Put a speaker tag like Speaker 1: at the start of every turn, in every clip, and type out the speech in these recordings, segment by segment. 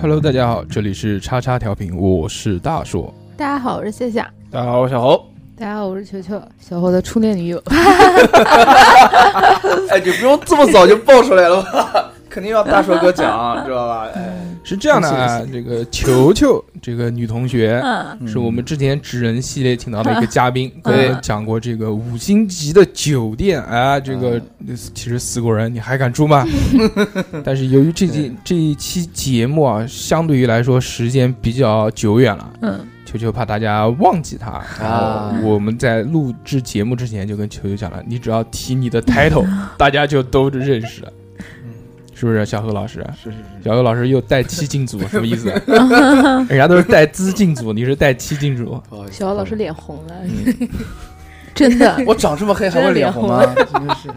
Speaker 1: Hello，大家好，这里是叉叉调频，我是大硕。
Speaker 2: 大家好，我是夏夏。
Speaker 3: 大家好，我小侯。
Speaker 2: 大家好，我是球球，小侯的初恋女友。
Speaker 3: 哎，你不用这么早就爆出来了吧？ 肯定要大硕哥 讲，知道吧？哎，
Speaker 1: 是这样的啊，这个球球这个女同学，
Speaker 2: 嗯，
Speaker 1: 是我们之前纸人系列请到的一个嘉宾，
Speaker 2: 嗯
Speaker 1: 跟我们讲过这个五星级的酒店啊，这个其实死过人，你还敢住 吗？但是由于这期这一期节目啊，相对于来说时间比较久远了，
Speaker 2: 嗯，
Speaker 1: 球球怕大家忘记他，然
Speaker 3: 啊
Speaker 1: 后我们在录制节目之前就跟球球讲了，你只要提你的 title，大家就都认识了，是不是？啊小何老师，
Speaker 3: 是是
Speaker 1: 小何老师又带妻进组，什么意思？啊人家都是带资进组，你是带妻进组。
Speaker 3: 是，
Speaker 2: 小侯老师脸红了，嗯 真的。
Speaker 3: 我长这么黑还会脸 红吗？真的是，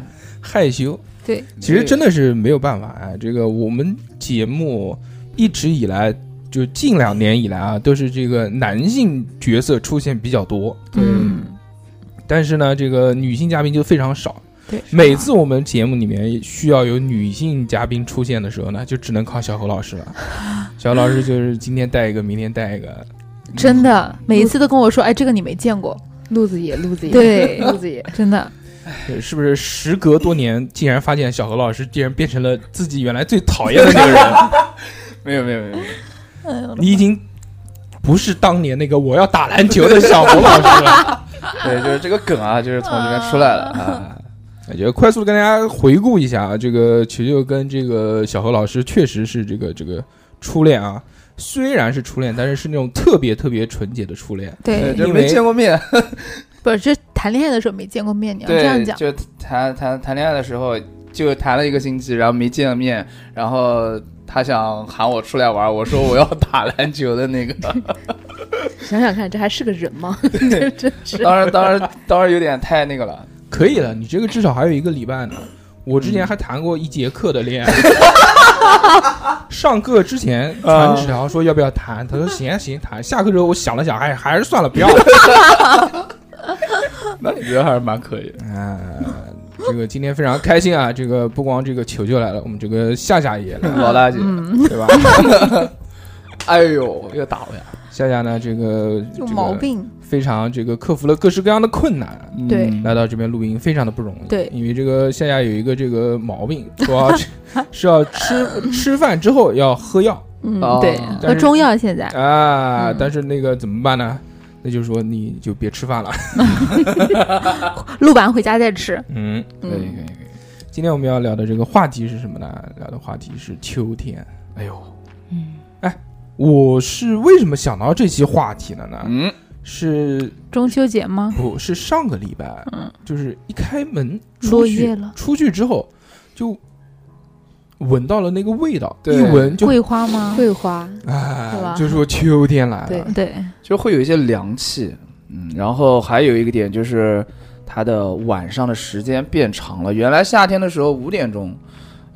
Speaker 1: 害羞。
Speaker 2: 对，
Speaker 1: 其实真的是没有办法哎，这个我们节目一直以来，就近两年以来啊，都是这个男性角色出现比较多，
Speaker 2: 嗯，
Speaker 1: 但是呢，这个女性嘉宾就非常少。
Speaker 2: 对，
Speaker 1: 每次我们节目里面需要有女性嘉宾出现的时候呢，就只能靠小侯老师了。小侯老师就是今天带一个，明天带一个，
Speaker 2: 真的，每一次都跟我说，哎，这个你没见过，
Speaker 4: 路子野，路子野，
Speaker 2: 对
Speaker 4: 路子野，
Speaker 2: 真的。
Speaker 1: 对是不是？时隔多年，竟然发现小何老师竟然变成了自己原来最讨厌的那 个人。
Speaker 3: 没有没有没有，
Speaker 2: 哎呦，
Speaker 1: 你已经不是当年那个我要打篮球的小胡老师了。
Speaker 3: 对，就是这个梗啊，就是从这边出来了啊。
Speaker 1: 我觉得快速地跟大家回顾一下啊，这个球球跟这个小何老师确实是这个这个初恋啊，虽然是初恋，但是是那种特别特别纯洁的初恋。
Speaker 3: 对，
Speaker 2: 对，
Speaker 3: 就是哎没见过面，
Speaker 2: 不是这谈恋爱的时候没见过面，你要这样
Speaker 3: 对，
Speaker 2: 讲。
Speaker 3: 就谈谈谈恋爱的时候，就谈了一个星期，然后没见面，然后他想喊我出来玩，我说我要打篮球的 那个。
Speaker 4: 想想看，这还是个人吗？这真是。
Speaker 3: 当时当时当时有点太那个了，
Speaker 1: 可以了，你这个至少还有一个礼拜呢。我之前还谈过一节课的恋爱。上课之前传纸条说要不要谈，他说行啊行谈。下课之后我想了想，哎还是算了，不要了。
Speaker 3: 那你觉得还是蛮可以的。
Speaker 1: 啊，这个今天非常开心啊！这个不光这个球球来了，我们这个夏夏也
Speaker 2: 嗯
Speaker 1: 来了，
Speaker 3: 老大姐，
Speaker 1: 对吧？
Speaker 3: 哎呦，又打我呀！
Speaker 1: 夏夏呢，这个
Speaker 2: 有毛，病，啊
Speaker 1: 这个非常这个克服了各式各样的困难，
Speaker 2: 对
Speaker 3: 嗯
Speaker 1: 来到这边录音非常的不容易。
Speaker 2: 对
Speaker 1: 因为这个夏夏有一个这个毛病，说要吃是要吃吃饭之后要喝药
Speaker 2: 嗯
Speaker 3: 哦，
Speaker 2: 对，
Speaker 3: 但
Speaker 1: 是
Speaker 2: 喝中药现在
Speaker 1: 啊
Speaker 2: 嗯，
Speaker 1: 但是那个怎么办呢？那就是说你就别吃饭了。
Speaker 2: 录完回家再吃。
Speaker 1: 嗯，
Speaker 3: 可以可以
Speaker 2: 嗯，
Speaker 3: 可以。
Speaker 1: 今天我们要聊的这个话题是什么呢？聊的话题是秋天。哎
Speaker 3: 哎呦，
Speaker 1: 我是为什么想到这期话题了呢？
Speaker 3: 嗯，
Speaker 1: 是
Speaker 2: 中秋节吗？
Speaker 1: 不是上个礼拜，
Speaker 2: 嗯
Speaker 1: 就是一开门出
Speaker 2: 落
Speaker 1: 去
Speaker 2: 叶了，
Speaker 1: 出去之后就闻到了那个味道，
Speaker 3: 对
Speaker 1: 一闻就
Speaker 2: 桂花吗？
Speaker 4: 桂花，
Speaker 2: 是
Speaker 1: 啊
Speaker 2: 吧，
Speaker 1: 就说秋天来
Speaker 4: 对
Speaker 1: 了。
Speaker 2: 对，
Speaker 3: 就会有一些凉气。嗯，然后还有一个点就是它的晚上的时间变长了。原来夏天的时候五点钟，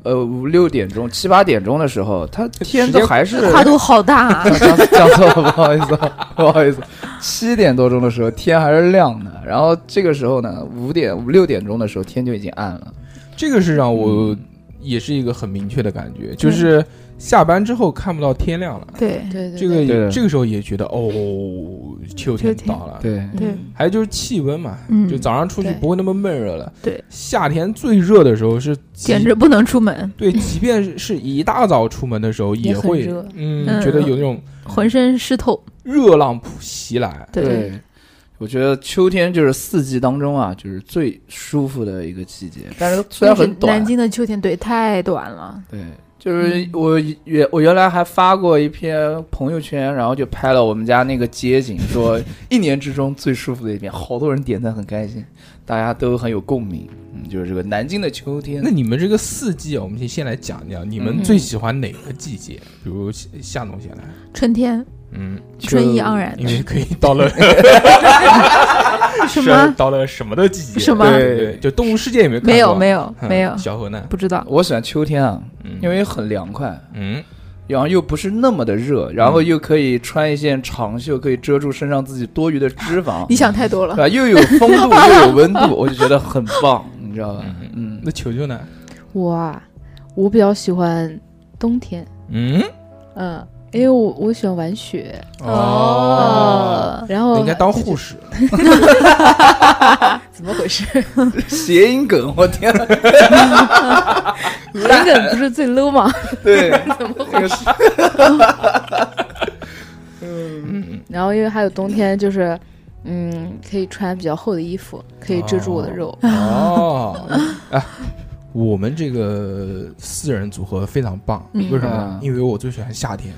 Speaker 3: 呃五六点钟、七八点钟的时候，它天都还是
Speaker 2: 跨度好大啊。
Speaker 3: 讲讲错了，不好意思，不好意思。七点多钟的时候天还是亮的，然后这个时候呢，五点五六点钟的时候天就已经暗了。
Speaker 1: 这个是让我
Speaker 3: 嗯
Speaker 1: 也是一个很明确的感觉，就是下班之后看不到天亮了。
Speaker 2: 对
Speaker 4: 对对，
Speaker 1: 这个
Speaker 3: 对的
Speaker 1: 也这个时候也觉得哦，秋天
Speaker 2: 秋天
Speaker 1: 到了。
Speaker 3: 对，
Speaker 4: 对
Speaker 2: 对
Speaker 4: 嗯
Speaker 1: 还有就是气温嘛，
Speaker 2: 嗯
Speaker 1: 就早上出去
Speaker 4: 对
Speaker 1: 不会那么闷热了。
Speaker 2: 对，
Speaker 1: 夏天最热的时候是极
Speaker 2: 简直不能出门，
Speaker 1: 对，即便是一大早出门的时候，
Speaker 4: 也很
Speaker 1: 会
Speaker 4: 热
Speaker 1: 嗯
Speaker 2: 嗯
Speaker 1: 觉得有那种
Speaker 2: 浑身湿透。
Speaker 1: 热浪扑袭来。
Speaker 3: 对，我觉得秋天就是四季当中啊，就是最舒服的一个季节。但是虽然很短，
Speaker 2: 南京的秋天对太短了，
Speaker 3: 对，就是我原我原来还发过一篇朋友圈，然后就拍了我们家那个街景，说一年之中最舒服的一天，好多人点赞，很开心，大家都很有共鸣。嗯，就是这个南京的秋天
Speaker 1: 那。你们这个四季啊，我们先先来讲讲，你们
Speaker 2: 嗯
Speaker 1: 最喜欢哪个季节？比如夏夏冬先来，
Speaker 2: 春天
Speaker 1: 嗯，
Speaker 2: 春意盎然
Speaker 1: 因为可以到了是
Speaker 2: 什么
Speaker 1: 到了什么的季节？
Speaker 2: 什么
Speaker 1: 对对，就动物世界有没有看过？
Speaker 2: 没有没有
Speaker 1: 嗯
Speaker 2: 没有，
Speaker 1: 小何呢？
Speaker 2: 不知道。
Speaker 3: 我喜欢秋天啊，
Speaker 1: 嗯
Speaker 3: 因为很凉快，
Speaker 1: 嗯，
Speaker 3: 然后又不是那么的热，然
Speaker 2: 嗯
Speaker 3: 后又可以穿一件长袖，可以遮住身上自己多余的脂肪
Speaker 2: 你，想太多
Speaker 3: 对
Speaker 2: 了，
Speaker 3: 吧？又有风度又有温度，我就觉得很棒，你知道吧？嗯，
Speaker 1: 那球球呢？
Speaker 4: 我啊，我比较喜欢冬天，
Speaker 1: 嗯，
Speaker 4: 嗯，因为我我喜欢玩雪，
Speaker 2: 哦
Speaker 4: 然
Speaker 1: 那
Speaker 4: 后
Speaker 1: 应该当护士。
Speaker 4: 怎么回 事？
Speaker 3: 谐音梗，我天，啊
Speaker 4: 人梗不是最 low 吗？
Speaker 3: 对，
Speaker 4: 然后因为还有冬天，就是嗯，可以穿比较厚的衣服，可以遮住我的肉。
Speaker 1: 哦，哎，我们这个四人组合非常棒，
Speaker 2: 嗯
Speaker 1: 为什么
Speaker 3: 嗯？
Speaker 1: 因为我最喜欢夏天，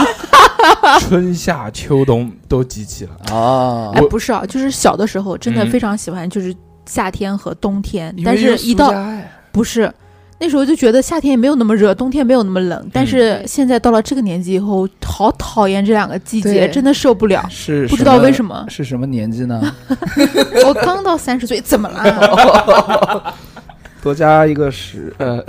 Speaker 1: 春夏秋冬都集齐了。
Speaker 3: 啊
Speaker 2: 哎，不是啊，就是小的时候真的
Speaker 1: 嗯
Speaker 2: 非常喜欢，就是夏天和冬天，
Speaker 3: 因为
Speaker 2: 但是一
Speaker 3: 俗
Speaker 2: 到
Speaker 3: 家爱
Speaker 2: 不是那时候就觉得夏天也没有那么热，冬天没有那么冷，
Speaker 1: 嗯
Speaker 2: 但是现在到了这个年纪以后，好讨厌这两个季节，
Speaker 4: 对
Speaker 2: 真的受不了，
Speaker 3: 是
Speaker 2: 啊不知道为什
Speaker 3: 么。
Speaker 2: 么
Speaker 3: 是什么年纪呢？
Speaker 2: 我刚到三十岁，怎么了？
Speaker 3: 多加一个十，呃，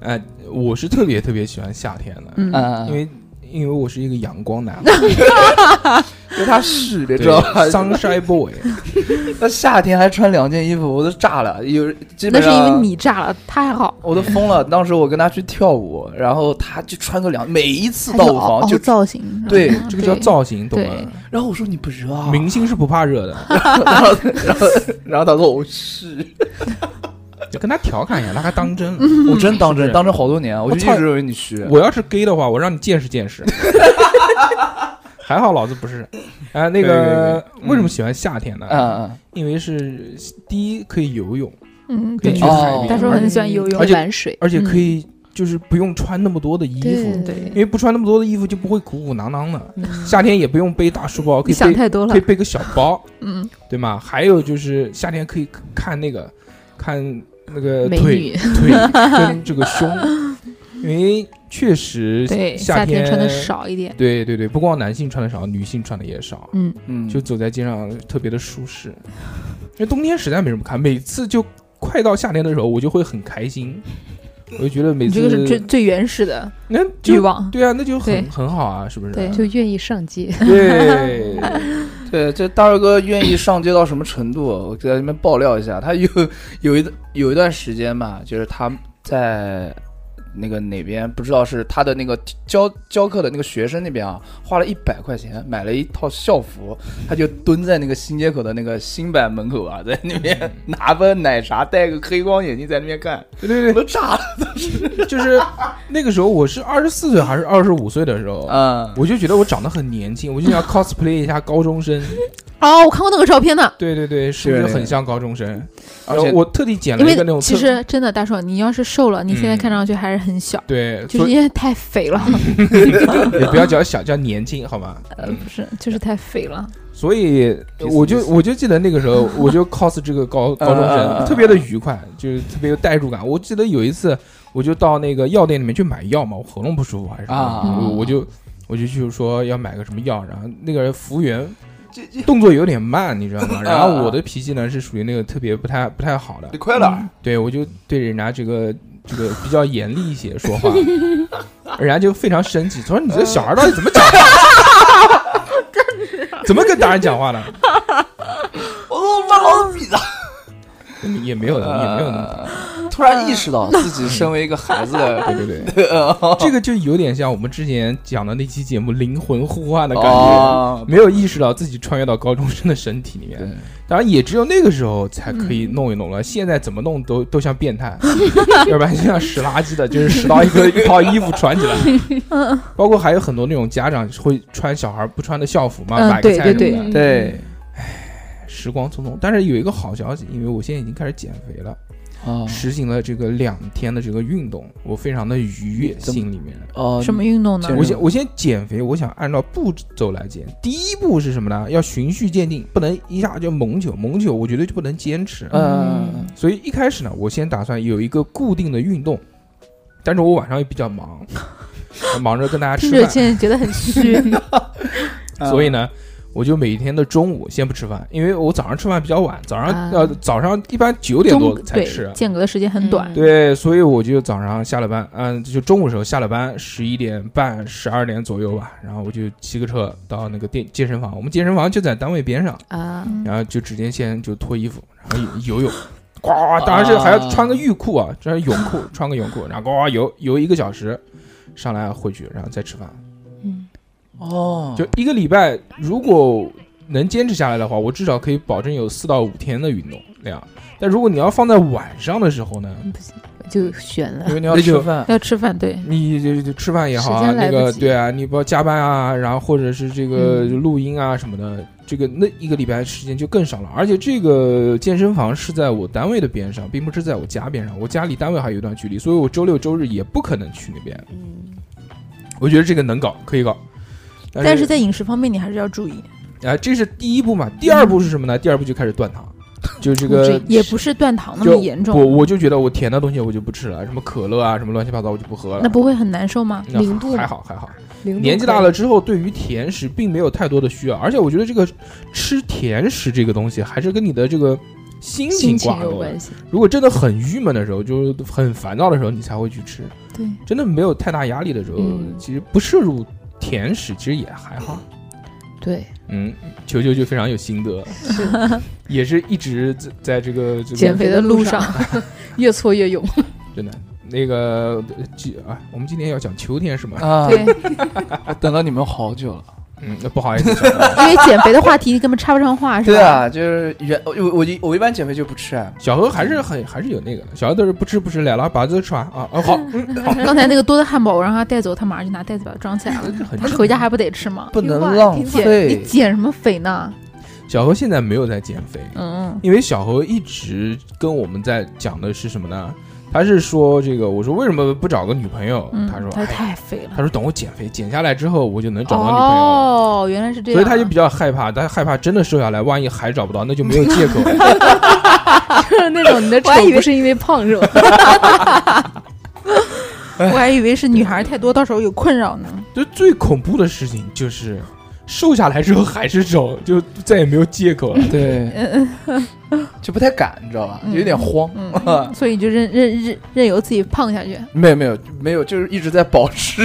Speaker 1: 哎，我是特别特别喜欢夏天的，
Speaker 2: 嗯，
Speaker 3: 啊
Speaker 1: 因为因为我是一个阳光 男，
Speaker 3: 为他是的，
Speaker 1: 对
Speaker 3: 知道吧？
Speaker 1: ，sunshine boy，
Speaker 3: 那夏天还穿两件衣服，我都炸了，有基
Speaker 2: 那
Speaker 3: 本
Speaker 2: 是
Speaker 3: 上
Speaker 2: 因为你炸了，他还好，
Speaker 3: 我都疯了。当时我跟他去跳舞，然后他就穿个两，每一次
Speaker 2: 他
Speaker 3: 到
Speaker 2: 就
Speaker 3: 舞
Speaker 2: 凹
Speaker 3: 房
Speaker 2: 凹
Speaker 3: 就，
Speaker 2: 造型，然后
Speaker 3: 对
Speaker 1: 这个叫。造型，懂吗？
Speaker 3: 然后我说你不热啊？
Speaker 1: 明星是不怕热的，
Speaker 3: 然后然后然后他说我是，
Speaker 1: 就跟他调侃一下，他还当真了。
Speaker 2: 嗯
Speaker 3: 我真当
Speaker 1: 是不
Speaker 3: 真
Speaker 1: 是
Speaker 3: 当真好多年啊，我就
Speaker 1: 我操
Speaker 3: 一直认为你虚。
Speaker 1: 我要是 gay 的话，我让你见识 见识。还好老子不是。哎，那个
Speaker 3: 可以可以
Speaker 1: 为什么喜欢夏天呢？
Speaker 2: 啊
Speaker 3: 嗯嗯，
Speaker 1: 因为是第一可以游泳，
Speaker 2: 嗯，
Speaker 1: 可以
Speaker 2: 对
Speaker 1: 去，
Speaker 3: 哦
Speaker 1: 海边，
Speaker 2: 大叔很喜欢游泳
Speaker 1: 而，且
Speaker 4: 玩水，
Speaker 1: 而且可以就是不用穿那么多的衣服，
Speaker 2: 对
Speaker 1: 因为不穿那么多的衣服就不会鼓鼓囊囊的。
Speaker 4: 嗯
Speaker 1: 夏天也不用背大书包，可
Speaker 2: 你
Speaker 1: 以
Speaker 2: 想
Speaker 1: 背
Speaker 2: 太多了
Speaker 1: 可以，背个小包，
Speaker 2: 嗯，
Speaker 1: 对吗？还有就是夏天可以看那个看那个
Speaker 4: 美
Speaker 1: 呃腿
Speaker 4: 女
Speaker 1: 腿 跟这个胸，因为确实
Speaker 2: 对，
Speaker 1: 夏
Speaker 2: 夏天穿的少一点，
Speaker 1: 对对对，不光男性穿的少，女性穿的也少，
Speaker 2: 嗯，
Speaker 3: 嗯，
Speaker 1: 就走在街上特别的舒适。因为冬天实在没什么看，每次就快到夏天的时候，我就会很开心，我就觉得每
Speaker 2: 你这
Speaker 1: 次
Speaker 2: 个是最最原始的
Speaker 1: 那
Speaker 2: 欲
Speaker 1: 就
Speaker 2: 望，
Speaker 1: 对啊，那就很
Speaker 2: 对
Speaker 1: 很好啊，是不是？
Speaker 2: 对
Speaker 4: 就愿意上街。
Speaker 1: 对
Speaker 3: 对，这大帅哥愿意上街到什么程度？我在那边爆料一下，他有有一段有一段时间嘛，就是他在那个哪边不知道是他的那个教教课的那个学生那边啊，花了一百块钱买了一套校服，他就蹲在那个新街口的那个新版门口啊，在那边 拿杯奶茶，戴个黑框眼镜在那边看，
Speaker 1: 对对
Speaker 3: 我都炸了。
Speaker 1: 对，就是那个时候我是二十四岁还是二十五岁的时候。
Speaker 3: 嗯，
Speaker 1: 我就觉得我长得很年轻，我就想 cosplay 一下高中生。
Speaker 2: 哦，我看过那个照片呢。
Speaker 1: 对对对，是不是
Speaker 3: 对对
Speaker 1: 很像高中生？
Speaker 3: 而且
Speaker 1: 然后我特地剪
Speaker 2: 因
Speaker 1: 了一
Speaker 2: 为
Speaker 1: 个那种特，
Speaker 2: 其实真的，大硕，你要是瘦了，你现在看上去还是很小，
Speaker 1: 对，
Speaker 2: 就
Speaker 1: 所
Speaker 2: 是
Speaker 1: 以
Speaker 2: 因为太肥了，
Speaker 1: 也不要叫小，叫年轻好吗？
Speaker 2: 呃，不是，就是太肥了。
Speaker 1: 所以我就我就记得那个时候，我就 cos 这个高高中
Speaker 3: 嗯嗯嗯
Speaker 1: 生，
Speaker 3: 嗯
Speaker 1: 特别的愉快，就是特别有代入感。我记得有一次，我就到那个药店里面去买药嘛，我喉咙不舒服还是什么
Speaker 3: 啊
Speaker 1: 我我就我就去说要买个什么药，然后那个服务员
Speaker 3: 这这
Speaker 1: 动作有点慢，你知道 吗？
Speaker 3: 嗯
Speaker 1: 然后我的脾气呢是属于那个特别不太不太好的嗯
Speaker 3: 你，快点儿，
Speaker 1: 对我就对人家这个这个比较严厉一些说 话，人家就非常生气，说你这小孩到底怎么讲话？ 怎么跟大人讲话呢？
Speaker 3: 我他妈老子哦比他
Speaker 1: 也没有
Speaker 3: 嗯呃
Speaker 1: 的，也没有那么。
Speaker 3: 突然意识到自己身为一个孩子的
Speaker 1: 对对 对，
Speaker 3: 哦
Speaker 1: 这个就有点像我们之前讲的那期节目《灵魂互换》的感觉，
Speaker 3: 哦，
Speaker 1: 没有意识到自己穿越到高中生的身体里
Speaker 3: 对
Speaker 1: 面。当然，也只有那个时候才可
Speaker 2: 嗯
Speaker 1: 以弄一弄了，现在怎么弄都都像变态， 要不然就像拾垃圾的，就是拾到一个一套衣服穿起来。
Speaker 2: 嗯
Speaker 1: 包括还有很多那种家长会穿小孩不穿的校服嘛，
Speaker 2: 嗯
Speaker 1: 买个菜什么
Speaker 2: 对
Speaker 1: 的。
Speaker 3: 对，
Speaker 1: 时光匆匆。但是有一个好消息，因为我现在已经开始减肥了，
Speaker 3: 啊
Speaker 1: 实行了这个两天的这个运动，我非常的愉悦，
Speaker 3: 怎么
Speaker 1: 心里面。
Speaker 3: 哦，
Speaker 2: 什么运动呢
Speaker 3: 健？
Speaker 1: 我
Speaker 3: 身
Speaker 1: 先我先减肥，我想按照步骤来减。第一步是什么呢？要循序渐进，不能一下就猛酒，猛酒我觉得就不能坚持。
Speaker 3: 嗯
Speaker 1: 所以一开始呢，我先打算有一个固定的运动，但是我晚上也比较忙， 忙着跟大家
Speaker 2: 听
Speaker 1: 吃
Speaker 2: 着
Speaker 1: 饭，
Speaker 2: 现在觉得很虚，
Speaker 3: 嗯
Speaker 2: 嗯
Speaker 1: 所以呢，我就每天的中午先不吃饭，因为我早上吃饭比较晚，早上、
Speaker 4: 啊
Speaker 1: 呃早上一般九点多
Speaker 2: 中
Speaker 1: 才
Speaker 2: 对
Speaker 1: 吃。啊
Speaker 2: 间隔的时间很短
Speaker 4: 嗯，
Speaker 1: 对，所以我就早上下了班，嗯，就中午时候下了班，十一点半、十二点左右吧，然后我就骑个车到那个健健身房，我们健身房就在单位边上，
Speaker 4: 啊，
Speaker 2: 嗯
Speaker 1: 然后就直接先就脱衣服，然后游游泳，呱，当然是还要穿个浴裤啊，这是泳裤， 穿个泳裤，然后呱游游一个小时，上来回去，然后再吃饭，
Speaker 4: 嗯，
Speaker 3: 哦，
Speaker 1: 就一个礼拜，如果能坚持下来的话，我至少可以保证有四到五天的运动量。但如果你要放在晚上的时候呢，
Speaker 4: 不行，就悬了
Speaker 1: 因。为你要
Speaker 3: 那
Speaker 1: 吃
Speaker 3: 就饭
Speaker 2: 要吃饭，对，
Speaker 1: 你就就吃饭也好
Speaker 4: 时
Speaker 1: 啊，
Speaker 4: 间
Speaker 1: 那
Speaker 4: 来不
Speaker 1: 个
Speaker 4: 及
Speaker 1: 对啊，你不要加班啊，然后或者是这个
Speaker 4: 嗯
Speaker 1: 录音啊什么的，这个那一个礼拜时间就更少了。而且这个健身房是在我单位的边上，并不是在我家边上，我家离单位还有一段距离，所以我周六周日也不可能去那边。
Speaker 4: 嗯，
Speaker 1: 我觉得这个能搞，可以搞。
Speaker 2: 但是在饮食方面你还是要注意，
Speaker 1: 啊，这是第一步嘛。第二步是什么呢？第二步就开始断糖，就这个
Speaker 2: 也不是断糖那
Speaker 1: 就
Speaker 2: 么严
Speaker 1: 我
Speaker 2: 重，
Speaker 1: 我就觉得我甜的东西我就不吃了，什么可乐啊，什么乱七八糟我就不喝了。
Speaker 2: 那不会很难受吗？
Speaker 1: 那
Speaker 4: 零度
Speaker 1: 还
Speaker 4: 嘛
Speaker 1: 好还好，
Speaker 4: 零度
Speaker 1: 年纪
Speaker 4: 可以
Speaker 1: 大了，之后，对于甜食并没有太多的需要，而且我觉得这个吃甜食这个东西还是跟你的这个心情
Speaker 4: 心情
Speaker 1: 挂钩
Speaker 4: 有
Speaker 1: 的
Speaker 4: 关。系。
Speaker 1: 如果真的很郁闷的时候，就是很烦躁的时候，你才会去吃。
Speaker 2: 对，
Speaker 1: 真的没有太大压力的时候，
Speaker 4: 嗯
Speaker 1: 其实不摄入甜食其实也还好。
Speaker 4: 对，
Speaker 1: 嗯，球球就非常有心得， 也是一直在在这个这个
Speaker 4: 减肥的路上越挫越勇。
Speaker 1: 真的那个呃记啊，我们今天要讲秋天是吗？
Speaker 3: 啊，
Speaker 2: 对，
Speaker 3: 我啊等了你们好久了。
Speaker 1: 嗯，那不好意思，小何
Speaker 2: 因为减肥的话题根本插不上话，是吧？
Speaker 3: 对啊，就是原我我一我一般减肥就不吃啊，
Speaker 1: 小何还是很还是有那个的，小何都是不吃不吃，来了把这吃完啊 啊好，嗯好，
Speaker 2: 刚才那个多的汉堡，我让他带走，他马上就拿袋子把它装起来 了。
Speaker 1: 很
Speaker 2: 他回家还不得吃吗？
Speaker 3: 不能
Speaker 4: 听话
Speaker 3: 浪
Speaker 4: 听话
Speaker 2: 减你
Speaker 3: 费。
Speaker 2: 减什么肥呢？
Speaker 1: 小何现在没有在减肥，
Speaker 2: 嗯，
Speaker 1: 因为小何一直跟我们在讲的是什么呢？他是说这个，我说为什么不找个女朋友？
Speaker 2: 嗯
Speaker 1: 他说，
Speaker 2: 他
Speaker 1: 哎，
Speaker 2: 太肥了
Speaker 1: 他。说等我减肥减下来之后，我就能找到女朋友。
Speaker 2: 哦，原来是这样，
Speaker 1: 所以他就比较害怕，他害怕真的瘦下来，万一还找不到，那就没有借口。 了。
Speaker 4: 那种你的丑
Speaker 2: 我还以为
Speaker 4: 不是因为胖是吧？
Speaker 2: 我还以为是女孩太多，到时候有困扰呢。
Speaker 1: 就最恐怖的事情就是，瘦下来之后还是瘦，就再也没有借口了。
Speaker 3: 对，就不太敢，你知道吧？
Speaker 2: 嗯
Speaker 3: 就有点慌。
Speaker 2: 嗯，所以就任任任任由自己胖下去。
Speaker 3: 没有没有没有，就是一直在保持。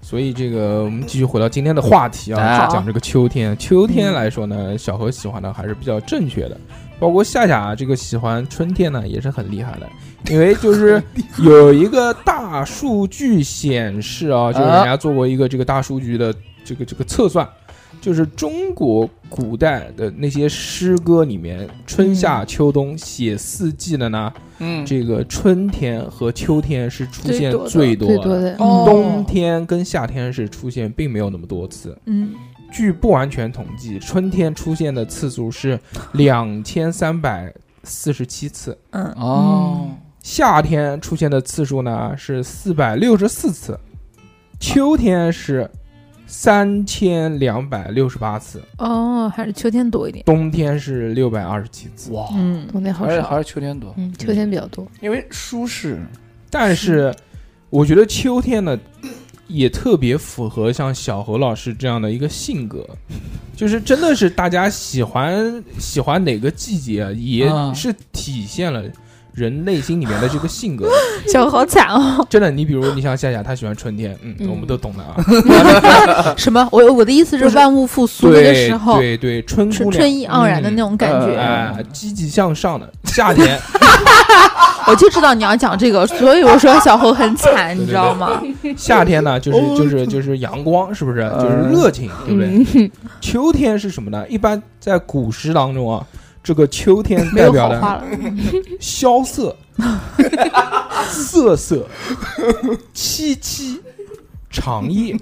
Speaker 1: 所以这个我们继续回到今天的话题啊，
Speaker 3: 啊
Speaker 1: 讲这个秋天。秋天来说呢，小何喜欢的还是比较正确的，包括夏夏这个喜欢春天呢，也是很厉害的，因为就是 有一个大数据显示啊，就是人家做过一个这个大数据的这个这个测算。就是中国古代的那些诗歌里面，春夏秋冬写四季的呢，
Speaker 3: 嗯
Speaker 1: 这个春天和秋天是出现最
Speaker 2: 最
Speaker 1: 多的
Speaker 4: 最多，的嗯
Speaker 3: 哦
Speaker 1: 冬天跟夏天是出现并没有那么多次。
Speaker 2: 嗯，
Speaker 1: 据不完全统计，春天出现的次数是两千三百四十七次，
Speaker 2: 嗯
Speaker 3: 哦，
Speaker 1: 夏天出现的次数呢是四百六十四次，秋天是三千两百六十八次，
Speaker 2: 哦，还是秋天多一点。
Speaker 1: 冬天是六百二十七次。
Speaker 3: 哇，
Speaker 2: 嗯，
Speaker 4: 冬天好
Speaker 3: 还是
Speaker 4: 少，
Speaker 3: 还是秋天多，
Speaker 4: 嗯，秋天比较多。
Speaker 3: 因为舒适。
Speaker 1: 但是，我觉得秋天呢，也特别符合像小何老师这样的一个性格，就是真的是大家喜欢喜欢哪个季节啊，也
Speaker 3: 啊
Speaker 1: 是体现了人内心里面的这个性格。
Speaker 2: 小何好惨哦。
Speaker 1: 真的，你比如你像夏夏，她喜欢春天，嗯，
Speaker 4: 嗯
Speaker 1: 我们都懂的啊。
Speaker 2: 什么？我我的意思是，万物复苏那个时
Speaker 1: 对
Speaker 2: 候，
Speaker 1: 对对，春姑
Speaker 2: 春
Speaker 1: 娘
Speaker 2: 春意盎然的那。
Speaker 1: 嗯
Speaker 2: 种感
Speaker 3: 嗯
Speaker 2: 觉，
Speaker 1: 哎，积极向上的夏天，
Speaker 2: 我就知道你要讲这个，所以我说小何很惨，
Speaker 1: 对
Speaker 2: 你知道吗？
Speaker 1: 夏天
Speaker 2: 哦
Speaker 1: 呢，就是就是就是阳 光，是不是？就是
Speaker 3: 嗯
Speaker 1: 热情，对不对？
Speaker 4: 嗯，
Speaker 1: 秋天是什么呢？一般在古诗当中啊，这个秋天
Speaker 2: 没
Speaker 1: 代
Speaker 2: 有
Speaker 1: 表
Speaker 2: 好话
Speaker 1: 的
Speaker 2: 了。
Speaker 1: 萧瑟、瑟瑟、凄凄、长夜、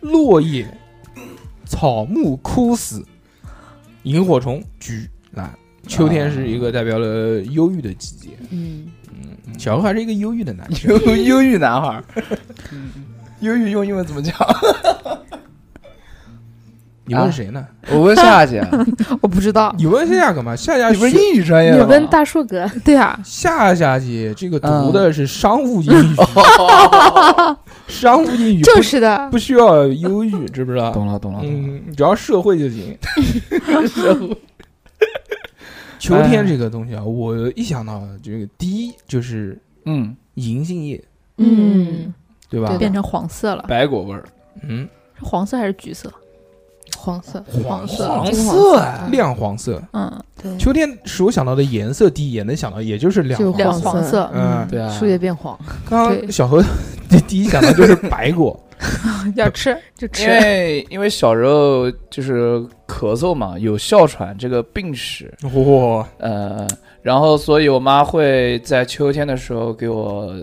Speaker 1: 落叶、草木枯死、萤火虫菊兰。秋天是一个代表了忧郁的季节，
Speaker 4: 嗯，
Speaker 1: 小何还是一个忧郁的男生。
Speaker 3: 忧忧郁男孩儿，忧郁用英文怎么讲？
Speaker 1: 你问谁呢？
Speaker 3: 我问夏姐，啊
Speaker 2: 我不知道。
Speaker 1: 你问夏夏干嘛？夏夏
Speaker 3: 你不是
Speaker 1: 学
Speaker 3: 英语专业
Speaker 4: 你
Speaker 3: 的吗？
Speaker 4: 问大树哥，
Speaker 2: 对啊，
Speaker 1: 夏夏姐这个
Speaker 3: 嗯
Speaker 1: 读的是商务英语，商务英语
Speaker 2: 正
Speaker 1: 不
Speaker 2: 式的。
Speaker 1: 不需要忧郁，知不知道？
Speaker 3: 懂了，懂了，懂了。
Speaker 1: 嗯，只要社会就行。秋天这个东西啊，我一想到这个，第一就是
Speaker 3: 嗯，
Speaker 1: 银杏叶，
Speaker 2: 嗯，
Speaker 1: 对吧
Speaker 4: 对？
Speaker 2: 变成黄色了，
Speaker 3: 白果味儿，
Speaker 1: 嗯，
Speaker 2: 是黄色还是橘色？
Speaker 4: 黄色，
Speaker 2: 黄色
Speaker 3: 黄
Speaker 4: 金
Speaker 3: 色
Speaker 4: 色
Speaker 3: 啊，
Speaker 1: 亮黄色。
Speaker 2: 嗯，
Speaker 4: 对，
Speaker 1: 秋天使我想到的颜色，第一眼能想到也就是亮
Speaker 4: 就
Speaker 1: 黄
Speaker 2: 亮
Speaker 1: 色。
Speaker 2: 黄
Speaker 4: 黄
Speaker 2: 色
Speaker 4: 色，
Speaker 1: 嗯
Speaker 3: 对啊
Speaker 4: 树叶变黄，
Speaker 1: 刚
Speaker 2: 对
Speaker 1: 刚小何 第第一想到就是白果，
Speaker 2: 要吃。
Speaker 4: 就吃
Speaker 3: 因为因为小时候就是咳嗽嘛，有哮喘这个病史，
Speaker 1: 哇，
Speaker 3: 呃，然后所以我妈会在秋天的时候给我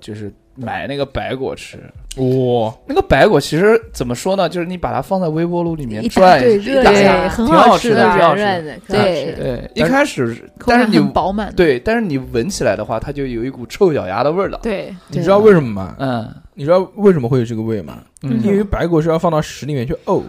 Speaker 3: 就是买那个白果吃。
Speaker 1: 哇，
Speaker 3: 那个白果其实怎么说呢，就是你把它放在微波炉里面
Speaker 2: 一打
Speaker 3: 转
Speaker 4: 对
Speaker 3: 一
Speaker 4: 热
Speaker 3: 打
Speaker 4: 一
Speaker 3: 下，
Speaker 4: 下
Speaker 2: 很
Speaker 3: 挺好
Speaker 2: 好吃
Speaker 3: 吃
Speaker 2: 的
Speaker 3: 挺好
Speaker 4: 软
Speaker 3: 吃的
Speaker 4: 软。的，
Speaker 2: 对
Speaker 3: 对，一开始是，
Speaker 2: 口
Speaker 3: 但
Speaker 2: 感
Speaker 3: 是你
Speaker 2: 很饱满的。
Speaker 3: 对，但是你闻起来的话，它就有一股臭脚丫的味儿了。
Speaker 2: 对，
Speaker 1: 你知道为什么吗？
Speaker 3: 嗯，
Speaker 1: 你知道为什么会有这个味吗？
Speaker 3: 嗯
Speaker 1: 因为白果是要放到屎里面去呕，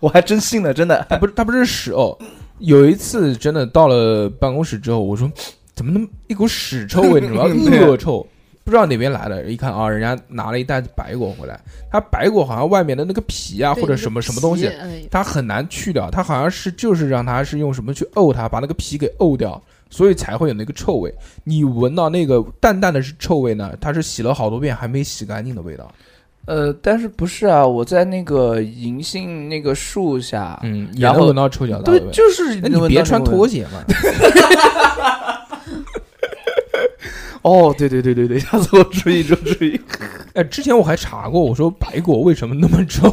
Speaker 3: 我还真信了，真的。
Speaker 1: 它不是它不是屎呕。有一次真的到了办公室之后，我说怎么那么一股屎臭味，你知道吗
Speaker 3: 对啊
Speaker 1: 恶臭，不知道哪边来的。一看啊，人家拿了一袋子白果回来，它白果好像外面的那个皮啊
Speaker 4: 对
Speaker 1: 或者什么什么东西，，
Speaker 4: 那个皮
Speaker 1: 它很难去掉，它好像是就是让它是用什么去沤它，把那个皮给沤掉，所以才会有那个臭味。你闻到那个淡淡的是臭味呢，它是洗了好多遍还没洗干净的味道。
Speaker 3: 呃，但是不是啊？我在那个银杏那个树下，
Speaker 1: 嗯，也
Speaker 3: 然后
Speaker 1: 能闻到臭脚丫
Speaker 3: 对
Speaker 1: 的，味。
Speaker 3: 就是
Speaker 1: 那你别穿拖
Speaker 3: 鞋。
Speaker 1: 鞋嘛，
Speaker 3: 哦，对对对对 对，下次我注意注 意。
Speaker 1: 哎，之前我还查过，我说哎白果为什么那么臭？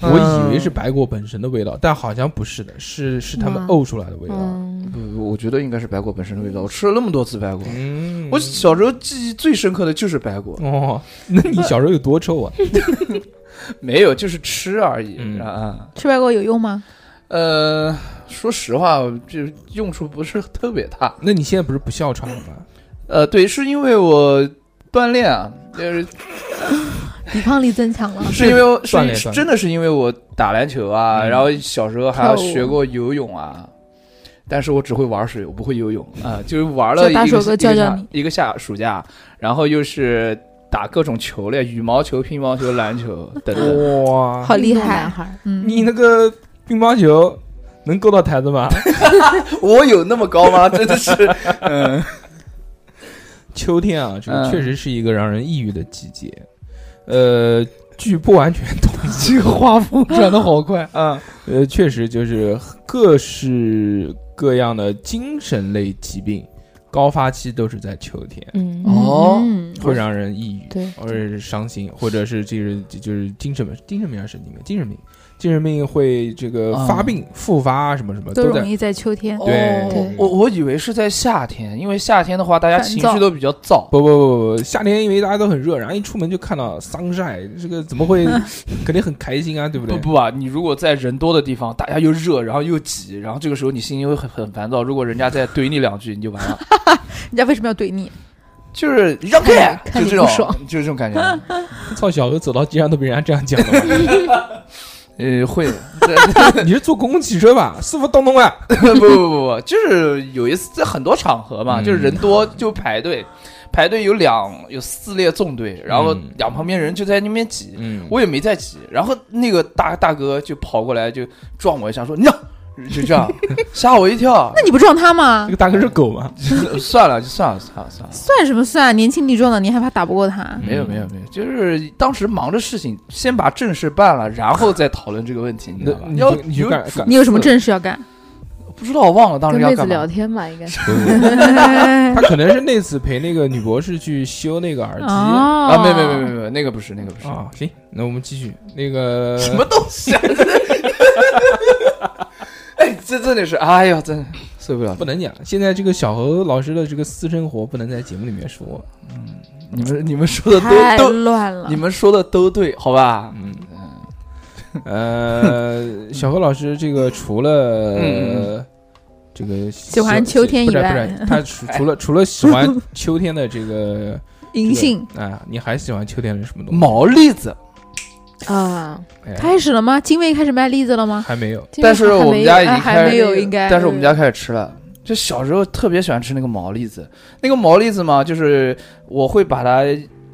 Speaker 1: 我以为是白果本身的味道，但好像不是的，是是他们
Speaker 4: 哇
Speaker 1: 沤出来的味道。
Speaker 4: 嗯，
Speaker 3: 不，我觉得应该是白果本身的味道。我吃了那么多次白果，
Speaker 1: 嗯
Speaker 3: 我小时候记忆最深刻的就是白果，
Speaker 1: 哦，那你小时候有多臭啊？
Speaker 3: 没有，就是吃而已
Speaker 1: 嗯
Speaker 3: 啊啊。
Speaker 2: 吃白果有用吗？
Speaker 3: 呃，说实话，就用处不是特别大。
Speaker 1: 那你现在不是不哮喘了吗？
Speaker 3: 呃，对，是因为我锻炼啊，就是
Speaker 2: 抵抗力增强了。
Speaker 3: 是因为我
Speaker 1: 锻炼锻
Speaker 3: 是
Speaker 1: 炼
Speaker 3: 真的是因为我打篮球啊，
Speaker 1: 嗯
Speaker 3: 然后小时候还要
Speaker 4: 跳舞
Speaker 3: 学过游泳啊，但是我只会玩水，我不会游泳啊、就是玩
Speaker 2: 叫
Speaker 3: 了一
Speaker 2: 大
Speaker 3: 个
Speaker 2: 手哥
Speaker 3: 一个
Speaker 2: 教教
Speaker 3: 夏
Speaker 2: 你
Speaker 3: 一个下暑假，然后又是打各种球类，羽毛球、乒乓球、篮球等等。
Speaker 1: 哇
Speaker 2: 好厉
Speaker 4: 运动男孩
Speaker 2: 害！
Speaker 4: 儿，
Speaker 2: 嗯，
Speaker 1: 你那个乒乓球能够到台子吗？
Speaker 3: 我有那么高吗？真的 是，嗯，
Speaker 1: 秋天啊，这个
Speaker 3: 嗯
Speaker 1: 确实是一个让人抑郁的季节。呃，据不完全统
Speaker 3: 这个画风转的好快啊！
Speaker 1: 计，呃，确实就是各式各样的精神类疾病高发期都是在秋天，
Speaker 4: 嗯，
Speaker 3: 哦
Speaker 2: 嗯
Speaker 1: 会让人抑郁，
Speaker 4: 对
Speaker 1: 或者是伤心，或者是这个就是精神病，精神病还是神经病？精神病，精神病会这个
Speaker 3: 啊
Speaker 1: 发病、复发啊，什么什么
Speaker 2: 都容
Speaker 1: 在。
Speaker 2: 易在秋天。
Speaker 1: 对
Speaker 3: 哦我我以为是在夏天，因为夏天的话，大家
Speaker 2: 烦
Speaker 3: 情
Speaker 2: 躁
Speaker 3: 绪都比较燥。
Speaker 1: 不不不不，夏天因为大家都很热，然后一出门就看到桑晒，这个怎 么会肯定很开心啊，对不对？
Speaker 3: 不不啊，你如果在人多的地方，大家又热，然后又挤，然后这个时候你心情会很很烦躁。如果人家再怼你两句，你就完了，
Speaker 2: 人家为什么要怼你？
Speaker 3: 就是让开，
Speaker 4: 看
Speaker 3: 就
Speaker 4: 你
Speaker 3: 这种
Speaker 4: 不爽，
Speaker 3: 就是这种感觉。
Speaker 1: 操，小何走到街上都被人家这样讲了
Speaker 3: 呃，会，
Speaker 1: 吗？你是坐公共汽车吧？师傅动动啊！
Speaker 3: 不不不不，就是有一次在很多场合嘛，
Speaker 1: 嗯
Speaker 3: 就是人多就排队，排队有两有四列纵队，然后
Speaker 1: 嗯
Speaker 3: 两旁边人就在那边挤，
Speaker 1: 嗯
Speaker 3: 我也没在挤，然后那个大大哥就跑过来就撞我一下，说你就这样吓我一跳
Speaker 2: 那，你不撞他吗
Speaker 1: 这个？大哥是狗吗？
Speaker 3: 算了，就算了，算了，算了。
Speaker 2: 算什么算？年轻力壮的，你还怕打不过他？
Speaker 3: 嗯没有没有没有，就是当时忙着事情，先把正事办了，然后再讨论这个问题，你知
Speaker 1: 那
Speaker 3: 道吧？
Speaker 1: 你
Speaker 3: 要
Speaker 1: 就你就干 干
Speaker 2: 你有什么正事要 干？
Speaker 3: 不知道，我忘了当时
Speaker 4: 跟
Speaker 3: 要
Speaker 4: 妹子
Speaker 3: 干
Speaker 4: 聊
Speaker 3: 嘛。
Speaker 4: 天吧，应该是
Speaker 2: 啊
Speaker 1: 他可能是那次陪那个女博士去修那个耳机啊。
Speaker 2: 啊
Speaker 3: 啊，没有没有没有没有没有，那个不是那个不是
Speaker 1: 行，那我们继续那个
Speaker 3: 哦什么东西啊！ 哎，这真的是，哎呀，真受不了！
Speaker 1: 不能讲。现在这个小何老师的这个私生活不能在节目里面说。
Speaker 3: 你们你们说的
Speaker 2: 太
Speaker 3: 都都，
Speaker 2: 乱了
Speaker 3: 你。们说的都对，好吧？
Speaker 1: 嗯，呃，小何老师，这个除了、
Speaker 3: 嗯
Speaker 1: 这个
Speaker 2: 喜欢秋天以
Speaker 1: 不然
Speaker 2: 外
Speaker 1: 不然他除除了除了喜欢秋天的这个
Speaker 2: 银杏
Speaker 1: 这个啊，你还喜欢秋天的什么东西？
Speaker 3: 毛栗子，
Speaker 4: 啊，
Speaker 1: 哎
Speaker 2: 开始了吗？金卫开始卖栗子了吗？
Speaker 1: 还没有，
Speaker 4: 今
Speaker 3: 但
Speaker 4: 天
Speaker 3: 是
Speaker 4: 还
Speaker 3: 我
Speaker 4: 没
Speaker 3: 们
Speaker 4: 有
Speaker 3: 家已
Speaker 2: 哎
Speaker 3: 经
Speaker 2: 还
Speaker 3: 开
Speaker 2: 没
Speaker 3: 始，
Speaker 2: 有，应该。
Speaker 3: 但是我们
Speaker 2: 嗯
Speaker 3: 家开始吃了。就小时候特别喜欢吃那个毛栗子，那个毛栗子嘛，就是我会把它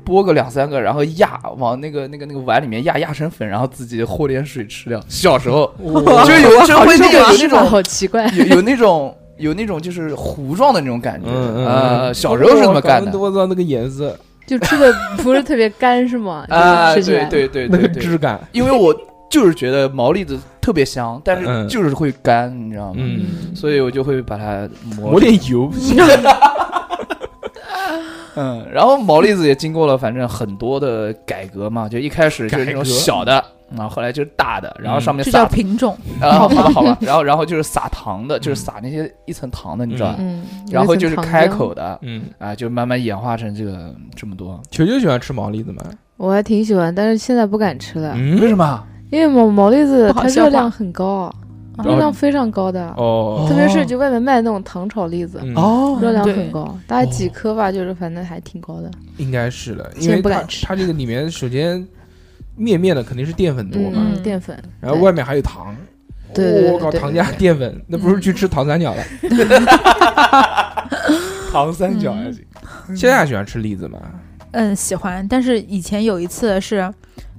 Speaker 3: 剥个两三个，然后压往那个那个那个碗里面压压成粉，然后自己和点水吃掉。小时候就 有就会那有那
Speaker 4: 吃法
Speaker 3: 种
Speaker 4: 好奇怪，
Speaker 3: 有有那种有那种就是糊状的那种感觉，
Speaker 1: 嗯嗯
Speaker 3: 呃，
Speaker 1: 嗯
Speaker 3: 小时候是这么干的
Speaker 1: 我操，那个颜色，
Speaker 4: 就吃的不是特别干是吗？
Speaker 3: 啊，
Speaker 4: 就是吃起
Speaker 3: 对
Speaker 4: 来
Speaker 3: 对对
Speaker 1: 那
Speaker 3: 对
Speaker 1: 个
Speaker 3: 对，
Speaker 1: 质感，
Speaker 3: 因为我就是觉得毛栗子特别香，但是
Speaker 1: 嗯
Speaker 3: 就是会干，你知道吗？
Speaker 1: 嗯，
Speaker 3: 所以我就会把它
Speaker 1: 抹
Speaker 3: 磨
Speaker 1: 点油，
Speaker 3: 嗯，然后毛栗子也经过了反正很多的改革嘛，就一开始就是那种
Speaker 1: 改革嗯
Speaker 3: 小的，然后后来就是大的，然后上面
Speaker 2: 这
Speaker 3: 撒
Speaker 2: 叫，品种，
Speaker 3: 然后好吧好吧，然后然后就是撒糖的，
Speaker 1: 嗯
Speaker 3: 就是撒那些一层糖的，你知道吧？
Speaker 4: 嗯，
Speaker 3: 然后就是
Speaker 4: 有一层糖
Speaker 3: 开
Speaker 4: 浆
Speaker 3: 口的
Speaker 1: 嗯，
Speaker 3: 啊，就慢慢演化成这个这么多。
Speaker 1: 球球喜欢吃毛栗子吗？
Speaker 4: 我还挺喜欢，但是现在不敢吃了，
Speaker 1: 嗯，
Speaker 3: 为什么？
Speaker 4: 因为毛毛栗子
Speaker 2: 不好
Speaker 4: 它热
Speaker 2: 消化嗯
Speaker 4: 量很高，啊
Speaker 2: 然
Speaker 1: 后
Speaker 4: 热量非常高的，啊
Speaker 1: 哦
Speaker 4: 特别是就外面卖那种糖炒栗子，
Speaker 1: 嗯
Speaker 3: 哦
Speaker 4: 热量
Speaker 2: 对
Speaker 4: 很高，大概几颗吧，就是反正还挺高的。
Speaker 1: 应该是的，因
Speaker 4: 现在
Speaker 1: 为
Speaker 4: 不
Speaker 1: 它
Speaker 4: 敢吃
Speaker 1: 它这个里面首先面面的肯定是淀粉多嘛，
Speaker 4: 嗯，
Speaker 2: 嗯
Speaker 4: 淀粉，
Speaker 1: 然后外面还有糖，哦
Speaker 4: 对对对
Speaker 1: 我靠，
Speaker 4: 对
Speaker 1: 糖加淀粉，那不是去吃糖三角了？
Speaker 3: 糖三
Speaker 2: 角还
Speaker 3: 行。
Speaker 1: 现在还喜欢吃栗子吗？
Speaker 2: 嗯，喜欢。但是以前有一次是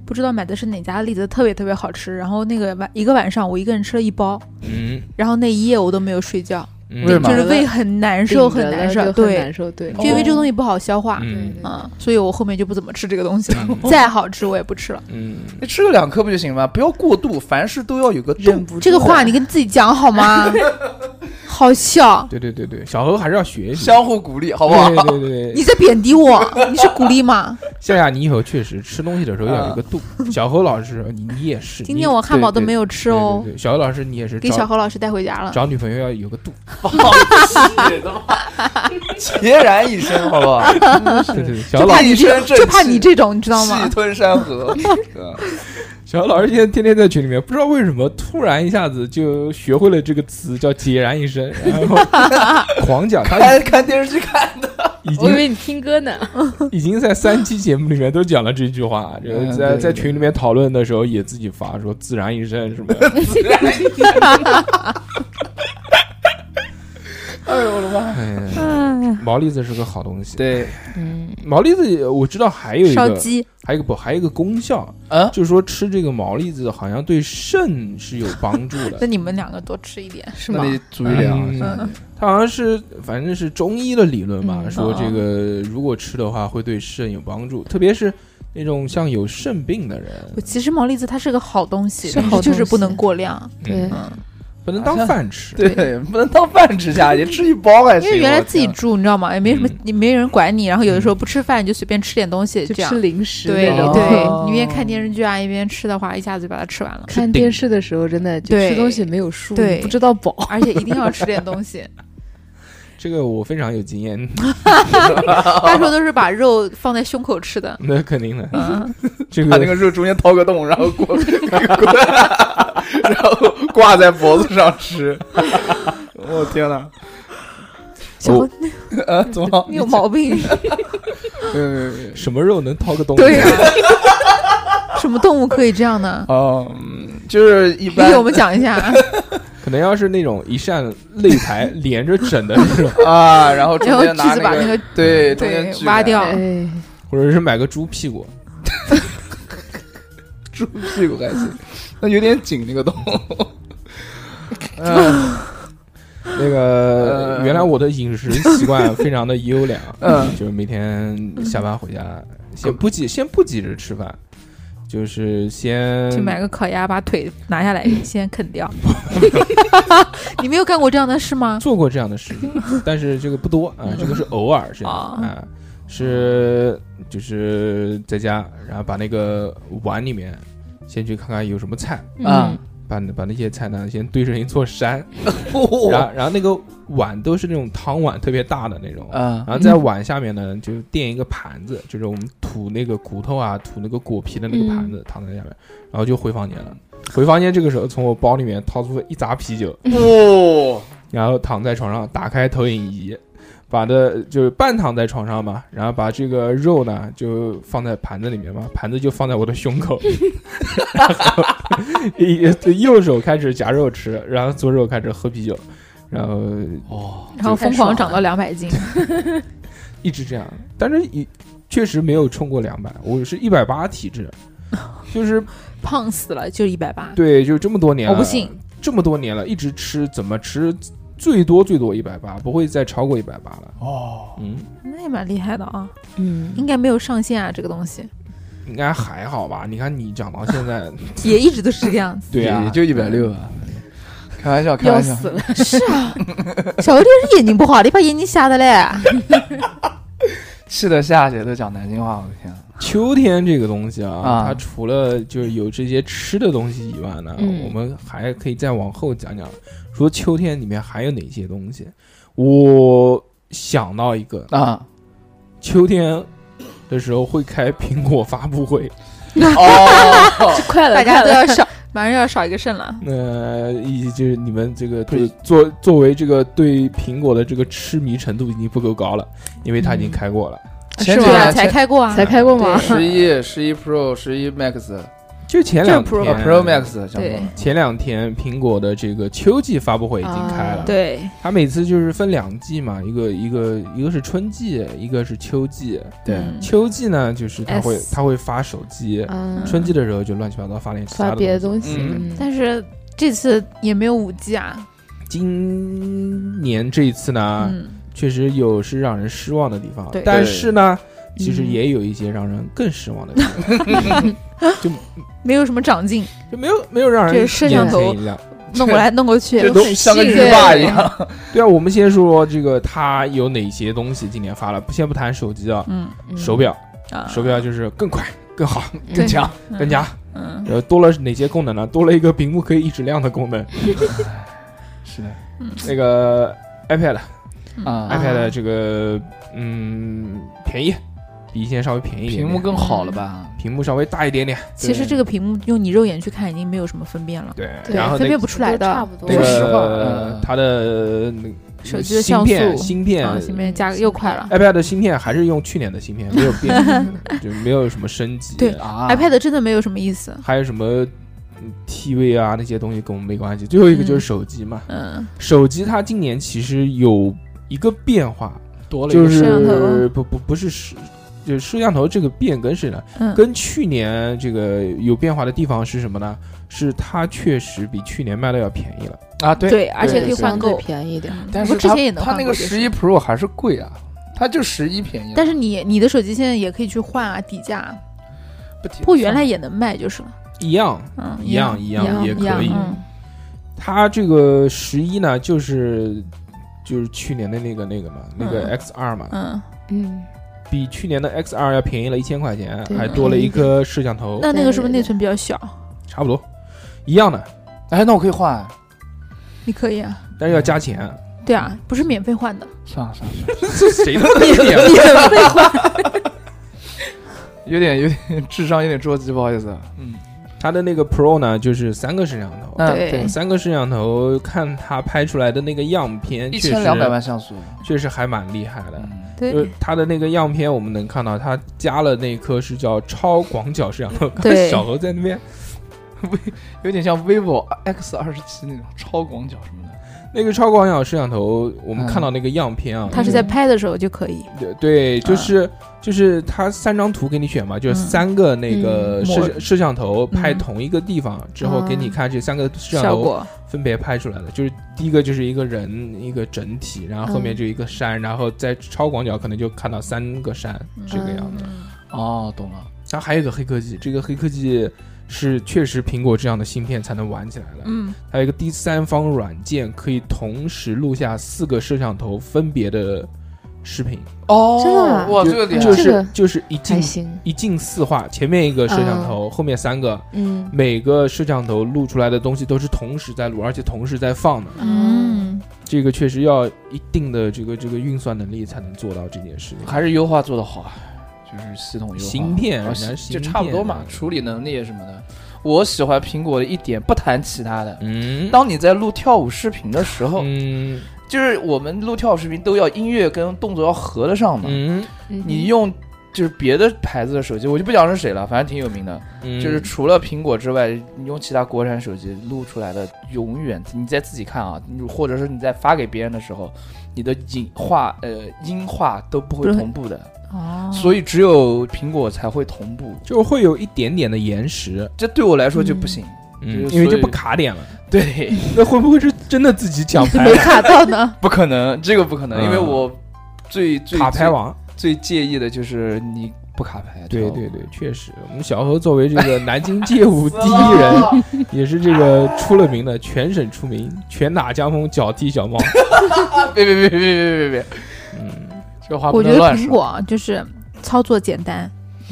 Speaker 2: 不知道买的是哪家的栗子，特别特别好吃。然后那个晚一个晚上，我一个人吃了一包，
Speaker 1: 嗯，
Speaker 2: 然后那一夜我都没有睡觉，
Speaker 1: 嗯
Speaker 3: 为什么
Speaker 2: 就是胃很难
Speaker 4: 顶
Speaker 2: 受，
Speaker 4: 着
Speaker 2: 很
Speaker 4: 了
Speaker 2: 难
Speaker 4: 就
Speaker 2: 受。
Speaker 4: 很
Speaker 2: 对哦
Speaker 4: 难，受，对，
Speaker 2: 就因为这个东
Speaker 4: 西，
Speaker 2: 西不好消化，
Speaker 1: 嗯
Speaker 2: 嗯，所以我后面就不怎么吃这个东西了。
Speaker 1: 嗯
Speaker 2: 再好吃我也不吃了。
Speaker 1: 嗯，
Speaker 3: 你吃个两颗不就行吗？不要过度，凡事都要有个度。
Speaker 2: 这个话你跟自己讲好吗？好笑，
Speaker 1: 对对对对，小啊何还是要学习，
Speaker 3: 相互鼓励，好不好？
Speaker 1: 对对对
Speaker 2: 你
Speaker 1: 对，
Speaker 2: 在贬低我，你是鼓励吗？
Speaker 1: 夏夏，你以后确实吃东西的时候要有个度。小何老师，你你也是，
Speaker 2: 今天我汉堡都没有吃
Speaker 1: 吃
Speaker 2: 哦，
Speaker 1: 对对对小何老师，你也是
Speaker 2: 给小
Speaker 1: 找
Speaker 2: 何老师带回家了。
Speaker 1: 找女朋友要有个度。
Speaker 3: 孑然一身，好不好？
Speaker 1: 对对对，小
Speaker 2: 就
Speaker 1: 何老
Speaker 2: 怕
Speaker 3: 老
Speaker 2: 你
Speaker 3: 师
Speaker 2: 这，
Speaker 3: 正
Speaker 2: 就怕
Speaker 3: 气
Speaker 2: 你这种，你知道吗
Speaker 3: 气？吞山 河。啊
Speaker 1: 小何老师现在天天在群里面，不知道为什么突然一下子就学会了这个词叫孑然一身，然后狂讲他
Speaker 3: 看看电视剧看的，
Speaker 1: 已
Speaker 4: 我以
Speaker 1: 经
Speaker 4: 为你听歌呢，
Speaker 1: 已经在三期节目里面都讲了这 句话，然后
Speaker 3: 嗯
Speaker 1: 在
Speaker 3: 对
Speaker 1: 在
Speaker 3: 对
Speaker 1: 群里面讨论的时候也自己发说“自然一身”什么，
Speaker 3: 哎呦我的妈！
Speaker 1: 哎毛栗子是个好东 西。，
Speaker 3: 对，
Speaker 4: 嗯，
Speaker 1: 毛栗子我知道还有一
Speaker 2: 烧
Speaker 1: 个，
Speaker 2: 鸡，
Speaker 1: 还有一个不，还有一个功效，
Speaker 3: 嗯，
Speaker 1: 就是说吃这个毛栗子好像对肾是有帮助
Speaker 2: 那
Speaker 1: 的。
Speaker 2: 你们两个多吃一点。
Speaker 4: 是
Speaker 3: 那
Speaker 4: 吗？
Speaker 3: 你注意点啊。
Speaker 1: 嗯，它好像是反正是中医的理论嘛，
Speaker 4: 嗯
Speaker 1: 说这个如果吃的话会对肾有帮助，特别是那种像有肾病的人，
Speaker 2: 我其实毛栗子它是个好东西，
Speaker 4: 是
Speaker 2: 但
Speaker 4: 好东
Speaker 2: 是
Speaker 4: 西
Speaker 2: 就是不能过量。
Speaker 4: 对
Speaker 1: 嗯，不能当饭吃。
Speaker 3: 对，不能当饭吃下，也吃一包还行。
Speaker 2: 因为原来
Speaker 3: 我
Speaker 2: 自己
Speaker 3: 天
Speaker 2: 住，你知道吗？也没什么
Speaker 1: 嗯，
Speaker 2: 也没人管你。然后有的时候不吃饭，你就随便吃点东西，
Speaker 4: 就
Speaker 2: 这样
Speaker 4: 吃。零食
Speaker 2: 对
Speaker 4: 那种
Speaker 3: 哦
Speaker 2: 对，你一边看电视剧啊，一边吃的话，一下子就把它吃完了。
Speaker 4: 看电视的时候真的就
Speaker 2: 对
Speaker 4: 吃东西没有数，
Speaker 2: 对
Speaker 4: 你不知道饱。
Speaker 2: 而且一定要吃点东西。
Speaker 1: 这个我非常有经验，
Speaker 2: 大时候都是把肉放在胸口吃的。
Speaker 1: 那肯定的。
Speaker 2: 嗯，
Speaker 1: 这
Speaker 3: 把那个
Speaker 1: 个
Speaker 3: 肉中间掏个洞，然后过， 然后挂在脖子上吃。 我天哪！
Speaker 2: 小
Speaker 1: 我
Speaker 2: 红，
Speaker 3: 啊，怎么了？
Speaker 2: 你有毛病？
Speaker 3: 没有没有没有
Speaker 1: 什么肉能掏个洞？
Speaker 2: 对呀， 什么动物可以这样呢？
Speaker 3: 哦，嗯就是一
Speaker 2: 你
Speaker 3: 般
Speaker 2: 给我们讲一下啊，
Speaker 1: 可能要是那种一扇肋排连着整的那种，
Speaker 3: 啊，然后中
Speaker 2: 然后
Speaker 3: 间拿
Speaker 2: 锯子把那
Speaker 3: 个
Speaker 2: 个
Speaker 3: 对中间
Speaker 2: 对
Speaker 3: 锯
Speaker 2: 挖
Speaker 3: 开
Speaker 2: 掉，
Speaker 4: 哎，
Speaker 1: 或者是买个猪屁股，
Speaker 3: 猪屁股还行，那有点紧那个洞。嗯
Speaker 1: 那个、
Speaker 3: 呃
Speaker 1: 原来我的饮食习惯非常的优良，
Speaker 3: 嗯
Speaker 1: 就是每天下班回家先不急，先不急着吃饭，就是先
Speaker 2: 就买个烤鸭，把腿拿下来先啃掉。你没有干过这样的事吗？
Speaker 1: 做过这样的事情，但是这个不多
Speaker 3: 嗯
Speaker 1: 啊，这个是偶尔是
Speaker 2: 啊
Speaker 3: 哦
Speaker 1: 啊，是就是在家，然后把那个碗里面先去看看有什么菜，
Speaker 3: 啊
Speaker 1: 把把那些菜呢先堆成一座山，
Speaker 3: 哦
Speaker 1: 然后然后那个碗都是那种汤碗特别大的那种，
Speaker 3: 啊
Speaker 1: 然后在碗下面呢就垫一个盘子，就是我们吐那个骨头啊、吐那个果皮的那个盘子，躺在下面，然后就回房间了。回房间这个时候，从我包里面掏出一扎啤酒，
Speaker 3: 哦，
Speaker 1: 然后躺在床上，打开投影仪，把这就是半躺在床上嘛，然后把这个肉呢就放在盘子里面嘛，盘子就放在我的胸口，然后一右手开始夹肉吃，然后左手开始喝啤酒，然后
Speaker 2: 然后疯狂长到两百斤，
Speaker 1: 一直这样，但是也确实没有冲过两百，我是一百八体质，就是
Speaker 2: 胖死了就一百八。
Speaker 1: 对，就这么多年了，
Speaker 2: 我不信，
Speaker 1: 这么多年了，一直吃，怎么吃最多最多一百八，不会再超过一百八了。
Speaker 5: 哦，
Speaker 1: 嗯，
Speaker 2: 那也蛮厉害的啊，
Speaker 4: 嗯，
Speaker 2: 应该没有上限啊，这个东西
Speaker 1: 应该还好吧？ 你看你长到现在，
Speaker 2: 也一直都是这个样子。
Speaker 1: 对啊，
Speaker 3: 也就一百六啊，开玩笑，开
Speaker 4: 要
Speaker 3: 玩笑，
Speaker 4: 死了，
Speaker 2: 是啊，小刘就是眼睛不好，你把眼睛瞎的嘞。
Speaker 3: 气得下去都讲南京话，我的天啊，
Speaker 1: 秋天这个东西啊，
Speaker 3: 啊
Speaker 1: 它除了就是有这些吃的东西以外呢，
Speaker 4: 嗯
Speaker 1: 我们还可以再往后讲讲，说秋天里面还有哪些东西。我想到一个，
Speaker 3: 啊，
Speaker 1: 秋天的时候会开苹果发布会，
Speaker 3: 哦，
Speaker 4: 快了，
Speaker 2: 大家
Speaker 4: 快
Speaker 2: 都
Speaker 4: 了
Speaker 2: 要少，马上要少一个肾了。
Speaker 1: 那、以就是你们这个对作作为这个对苹果的这个痴迷程度已经不够高了，因为它已经开过了。
Speaker 3: 前
Speaker 2: 是
Speaker 3: 几
Speaker 2: 吧？
Speaker 3: 天
Speaker 2: 才开过啊，
Speaker 4: 才开过吗？
Speaker 3: 十一、十一 Pro、十一 Max
Speaker 1: 就前两天
Speaker 2: 就是 Pro
Speaker 3: 啊 Pro Max 讲过
Speaker 2: 对
Speaker 3: 了，
Speaker 1: 前两天苹果的这个秋季发布会已经开了，
Speaker 4: 啊
Speaker 2: 对，
Speaker 1: 它每次就是分两季嘛，一个一个一个是春季，一个是秋季。
Speaker 3: 对，
Speaker 2: 嗯
Speaker 1: 秋季呢，就是它会
Speaker 4: S
Speaker 1: 它会发手机，
Speaker 4: 嗯，
Speaker 1: 春季的时候就乱七八糟发点其他
Speaker 4: 发别
Speaker 1: 的
Speaker 4: 的
Speaker 1: 东西。
Speaker 4: 东西，
Speaker 3: 嗯
Speaker 4: 嗯
Speaker 2: 但是这次也没有五 G 啊，
Speaker 1: 今年这一次呢，
Speaker 2: 嗯，
Speaker 1: 确实有是让人失望的地方
Speaker 2: 对，嗯
Speaker 1: 但是呢，
Speaker 4: 对
Speaker 1: 其实也有一些让人更失望的地方，
Speaker 2: 没有什么长进，
Speaker 1: 就没有没有让人
Speaker 2: 就是摄像头
Speaker 1: 眼前一亮。
Speaker 2: 弄过来弄过去，
Speaker 3: 就都像个
Speaker 2: 细
Speaker 3: 浴
Speaker 2: 对
Speaker 3: 霸一样，
Speaker 1: 对啊，我们先说这个它有哪些东西今年发了，先不谈手机啊，
Speaker 2: 嗯
Speaker 4: 嗯
Speaker 1: 手表，
Speaker 2: 啊，
Speaker 1: 手表就是更快、更好、
Speaker 3: 更强，
Speaker 2: 嗯
Speaker 1: 更加，
Speaker 2: 嗯
Speaker 1: 呃，多了哪些功能呢？多了一个屏幕可以一直亮的功能，
Speaker 2: 嗯
Speaker 3: 是的，
Speaker 1: 那个 iPad，iPad
Speaker 3: 啊，
Speaker 4: 哎
Speaker 1: 这个嗯便宜，比以前稍微便宜一点点，
Speaker 3: 屏幕更好了吧？
Speaker 1: 屏幕稍微大一点点，
Speaker 2: 其实这个屏幕用你肉眼去看已经没有什么分辨了，
Speaker 1: 对，
Speaker 4: 对
Speaker 1: 然后
Speaker 2: 分
Speaker 1: 那个
Speaker 2: 辨不出来
Speaker 4: 都差
Speaker 2: 的。
Speaker 4: 不多
Speaker 1: 那
Speaker 3: 说实话
Speaker 1: 个
Speaker 3: 嗯
Speaker 1: 它呃的那个
Speaker 2: 手机
Speaker 1: 芯
Speaker 2: 的像
Speaker 1: 片
Speaker 2: 素
Speaker 1: 芯片
Speaker 2: 啊，前面加个又快了。
Speaker 1: iPad 的芯片还是用去年的芯片，没有变，就没有什么升级。
Speaker 2: 对
Speaker 3: 啊
Speaker 2: iPad 真的没有什么意思，
Speaker 1: 还有什么嗯 TV 啊那些东西跟我们没关系。最后一个就是手机嘛，
Speaker 2: 嗯，
Speaker 1: 手机它今年其实有一个变化，
Speaker 3: 多了一
Speaker 1: 就
Speaker 3: 个
Speaker 2: 摄像
Speaker 1: 是
Speaker 2: 头
Speaker 1: 不不不是摄，就是摄像头这个变更是呢，
Speaker 2: 嗯
Speaker 1: 跟去年这个有变化的地方是什么呢？是它确实比去年卖的要便宜了。
Speaker 3: 啊，对，
Speaker 2: 对，而且可以
Speaker 4: 相
Speaker 2: 换
Speaker 4: 对
Speaker 2: 购。
Speaker 4: 便宜点，
Speaker 2: 嗯
Speaker 3: 但
Speaker 2: 我
Speaker 3: 是
Speaker 2: 之
Speaker 3: 它
Speaker 2: 前也能
Speaker 3: 它
Speaker 2: 换
Speaker 3: 那
Speaker 2: 过
Speaker 3: 个
Speaker 2: 这
Speaker 3: 十一 Pro 还是贵啊，它就十一便宜了，
Speaker 2: 但是你你的手机现在也可以去换啊，底价
Speaker 3: 不提
Speaker 2: 不过原来也能卖就是了，
Speaker 1: 一样，
Speaker 2: 嗯，
Speaker 1: 一样
Speaker 2: 一
Speaker 1: 一样也可以
Speaker 2: 嗯
Speaker 1: 它这个十一呢，就是就是去年的那个那个
Speaker 3: 嗯
Speaker 1: 嘛，那个 X 二嘛，
Speaker 2: 嗯，
Speaker 4: 嗯，
Speaker 1: 比去年的 X 二要便宜了一千块钱，
Speaker 4: 对
Speaker 1: 还多了一颗摄像头，
Speaker 2: 那那个是不
Speaker 4: 对对
Speaker 2: 是
Speaker 4: 对
Speaker 2: 内存比较小？
Speaker 1: 差不多一样的，
Speaker 3: 哎，那我可以换，
Speaker 2: 你可以啊，
Speaker 1: 但是要加钱，
Speaker 3: 嗯
Speaker 2: 对啊，不是免费换的，
Speaker 3: 算了算了，
Speaker 1: 谁他妈的点？
Speaker 3: 有点有点智商有点捉急，不好意思，嗯，
Speaker 1: 它的那个 Pro 呢，就是三个摄像头，
Speaker 3: 那嗯
Speaker 2: 对
Speaker 3: 对，
Speaker 1: 三个摄像头，看它拍出来的那个样片，
Speaker 3: 一
Speaker 1: 确
Speaker 3: 千
Speaker 1: 实
Speaker 3: 两百万像素，
Speaker 1: 确实还蛮厉害的。
Speaker 3: 嗯，
Speaker 1: 就是
Speaker 2: 对
Speaker 1: 它的那个样片，我们能看到它加了那颗是叫超广角摄像头。刚才
Speaker 2: 对
Speaker 1: 小何在那边，
Speaker 3: 有点像 vivo X 二十七那种超广角什么的，
Speaker 1: 那个超广角摄像头，我们
Speaker 2: 嗯
Speaker 1: 看到那个样片啊，
Speaker 2: 它是在拍的时候就可
Speaker 4: 嗯
Speaker 2: 以，
Speaker 1: 对对，就是、
Speaker 2: 嗯
Speaker 1: 就是它三张图给你选嘛，就是三个那个
Speaker 2: 嗯
Speaker 1: 摄、
Speaker 2: 模嗯
Speaker 1: 摄像头拍同一个地方、之后，
Speaker 4: 啊
Speaker 1: 给你看这三个摄像
Speaker 2: 效
Speaker 1: 头
Speaker 2: 果
Speaker 1: 分别拍出来的，就是第一个就是一个人一个整体，然后后面
Speaker 4: 嗯
Speaker 1: 就一个山，然后在超广角可能就看到三个山这个样子。
Speaker 2: 嗯
Speaker 3: 哦，懂了，
Speaker 1: 它、还有一个黑科技，这个黑科技。是确实苹果这样的芯片才能玩起来的。
Speaker 2: 嗯，
Speaker 1: 还有一个第三方软件可以同时录下四个摄像头分别的视频，
Speaker 3: 哦，
Speaker 4: 真的啊
Speaker 3: 哇，
Speaker 1: 就
Speaker 3: 这个厉害
Speaker 1: 就
Speaker 4: 这个
Speaker 1: 是就是一
Speaker 4: 还
Speaker 1: 进
Speaker 4: 行，
Speaker 1: 一镜四画，前面一个摄像头，后面三个，
Speaker 4: 嗯
Speaker 1: 每个摄像头录出来的东西都是同时在录，而且同时在放的。
Speaker 2: 嗯，
Speaker 1: 这个确实要一定的这个这个运算能力才能做到这件事情。
Speaker 3: 还是优化做得好，啊，就是系统优化。
Speaker 1: 芯片
Speaker 3: 啊
Speaker 1: 人家
Speaker 3: 芯
Speaker 1: 芯
Speaker 3: 就差不多嘛，
Speaker 1: 片
Speaker 3: 处理能力什么的。我喜欢苹果的一点不谈其他的。
Speaker 1: 嗯，
Speaker 3: 当你在录跳舞视频的时候，
Speaker 1: 嗯
Speaker 3: 就是我们录跳舞视频都要音乐跟动作要合得上嘛。
Speaker 1: 嗯，
Speaker 4: 嗯哼
Speaker 3: 你用就是别的牌子的手机，我就不讲是谁了，反正挺有名的。
Speaker 1: 嗯
Speaker 3: 就是除了苹果之外，你用其他国产手机录出来的，永远你在自己看啊，你或者是你在发给别人的时候，你的影画呃音画都不会
Speaker 2: 不是
Speaker 3: 同步的，
Speaker 2: 哦，
Speaker 3: 所以只有苹果才会同步。
Speaker 1: 就会有一点点的延时，
Speaker 3: 这对我来说就不行。
Speaker 1: 嗯，
Speaker 3: 就是
Speaker 1: 因为就
Speaker 3: 所以
Speaker 1: 不卡点了。
Speaker 3: 对，
Speaker 1: 那会不会是真的自 己抢牌
Speaker 2: 没卡到呢。
Speaker 3: 不可能，这个不可能，
Speaker 1: 嗯
Speaker 3: 因为我最最
Speaker 1: 卡牌王？
Speaker 3: 最最介意的就是你不卡牌。
Speaker 1: 对
Speaker 3: 知道吗
Speaker 1: 对对，确实，我们小何作为这 个南京街舞第一人，也是这个出了名的，全省出名，拳打江风，脚踢 小猫。
Speaker 3: 啊别别别别别别别，
Speaker 1: 嗯，
Speaker 3: 这话不
Speaker 2: 我觉
Speaker 3: 能
Speaker 2: 得
Speaker 3: 乱
Speaker 2: 苹
Speaker 3: 说。
Speaker 2: 果啊就是操作简单，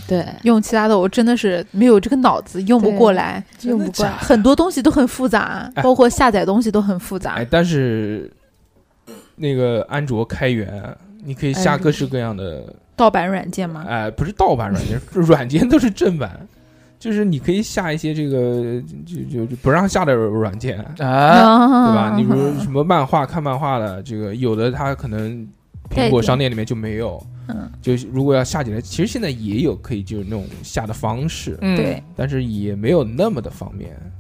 Speaker 4: 对，
Speaker 2: 用其他的我真的是没有这个脑子，用不
Speaker 4: 对
Speaker 2: 过来。
Speaker 4: 用不惯。
Speaker 2: 很多东西都很复杂，
Speaker 1: 哎
Speaker 2: 包括下载东西都很复杂
Speaker 1: 哎，。但是那个安卓开源，啊你可以下各式各样的，
Speaker 2: 盗版软件嘛，
Speaker 1: 哎，不是盗版软件，是软件都是正版。就是你可以下一些这个就就就不让下的软件，
Speaker 3: 啊，
Speaker 2: 对
Speaker 1: 哎对吧？你比如
Speaker 2: 嗯
Speaker 1: 什么漫画、看漫画的，这个有的它可能苹
Speaker 2: 带
Speaker 1: 果
Speaker 2: 点
Speaker 1: 商店里面就没有。
Speaker 2: 嗯，
Speaker 1: 就是如果要下起来，其实现在也有可以就是那种下的方式，
Speaker 3: 嗯，
Speaker 2: 对，
Speaker 1: 但是也没有那么的方便。
Speaker 4: 嗯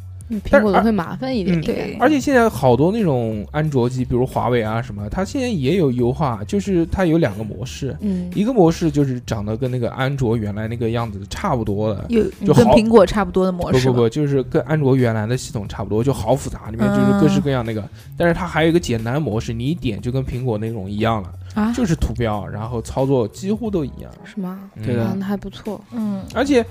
Speaker 1: 但
Speaker 4: 苹
Speaker 1: 是
Speaker 4: 果
Speaker 1: 而
Speaker 4: 的会麻烦一
Speaker 1: 嗯
Speaker 4: 点，应该
Speaker 2: 对
Speaker 1: 而且现在好多那种安卓机，比如华为啊什么，它现在也有优化，就是它有两个模式，
Speaker 4: 嗯，
Speaker 1: 一个模式就是长得跟那个安卓原来那个样子差不多的。
Speaker 2: 有
Speaker 1: 就
Speaker 2: 嗯跟
Speaker 1: 好
Speaker 2: 苹果差不多的模
Speaker 1: 不
Speaker 2: 式
Speaker 1: 不
Speaker 2: 嘛，
Speaker 1: 不，就是跟安卓原来的系统差不多，就好复杂，里面就是各式各样那个。但是它还有一个简单模式，你一点就跟苹果那种一样了，
Speaker 2: 啊，
Speaker 1: 就是图标，然后操作几乎都一样。嗯
Speaker 4: 是吗？
Speaker 3: 对的
Speaker 4: 啊，那还不错。
Speaker 2: 嗯，
Speaker 1: 而且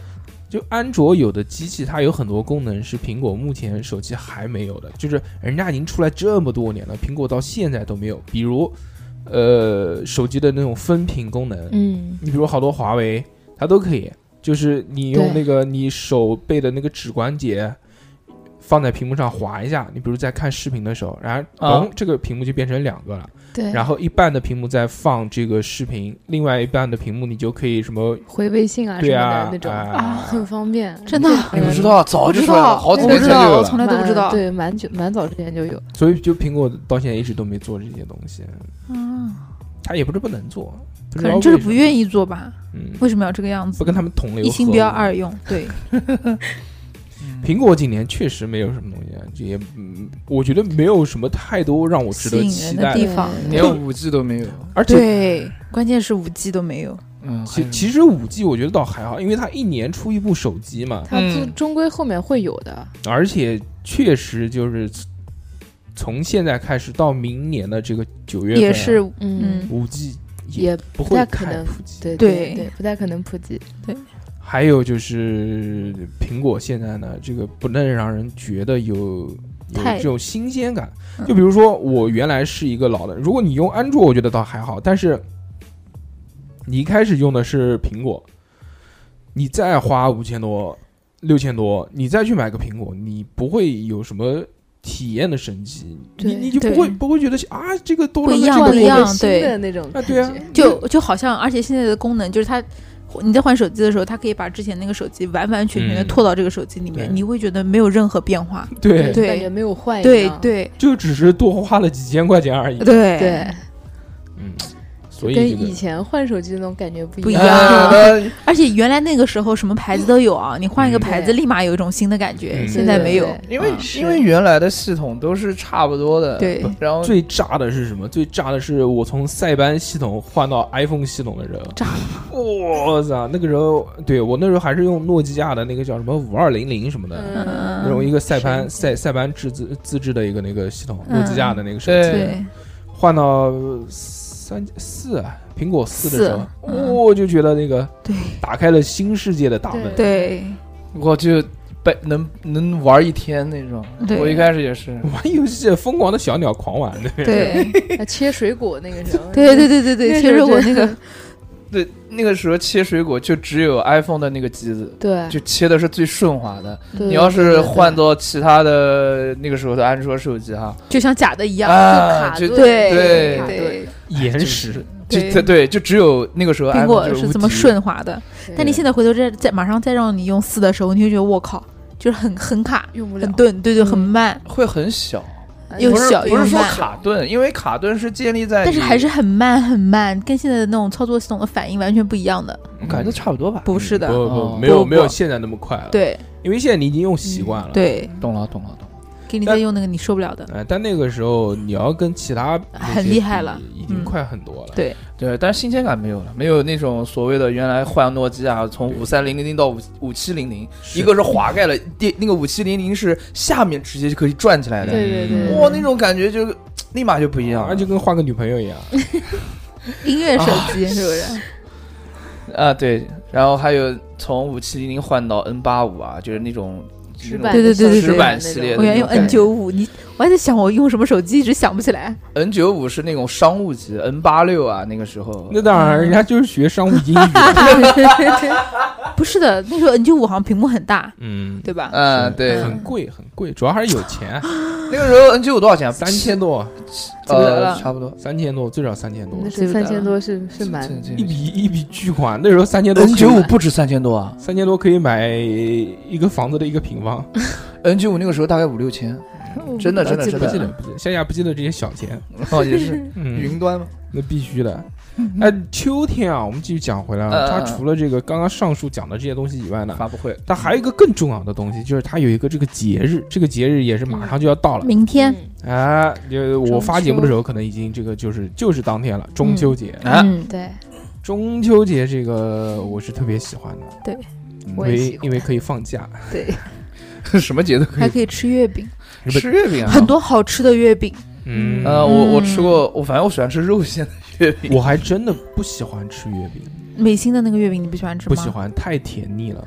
Speaker 1: 就安卓有的机器，它有很多功能是苹果目前手机还没有的，就是人家已经出来这么多年了，苹果到现在都没有。比如，呃，手机的那种分屏功能，
Speaker 4: 嗯，
Speaker 1: 你比如好多华为它都可以，就是你用那
Speaker 4: 对
Speaker 1: 个你手背的那个指关节。放在屏幕上滑一下，你比如在看视频的时候，然后
Speaker 3: 啊
Speaker 1: 嘣、这个屏幕就变成两个了，
Speaker 4: 对。
Speaker 1: 然后一半的屏幕在放这个视频，另外一半的屏幕你就可以什么
Speaker 4: 回微信啊什
Speaker 1: 对
Speaker 4: 么
Speaker 1: 啊
Speaker 4: 的那种
Speaker 1: 啊
Speaker 4: 很方便。
Speaker 2: 真的啊
Speaker 3: 你不知道，早就出来了，好几
Speaker 2: 我
Speaker 3: 年
Speaker 2: 不
Speaker 3: 前
Speaker 2: 知
Speaker 3: 就
Speaker 2: 道，
Speaker 3: 有
Speaker 2: 我
Speaker 3: 了
Speaker 2: 从。来都不知道。
Speaker 4: 对，蛮久蛮早之前就有。
Speaker 1: 所以就苹果到现在一直都没做这些东西，
Speaker 2: 啊，
Speaker 1: 它也不是不能做，不
Speaker 2: 可
Speaker 1: 知道
Speaker 2: 能就是
Speaker 1: 为什么
Speaker 2: 不愿意做吧？
Speaker 1: 嗯，
Speaker 2: 为什么要这个样子
Speaker 1: 不？跟他们同流合污
Speaker 2: 一心不要二。用， 对，
Speaker 3: 嗯
Speaker 1: 苹果今年确实没有什么东西啊，这也嗯，我觉得没有什么太多让我值
Speaker 2: 吸
Speaker 1: 得
Speaker 2: 引
Speaker 1: 期
Speaker 2: 人的
Speaker 1: 待
Speaker 2: 地
Speaker 1: 的，
Speaker 4: 的
Speaker 2: 方，
Speaker 3: 连五 G 都没有。
Speaker 1: 而且。
Speaker 2: 对，关键是五 G 都没有。
Speaker 3: 嗯，
Speaker 1: 其其实五 G 我觉得倒还好，因为它一年出一部手机嘛，
Speaker 4: 它
Speaker 3: 嗯
Speaker 4: 就终归后面会有的。
Speaker 1: 而且确实就是从现在开始到明年的这个九月份啊、
Speaker 2: 也是，
Speaker 4: 嗯
Speaker 2: 嗯，
Speaker 1: 五 G 也
Speaker 4: 也
Speaker 1: 不
Speaker 4: 不
Speaker 1: 会
Speaker 4: 太可
Speaker 1: 太
Speaker 4: 能
Speaker 1: 普及。
Speaker 4: 对
Speaker 2: 对
Speaker 4: 对，不太可能普及。
Speaker 1: 还有就是苹果现在呢，这个不能让人觉得有有
Speaker 2: 太
Speaker 1: 这种新鲜感。
Speaker 2: 嗯
Speaker 1: 就比如说我原来是一个老的，如果你用安卓，我觉得倒还好，但是你一开始用的是苹果，你再花五千多、六千多，你再去买个苹果，你不会有什么。体验的升级，你
Speaker 4: 对
Speaker 1: 你就
Speaker 2: 对
Speaker 1: 不会不会觉得啊，这个多了
Speaker 2: 不一
Speaker 1: 个
Speaker 2: 样
Speaker 1: 这个
Speaker 2: 不一
Speaker 1: 功能
Speaker 2: 样
Speaker 4: 个新
Speaker 2: 对
Speaker 4: 的那种
Speaker 1: 啊
Speaker 4: 感
Speaker 1: 对啊
Speaker 4: 觉。
Speaker 2: 就就好像，而且现在的功能就是它，你在换手机的时候，它可以把之前那个手机完完全全的
Speaker 1: 嗯
Speaker 2: 拖到这个手机里面，
Speaker 1: 对
Speaker 2: 你会觉得没有任何变化。
Speaker 1: 对，
Speaker 2: 对
Speaker 4: 感觉没有换一
Speaker 2: 对
Speaker 4: 样。
Speaker 2: 对
Speaker 1: 就只是多花了几千块钱而已。
Speaker 2: 对
Speaker 4: 对，
Speaker 1: 嗯，所以
Speaker 4: 跟
Speaker 1: 这个
Speaker 4: 以前换手机那种感觉不
Speaker 2: 不
Speaker 4: 一
Speaker 2: 一
Speaker 4: 样。
Speaker 2: 样
Speaker 3: 呃
Speaker 2: 而且原来那个时候什么牌子都有啊，你换一个
Speaker 1: 嗯
Speaker 2: 牌子，
Speaker 4: 对
Speaker 2: 立马有一种新的感觉，
Speaker 1: 嗯
Speaker 2: 现在没有
Speaker 4: 对。
Speaker 3: 因为
Speaker 2: 嗯
Speaker 3: 因为原来的系统都是差不多的，
Speaker 2: 对
Speaker 3: 然后
Speaker 1: 最炸的是什么？最炸的是我从塞班系统换到 iPhone 系统的时候，
Speaker 2: 炸
Speaker 1: 我操！那个时候，对我那时候还是用诺基亚的那个叫什么五二零零什么的，
Speaker 4: 嗯，
Speaker 1: 那种
Speaker 2: 嗯，
Speaker 1: 一个塞班
Speaker 4: 是
Speaker 1: 塞塞班自自自制的一个那个系统，
Speaker 2: 嗯
Speaker 1: 诺基亚的那个手机，
Speaker 3: 对
Speaker 2: 对，
Speaker 1: 换到三四啊苹果四的时候，
Speaker 2: 四嗯
Speaker 1: 我就觉得那个
Speaker 2: 对
Speaker 1: 打开了新世界的大门。
Speaker 4: 对
Speaker 2: 对，
Speaker 3: 我就被能能玩一天那种。
Speaker 2: 对
Speaker 3: 我一开始也是，
Speaker 1: 玩游戏，疯狂的小鸟狂玩的，
Speaker 2: 对，
Speaker 4: 啊切水果那个时候。
Speaker 2: 对，对，对，对，
Speaker 4: 那时
Speaker 2: 对。其
Speaker 4: 候
Speaker 2: 实我那
Speaker 4: 真
Speaker 2: 个，
Speaker 3: 对那个时候切水果就只有 iPhone 的那个机子，
Speaker 4: 对
Speaker 3: 就切的是最顺滑的。
Speaker 4: 对
Speaker 3: 你要
Speaker 4: 对
Speaker 3: 是
Speaker 4: 对
Speaker 3: 换到其他的那个时候的安卓手机哈，
Speaker 2: 就像假的一样。
Speaker 3: 啊，
Speaker 4: 就卡
Speaker 3: 就
Speaker 4: 顿
Speaker 3: 对
Speaker 2: 对
Speaker 4: 对
Speaker 2: 对，
Speaker 1: 延
Speaker 3: 就
Speaker 1: 时，
Speaker 2: 对
Speaker 3: 就对，就只有那个时候
Speaker 2: 苹
Speaker 3: iPhone
Speaker 2: 果
Speaker 3: 就是无
Speaker 2: 这么
Speaker 3: 敌
Speaker 2: 顺滑的，但你现在回头再再马上再让你用四的时候，你就觉得我靠，就是很很卡、
Speaker 4: 用不了
Speaker 2: 很，钝，对对，很慢，
Speaker 3: 会很小，
Speaker 4: 哎
Speaker 2: 又
Speaker 3: 不是
Speaker 2: 小
Speaker 3: 不
Speaker 2: 又
Speaker 3: 是说
Speaker 2: 慢。
Speaker 3: 卡顿，因为卡顿是建立在，
Speaker 2: 但是还是很慢很慢，跟现在的那种操作系统的反应完全不一样的。
Speaker 3: 我感觉差不多吧。
Speaker 2: 不嗯是的，
Speaker 1: 不
Speaker 3: 哦
Speaker 1: 不没有
Speaker 3: 不
Speaker 1: 没有现在那么快了，，
Speaker 2: 对嗯
Speaker 1: 因为现在你已经用习惯了，，
Speaker 2: 对，
Speaker 3: 懂了懂了懂了，
Speaker 2: 给你
Speaker 1: 但
Speaker 2: 再用那个你受不了的。
Speaker 1: 哎，但那个时候你要跟其他那些
Speaker 2: 很厉害
Speaker 1: 比
Speaker 2: 了
Speaker 1: 已经
Speaker 2: 嗯
Speaker 1: 快很多了，
Speaker 2: 对
Speaker 3: 对，但是新鲜感没有了，没有那种所谓的原来换诺基亚从五三零零到五五七零零，
Speaker 1: 是
Speaker 3: 一个是滑盖了，第那个五七零零是下面直接就可以转起来的，
Speaker 4: 对对对，
Speaker 3: 哇，那种感觉就立马就不一样
Speaker 1: 啊，
Speaker 3: 了，
Speaker 1: 嗯就跟换个女朋友一样，
Speaker 2: 嗯音乐手机 是不是？
Speaker 3: 啊对，然后还有从五七零零换到 N 八五啊，就是那种
Speaker 4: 直
Speaker 3: 那种
Speaker 4: 板
Speaker 2: 对对对对
Speaker 3: 直
Speaker 2: 对
Speaker 3: 板系列
Speaker 2: 我原来用
Speaker 3: 那种
Speaker 2: N 九五，你我还在想我用什么手机，一直想不起来。
Speaker 3: N 九五是那种商务级，N 八六啊，那个时候
Speaker 1: 那当然，人家就是学商务英语，
Speaker 2: 不是的，那时候 N 九五好像屏幕很大，
Speaker 1: 嗯，
Speaker 2: 对吧？
Speaker 3: 嗯，
Speaker 1: 是
Speaker 3: 对，
Speaker 1: 很贵很贵，主要还是有钱，
Speaker 3: 那个时候 N 九五多少钱啊？
Speaker 1: 三千多，
Speaker 2: 记不得
Speaker 3: 呃，
Speaker 2: 了
Speaker 3: 差不多。
Speaker 1: 三千多，最少三千多
Speaker 4: 那，
Speaker 2: 记
Speaker 4: 是
Speaker 2: 不得
Speaker 4: 三千
Speaker 2: 了
Speaker 4: 多是是蛮
Speaker 1: 一笔一笔巨款，那时候三千多
Speaker 3: N 九五不止三千多啊
Speaker 1: 三千多可以买一个房子的一个平方，
Speaker 3: ，N 九五那个时候大概五六千，真的真的真
Speaker 1: 不记得
Speaker 3: 的，
Speaker 1: 不记得，乡下不记得这些小钱，
Speaker 3: 哦也是
Speaker 1: 嗯，
Speaker 3: 云端嘛，
Speaker 1: 那必须的。
Speaker 2: 嗯
Speaker 1: 哎，秋天啊，我们继续讲回来啊，
Speaker 3: 嗯
Speaker 1: 它
Speaker 3: 嗯嗯
Speaker 1: 除了这个刚刚上述讲的这些东西以外呢，
Speaker 3: 发布会
Speaker 1: 它还有一个更重要的东西，就是它有一个这个节日，这个节日也是马上就要到了。
Speaker 2: 明天，
Speaker 4: 嗯
Speaker 1: 哎，就我
Speaker 4: 中
Speaker 1: 发节目的
Speaker 4: 秋
Speaker 1: 时候，可能已经这个就是就是当天了，中秋节。
Speaker 3: 啊，
Speaker 2: 嗯，
Speaker 4: 对，
Speaker 1: 中秋节这个我是特别喜欢的，因
Speaker 4: 我也
Speaker 1: 为
Speaker 4: 喜
Speaker 1: 因
Speaker 4: 欢。
Speaker 1: 为可以放假，
Speaker 4: 对，
Speaker 3: 什么节都可
Speaker 2: 还
Speaker 3: 以
Speaker 2: 可以吃月饼，
Speaker 3: 吃月饼啊，
Speaker 2: 很。多好吃的月饼。
Speaker 1: 嗯，
Speaker 3: 呃，我我
Speaker 2: 嗯
Speaker 3: 吃过，我反正我喜欢吃肉馅的月饼，
Speaker 1: 我还真的不喜欢吃月饼，
Speaker 2: 美心的那个月饼你不喜欢吃
Speaker 1: 不
Speaker 2: 吗？
Speaker 1: 喜，欢，太甜腻了。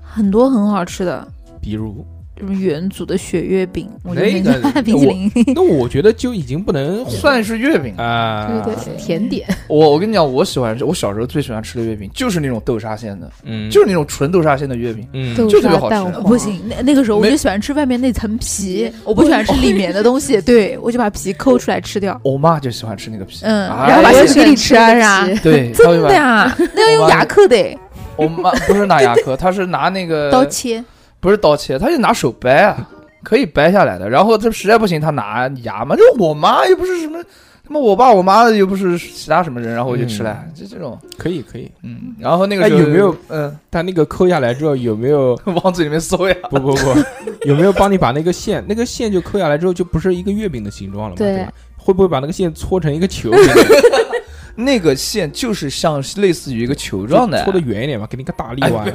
Speaker 2: 很多很好吃的，
Speaker 1: 比如，
Speaker 2: 什么元祖的雪月饼，我觉得
Speaker 1: 哎那个
Speaker 2: 那个冰淇淋，
Speaker 1: 那我觉得就已经不能
Speaker 3: 算是月饼。
Speaker 1: 啊，
Speaker 4: 对对，对，甜点，
Speaker 3: 我我跟你讲，我喜欢吃，我小时候最喜欢吃的月饼就是那种豆沙馅的，
Speaker 1: 嗯，
Speaker 3: 就是那种纯豆沙馅的月饼。
Speaker 1: 嗯，
Speaker 4: 豆
Speaker 3: 就这个
Speaker 4: 沙
Speaker 3: 好吃
Speaker 4: 蛋黄，
Speaker 2: 呃不，行，那那个时候我
Speaker 3: 没
Speaker 2: 就喜欢吃外面那层皮，我不喜欢吃里面的东西，对我就把皮抠出来吃掉。
Speaker 3: 我妈就喜欢吃那个皮，
Speaker 2: 嗯，
Speaker 3: 哎
Speaker 2: 然后把
Speaker 4: 我
Speaker 2: 它
Speaker 4: 也喜
Speaker 2: 给
Speaker 4: 欢
Speaker 2: 你
Speaker 4: 吃
Speaker 2: 吃
Speaker 4: 那
Speaker 2: 啊，
Speaker 4: 个
Speaker 2: 是啊
Speaker 4: 皮
Speaker 3: 对，她会
Speaker 2: 真
Speaker 3: 把
Speaker 2: 的呀，那要用牙扣的，
Speaker 3: 我妈不是拿牙磕，她是拿那个
Speaker 2: 刀切。
Speaker 3: 不是刀切，她就拿手掰啊，可以掰下来的。然后她实在不行，她拿牙嘛。就我妈又不是什么，他妈我爸我妈又不是其他什么人，然后我就吃了，就这种。
Speaker 1: 可以可以。
Speaker 3: 嗯，然后那个
Speaker 1: 哎
Speaker 3: 时候
Speaker 1: 有没有
Speaker 3: 嗯，
Speaker 1: 它那个抠下来之后有没有？
Speaker 3: 往嘴里面搜呀？
Speaker 1: 不不 不，有没有帮你把那个线，那个线就抠下来之后就不是一个月饼的形状了嘛？
Speaker 4: 对
Speaker 1: 对吧？会不会把那个线搓成一 个球给你，
Speaker 3: 那个线就是像类似于一个球状的哎
Speaker 1: 搓，的圆一点嘛，给你个大力 丸。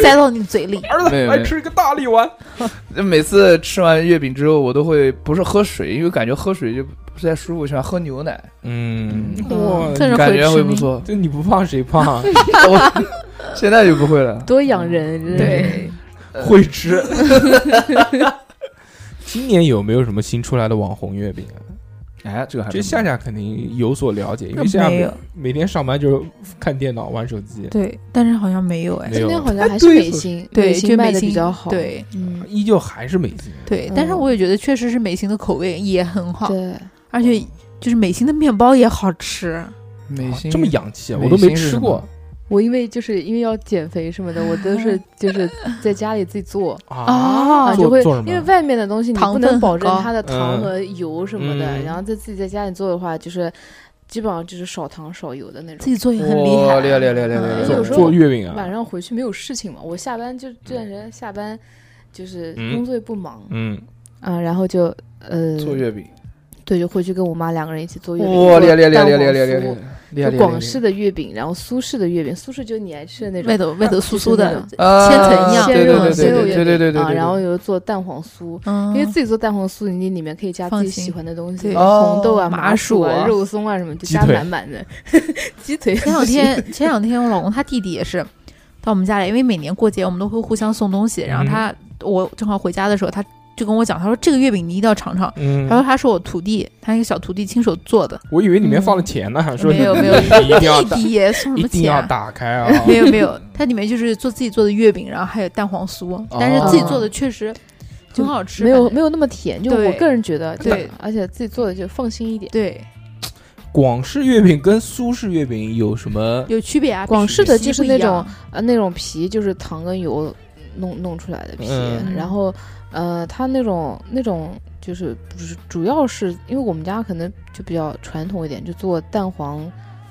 Speaker 2: 塞到你嘴里，
Speaker 1: 儿
Speaker 3: 没
Speaker 1: 子，
Speaker 3: 有没
Speaker 1: 来
Speaker 3: 有
Speaker 1: 吃一个大力丸。
Speaker 3: 每次吃完月饼之后，我都会不是喝水，因为感觉喝水就不太舒服，喜欢喝牛奶，
Speaker 1: 嗯，哇，
Speaker 2: 这是
Speaker 3: 感觉会
Speaker 2: 吃
Speaker 3: 不
Speaker 2: 呢。
Speaker 3: 错。
Speaker 1: 这你不胖 谁胖？
Speaker 3: 我现在就不会了。
Speaker 4: 多养人，真的
Speaker 2: 对，
Speaker 1: 会吃。 今年有没有什么新出来的网红月饼啊？
Speaker 3: 哎，这个还
Speaker 1: 这夏夏肯定有所了解，因为
Speaker 2: 没
Speaker 1: 夏夏每
Speaker 2: 有
Speaker 1: 每天上班就是看电脑、玩手机，
Speaker 2: 对，但是好像没有哎
Speaker 1: 没，有
Speaker 4: 今天好像还是
Speaker 3: 对
Speaker 4: 美心，
Speaker 2: 对，
Speaker 4: 美
Speaker 2: 就
Speaker 4: 心卖
Speaker 2: 美
Speaker 4: 的
Speaker 2: 心
Speaker 4: 比较好，，
Speaker 2: 对
Speaker 4: 嗯，
Speaker 1: 依旧还是美心。啊
Speaker 2: 对，但是
Speaker 4: 嗯
Speaker 2: 我也觉得确实是美心的口味也很好，
Speaker 4: 对，
Speaker 2: 而且就是美心的面包也好吃，
Speaker 3: 美
Speaker 1: 啊
Speaker 3: 心
Speaker 1: 这么洋气啊，
Speaker 3: 美
Speaker 1: 我都没
Speaker 3: 心是
Speaker 1: 吃
Speaker 3: 什么
Speaker 1: 过
Speaker 4: 我因为就是因为要减肥什么的，我都 是就是在家里自己做
Speaker 2: 啊
Speaker 4: 啊，
Speaker 1: 做
Speaker 4: 就会
Speaker 1: 做什么
Speaker 4: 因为外面的东西你
Speaker 2: 糖
Speaker 4: 不
Speaker 2: 分
Speaker 4: 能保
Speaker 2: 很
Speaker 4: 证
Speaker 2: 高
Speaker 4: 它的糖
Speaker 1: 嗯
Speaker 4: 和油什么的，
Speaker 1: 嗯
Speaker 4: 然后在自己在家里做的话，就是基本上就是少糖少油的那
Speaker 2: 自
Speaker 4: 种。
Speaker 2: 己做也很厉
Speaker 3: 哇
Speaker 2: 害，
Speaker 3: 厉害厉害厉害厉害
Speaker 2: 嗯
Speaker 3: 厉害
Speaker 1: 做
Speaker 4: 有时候
Speaker 1: 做月饼
Speaker 4: 晚
Speaker 1: 啊，
Speaker 4: 上回去没有事情嘛，我下班就这段时间下班就是
Speaker 1: 嗯
Speaker 4: 工作也不忙
Speaker 1: 嗯，
Speaker 4: 啊，然后就呃，
Speaker 3: 做月饼，
Speaker 4: 对，就回去跟我妈两个人一起做月饼，
Speaker 3: 哇，
Speaker 4: 做
Speaker 3: 厉害厉害厉害
Speaker 4: 蛋
Speaker 3: 厉害
Speaker 4: 黄
Speaker 3: 厉害厉害
Speaker 4: 酥
Speaker 3: 厉害厉害！
Speaker 4: 就广式的月饼，然后苏式的月饼，苏式就是你爱吃的那种
Speaker 2: 味道味道酥酥的，
Speaker 3: 呃
Speaker 2: 千层一样
Speaker 3: 对
Speaker 4: 鲜肉
Speaker 3: 对
Speaker 4: 鲜肉
Speaker 3: 对
Speaker 4: 月
Speaker 3: 对对对对对
Speaker 4: 饼啊，
Speaker 3: 对，
Speaker 4: 然后有做蛋黄酥，
Speaker 2: 嗯
Speaker 4: 因为自己做蛋黄酥，你里面可以加
Speaker 2: 放
Speaker 4: 自己
Speaker 2: 心
Speaker 4: 喜欢的东西，
Speaker 2: 对
Speaker 3: 哦
Speaker 4: 红豆啊、
Speaker 2: 麻
Speaker 4: 麻薯
Speaker 2: 薯
Speaker 4: 啊、
Speaker 2: 啊
Speaker 4: 肉松啊什么，就
Speaker 1: 鸡
Speaker 4: 加
Speaker 1: 腿
Speaker 4: 满满的。鸡腿
Speaker 2: 前两天 前两天我老公他弟弟也是到我们家来，因为每年过节我们都会互相送东西，然后他
Speaker 1: 嗯
Speaker 2: 我正好回家的时候，他就跟我讲，他说这个月饼你一定要尝尝。
Speaker 1: 嗯
Speaker 2: 他，说他是我徒弟，他一个小徒弟亲手做的，
Speaker 1: 我以为里面放了钱呢，说
Speaker 2: 没有
Speaker 1: 你
Speaker 2: 没有
Speaker 1: 你一定要
Speaker 2: 弟
Speaker 1: 打，
Speaker 2: 弟也送什
Speaker 1: 一
Speaker 2: 么
Speaker 1: 定
Speaker 2: 钱
Speaker 1: 要
Speaker 2: 啊？
Speaker 1: 打开啊，
Speaker 2: 没有没有，它里面就是做自己做的月饼，然后还有蛋黄酥，
Speaker 1: 哦
Speaker 2: 但是自己做的确实很好吃，
Speaker 4: 哦没有
Speaker 2: 反正
Speaker 4: 没有那么甜，就
Speaker 2: 对
Speaker 4: 我个人觉得，就
Speaker 2: 对
Speaker 4: 而且自己做的就放心一点。
Speaker 2: 对
Speaker 1: 广式月饼跟苏式月饼有什么？
Speaker 2: 有区别啊。
Speaker 4: 广式的
Speaker 2: 皮
Speaker 4: 就是
Speaker 2: 不一
Speaker 4: 那
Speaker 2: 样
Speaker 4: 种呃那种皮就是糖跟油弄弄出来的皮，
Speaker 1: 嗯
Speaker 4: 然后呃，它那种那种就是不是主要是因为我们家可能就比较传统一点，就做蛋黄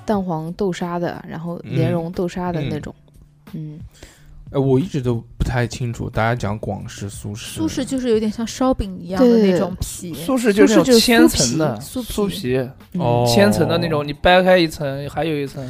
Speaker 4: 蛋黄豆沙的，然后莲
Speaker 1: 嗯
Speaker 4: 蓉豆沙的那
Speaker 1: 嗯
Speaker 4: 种，嗯，
Speaker 1: 哎，我一直都不太清楚，大家讲广式、苏式、
Speaker 2: 苏式就是有点像烧饼一样的
Speaker 4: 对
Speaker 2: 那种皮，
Speaker 3: 苏式就是那种千层的
Speaker 2: 苏皮
Speaker 3: 酥皮，
Speaker 4: 嗯
Speaker 1: 哦，
Speaker 3: 千层的那种，你掰开一层还有一层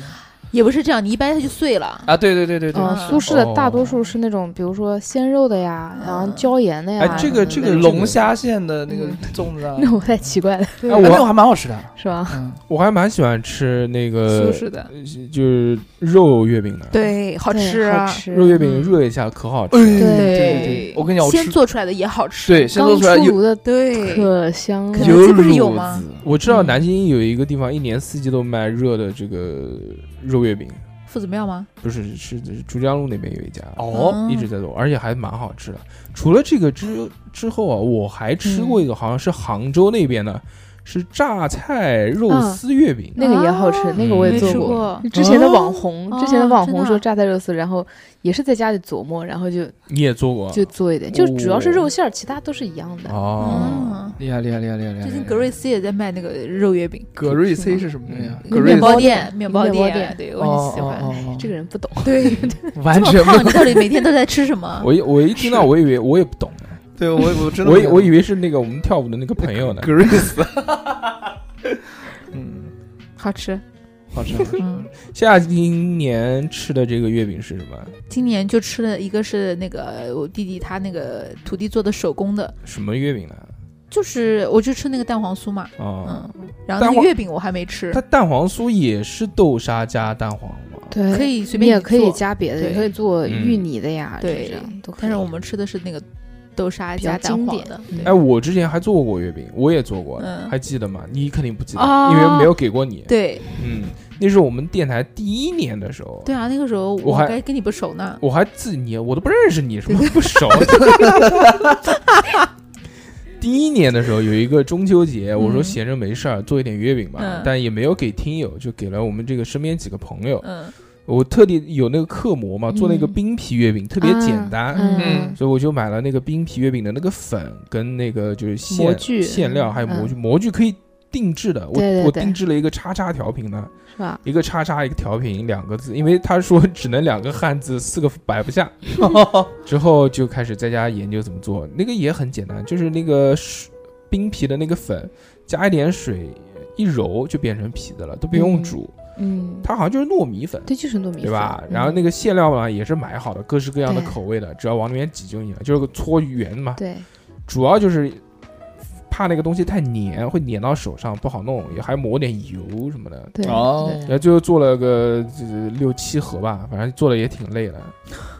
Speaker 2: 也不是这样，你一掰它就碎了。
Speaker 3: 啊，对对对对对，
Speaker 4: 嗯，
Speaker 2: 啊
Speaker 4: 苏式的大
Speaker 1: 哦
Speaker 4: 多数是那种，比如说鲜肉的呀，然后椒盐的呀。
Speaker 3: 哎，这个
Speaker 4: 什么
Speaker 3: 这个
Speaker 4: 的
Speaker 1: 嗯
Speaker 3: 龙虾馅的那个
Speaker 4: 嗯
Speaker 3: 粽子啊，
Speaker 4: 那我太奇怪了，
Speaker 3: 哎，那种还蛮好吃的，
Speaker 4: 是吧？
Speaker 3: 嗯，
Speaker 1: 我还蛮喜欢吃那个
Speaker 2: 苏，式的，
Speaker 1: 就是肉月饼的。，
Speaker 2: 对，好
Speaker 4: 对
Speaker 2: 吃啊
Speaker 4: 好，吃。
Speaker 1: 肉月饼
Speaker 2: 嗯
Speaker 1: 热一下可好吃
Speaker 3: 哎
Speaker 1: 了。
Speaker 3: 对
Speaker 4: 对
Speaker 3: 对，我跟你讲，我
Speaker 2: 先
Speaker 3: 吃
Speaker 2: 做出来的也好吃。
Speaker 3: 对先做
Speaker 4: 刚
Speaker 3: 出来
Speaker 4: 出
Speaker 3: 有
Speaker 4: 炉的
Speaker 2: 对，
Speaker 4: 可香
Speaker 2: 肯
Speaker 4: 了，
Speaker 2: 德基不是有吗？
Speaker 1: 我知道
Speaker 4: 嗯
Speaker 1: 南京有一个地方一年四季都卖热的这个肉月饼，
Speaker 2: 父子庙吗？
Speaker 1: 不是是是珠江路那边有一家，
Speaker 2: 哦
Speaker 1: 一直在做，而且还蛮好吃的。除了这个之之后啊，我还吃过一个，好像是杭州那边的，是榨菜肉丝月饼。
Speaker 4: 那个也好吃
Speaker 2: 啊，
Speaker 4: 那个我也
Speaker 2: 没
Speaker 4: 做
Speaker 2: 吃。过，
Speaker 4: 之前的网红，
Speaker 2: 哦
Speaker 4: 之前的网
Speaker 2: 真
Speaker 4: 红
Speaker 2: 的
Speaker 4: 说榨菜肉丝，然后也是在家里琢磨，然后就
Speaker 1: 你也做过啊？
Speaker 4: 就做一点，就主要是
Speaker 1: 哦
Speaker 4: 肉馅儿，其他都是一样的。
Speaker 1: 哦，
Speaker 2: 嗯，
Speaker 3: 厉害厉害厉害厉害厉害！
Speaker 2: 最近格瑞斯也在卖那个肉月饼，
Speaker 3: 格瑞 C 是什么东西啊？格瑞斯
Speaker 2: 面嗯包店，面
Speaker 4: 面
Speaker 2: 包
Speaker 4: 包店
Speaker 2: 店，对我很喜欢。
Speaker 3: 哦
Speaker 4: 这个人不懂，
Speaker 2: 对，
Speaker 3: 完
Speaker 2: 这么胖， 你到底每天都在吃 什么？
Speaker 1: 我一我一听到我以为我也不懂，
Speaker 3: 对我我真的
Speaker 1: 我以我以为是那个我们跳舞的那个朋友 呢。
Speaker 3: Grace，嗯，
Speaker 2: 好吃。
Speaker 3: 好吃。
Speaker 2: 嗯，
Speaker 1: 下今年吃的这个月饼是什么？
Speaker 2: 今年就吃了一个是那个我弟弟他那个徒弟做的手工的，
Speaker 1: 什么月饼呢？
Speaker 2: 就是我就吃那个蛋黄酥嘛，
Speaker 1: 哦，
Speaker 2: 嗯，然后那
Speaker 1: 蛋
Speaker 2: 个
Speaker 1: 黄
Speaker 2: 月饼我还没吃
Speaker 1: 它，蛋黄酥也是豆沙加蛋黄吗？
Speaker 4: 对
Speaker 2: 可以随
Speaker 4: 你
Speaker 2: 便
Speaker 4: 也可以
Speaker 2: 做，
Speaker 4: 加别的，
Speaker 2: 对
Speaker 4: 也可以做芋
Speaker 1: 嗯
Speaker 4: 泥的呀，
Speaker 2: 对
Speaker 4: 这样都可以。
Speaker 2: 但是我们吃的是那个豆沙
Speaker 4: 比较
Speaker 2: 加蛋
Speaker 4: 经
Speaker 2: 黄
Speaker 4: 典
Speaker 2: 的，
Speaker 4: 嗯
Speaker 1: 哎，我之前还做过月饼，我也做过，
Speaker 2: 嗯
Speaker 1: 还记得吗？你肯定不记得，
Speaker 2: 啊
Speaker 1: 因为没有给过你。，
Speaker 2: 对
Speaker 1: 嗯，那是我们电台第一年的时候，
Speaker 2: 对啊，那个时候我
Speaker 1: 还
Speaker 2: 该跟你不熟 呢，
Speaker 1: 我还自己捏，我都不认识你，什么不熟。 第一年的时候有一个中秋节，我说
Speaker 2: 嗯
Speaker 1: 闲着没事儿做一点月饼吧，
Speaker 2: 嗯
Speaker 1: 但也没有给听友，就给了我们这个身边几个朋友。
Speaker 2: 嗯，
Speaker 1: 我特地有那个刻模嘛，做了一个
Speaker 4: 嗯
Speaker 1: 冰皮月饼，特别简
Speaker 2: 啊
Speaker 1: 单。
Speaker 4: 嗯
Speaker 1: 所以我就买了那个冰皮月饼的那个粉跟那个就是
Speaker 4: 模
Speaker 1: 馅
Speaker 4: 具嗯
Speaker 1: 馅料，还有模具，模具可以定制的。我
Speaker 4: 对对
Speaker 1: 我
Speaker 4: 对
Speaker 1: 定制了一个叉叉调频的，
Speaker 4: 是吧？
Speaker 1: 一个叉叉一个调频两个字，因为他说只能两个汉字，四个摆不 下。之后就开始在家研究怎么做，那个也很简单，就是那个水冰皮的那个粉加一点水一揉就变成皮的了，都不用
Speaker 4: 嗯
Speaker 1: 煮。
Speaker 4: 嗯，
Speaker 1: 它好像就是糯米粉。
Speaker 4: 对，就是糯米
Speaker 1: 对吧
Speaker 4: 粉？
Speaker 1: 然后那
Speaker 4: 嗯
Speaker 1: 个馅料嘛也是买好的，各式各样的
Speaker 4: 对
Speaker 1: 口味的，只要往里面挤就行了，就是个搓圆嘛。
Speaker 4: 对，
Speaker 1: 主要就是怕那个东西太黏，会黏到手上不好弄，也还抹点油什么的。
Speaker 4: 对
Speaker 3: 哦
Speaker 4: 对
Speaker 1: 然后最后做了个、呃六七盒吧，反正做的也挺累的，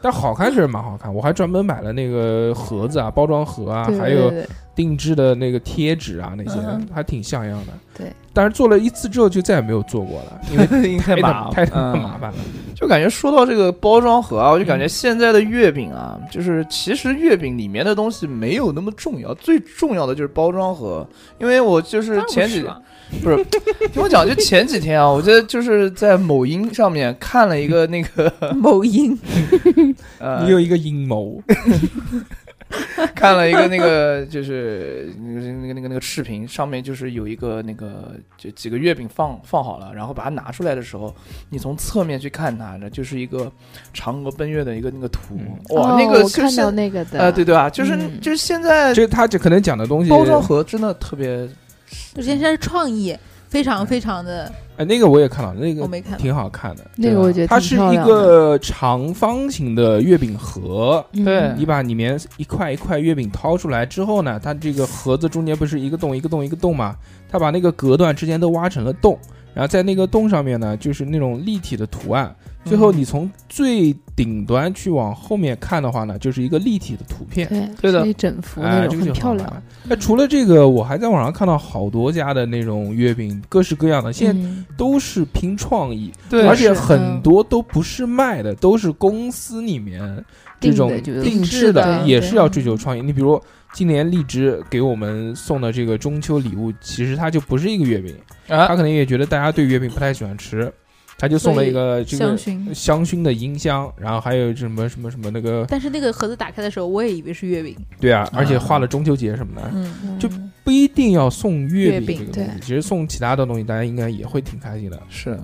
Speaker 1: 但好看确实蛮好看。我还专门买了那个盒子啊，包装盒啊，
Speaker 4: 对
Speaker 1: 还
Speaker 4: 对
Speaker 1: 有
Speaker 4: 对
Speaker 1: 定制的那个贴纸啊，那些、
Speaker 2: 嗯
Speaker 1: 还挺像样的。
Speaker 4: 对，
Speaker 1: 但是做了一次之后就再也没有做过了， 因为
Speaker 3: 因为太
Speaker 1: 太
Speaker 3: 麻
Speaker 1: 麻
Speaker 3: 烦
Speaker 1: 太
Speaker 3: 了，嗯
Speaker 1: 他妈麻烦了。
Speaker 3: 就感觉说到这个包装盒啊，我就感觉现在的月饼啊，就是其实月饼里面的东西没有那么重要，最重要的就是包装盒。因为我就是
Speaker 2: 当然不
Speaker 3: 前
Speaker 2: 是
Speaker 3: 几
Speaker 2: 了
Speaker 3: 不是听我讲，就前几天啊，我就就是在某音上面看了一个那个
Speaker 2: 某音
Speaker 3: 呃
Speaker 1: 你，有一个阴谋，
Speaker 3: 看了一个那个就是那个那个那个那个视频，上面就是有一个那个就几个月饼放放好了，然后把它拿出来的时候，你从侧面去看它，那就是一个嫦娥奔月的一个那个图，
Speaker 1: 嗯
Speaker 3: 哇，
Speaker 4: 哦
Speaker 3: 那个
Speaker 4: 我
Speaker 3: 就
Speaker 4: 看
Speaker 3: 是
Speaker 4: 到那个的，
Speaker 1: 啊
Speaker 3: 呃，对对吧？就是、
Speaker 4: 嗯
Speaker 3: 就是现在
Speaker 1: 这他这可能讲的东西
Speaker 3: 包装盒真的特别，
Speaker 2: 我现在是创意，非常非常的，
Speaker 1: 哎，那个我也看了，那
Speaker 2: 我
Speaker 1: 个
Speaker 2: 没看
Speaker 1: 挺好看的。
Speaker 4: 那个我觉得
Speaker 1: 它
Speaker 4: 挺
Speaker 1: 是
Speaker 4: 漂
Speaker 1: 一
Speaker 4: 亮的，
Speaker 1: 个长方形的月饼盒，
Speaker 4: 嗯
Speaker 3: 对
Speaker 1: 你把里面一块一块月饼掏出来之后呢，它这个盒子中间不是一个洞一个洞一个洞嘛？它把那个隔断之间都挖成了洞，然后在那个洞上面呢，就是那种立体的图案。最
Speaker 4: 嗯
Speaker 1: 后你从最顶端去往后面看的话呢，就是一个立体的图片。
Speaker 4: 对
Speaker 3: 对的
Speaker 4: 是一整幅
Speaker 1: 哎
Speaker 4: 那
Speaker 1: 这
Speaker 4: 种，
Speaker 1: 个就很
Speaker 4: 很漂
Speaker 1: 好
Speaker 4: 亮
Speaker 1: 看。哎，除了这个，我还在网上看到好多家的那种月饼，各式各样的，现在
Speaker 4: 嗯
Speaker 1: 都是拼创意，
Speaker 3: 对
Speaker 1: 而且
Speaker 4: 是
Speaker 1: 很
Speaker 4: 嗯
Speaker 1: 多都不是卖的，都是公司里面这
Speaker 4: 定
Speaker 1: 种
Speaker 4: 的就是
Speaker 1: 定
Speaker 2: 定
Speaker 1: 制
Speaker 2: 制
Speaker 1: 的，
Speaker 2: 的
Speaker 1: 也
Speaker 2: 对
Speaker 1: 是要追求创意。你比如今年荔枝给我们送的这个中秋礼物，其实它就不是一个月饼，
Speaker 3: 啊
Speaker 1: 它可能也觉得大家对月饼不太喜欢吃，他就送了一个这
Speaker 2: 香
Speaker 1: 个
Speaker 2: 薰。
Speaker 1: 香薰的音箱，然后还有什么什么什么那个，
Speaker 2: 但是那个盒子打开的时候，我也以为是月饼。
Speaker 1: 对啊，而且画了中秋节什么的，
Speaker 2: 嗯，
Speaker 1: 就不一定要送月
Speaker 2: 月饼
Speaker 1: 饼这个东
Speaker 4: 对
Speaker 1: 西，其实送其他的东西，大家应该也会挺开心的。
Speaker 3: 是，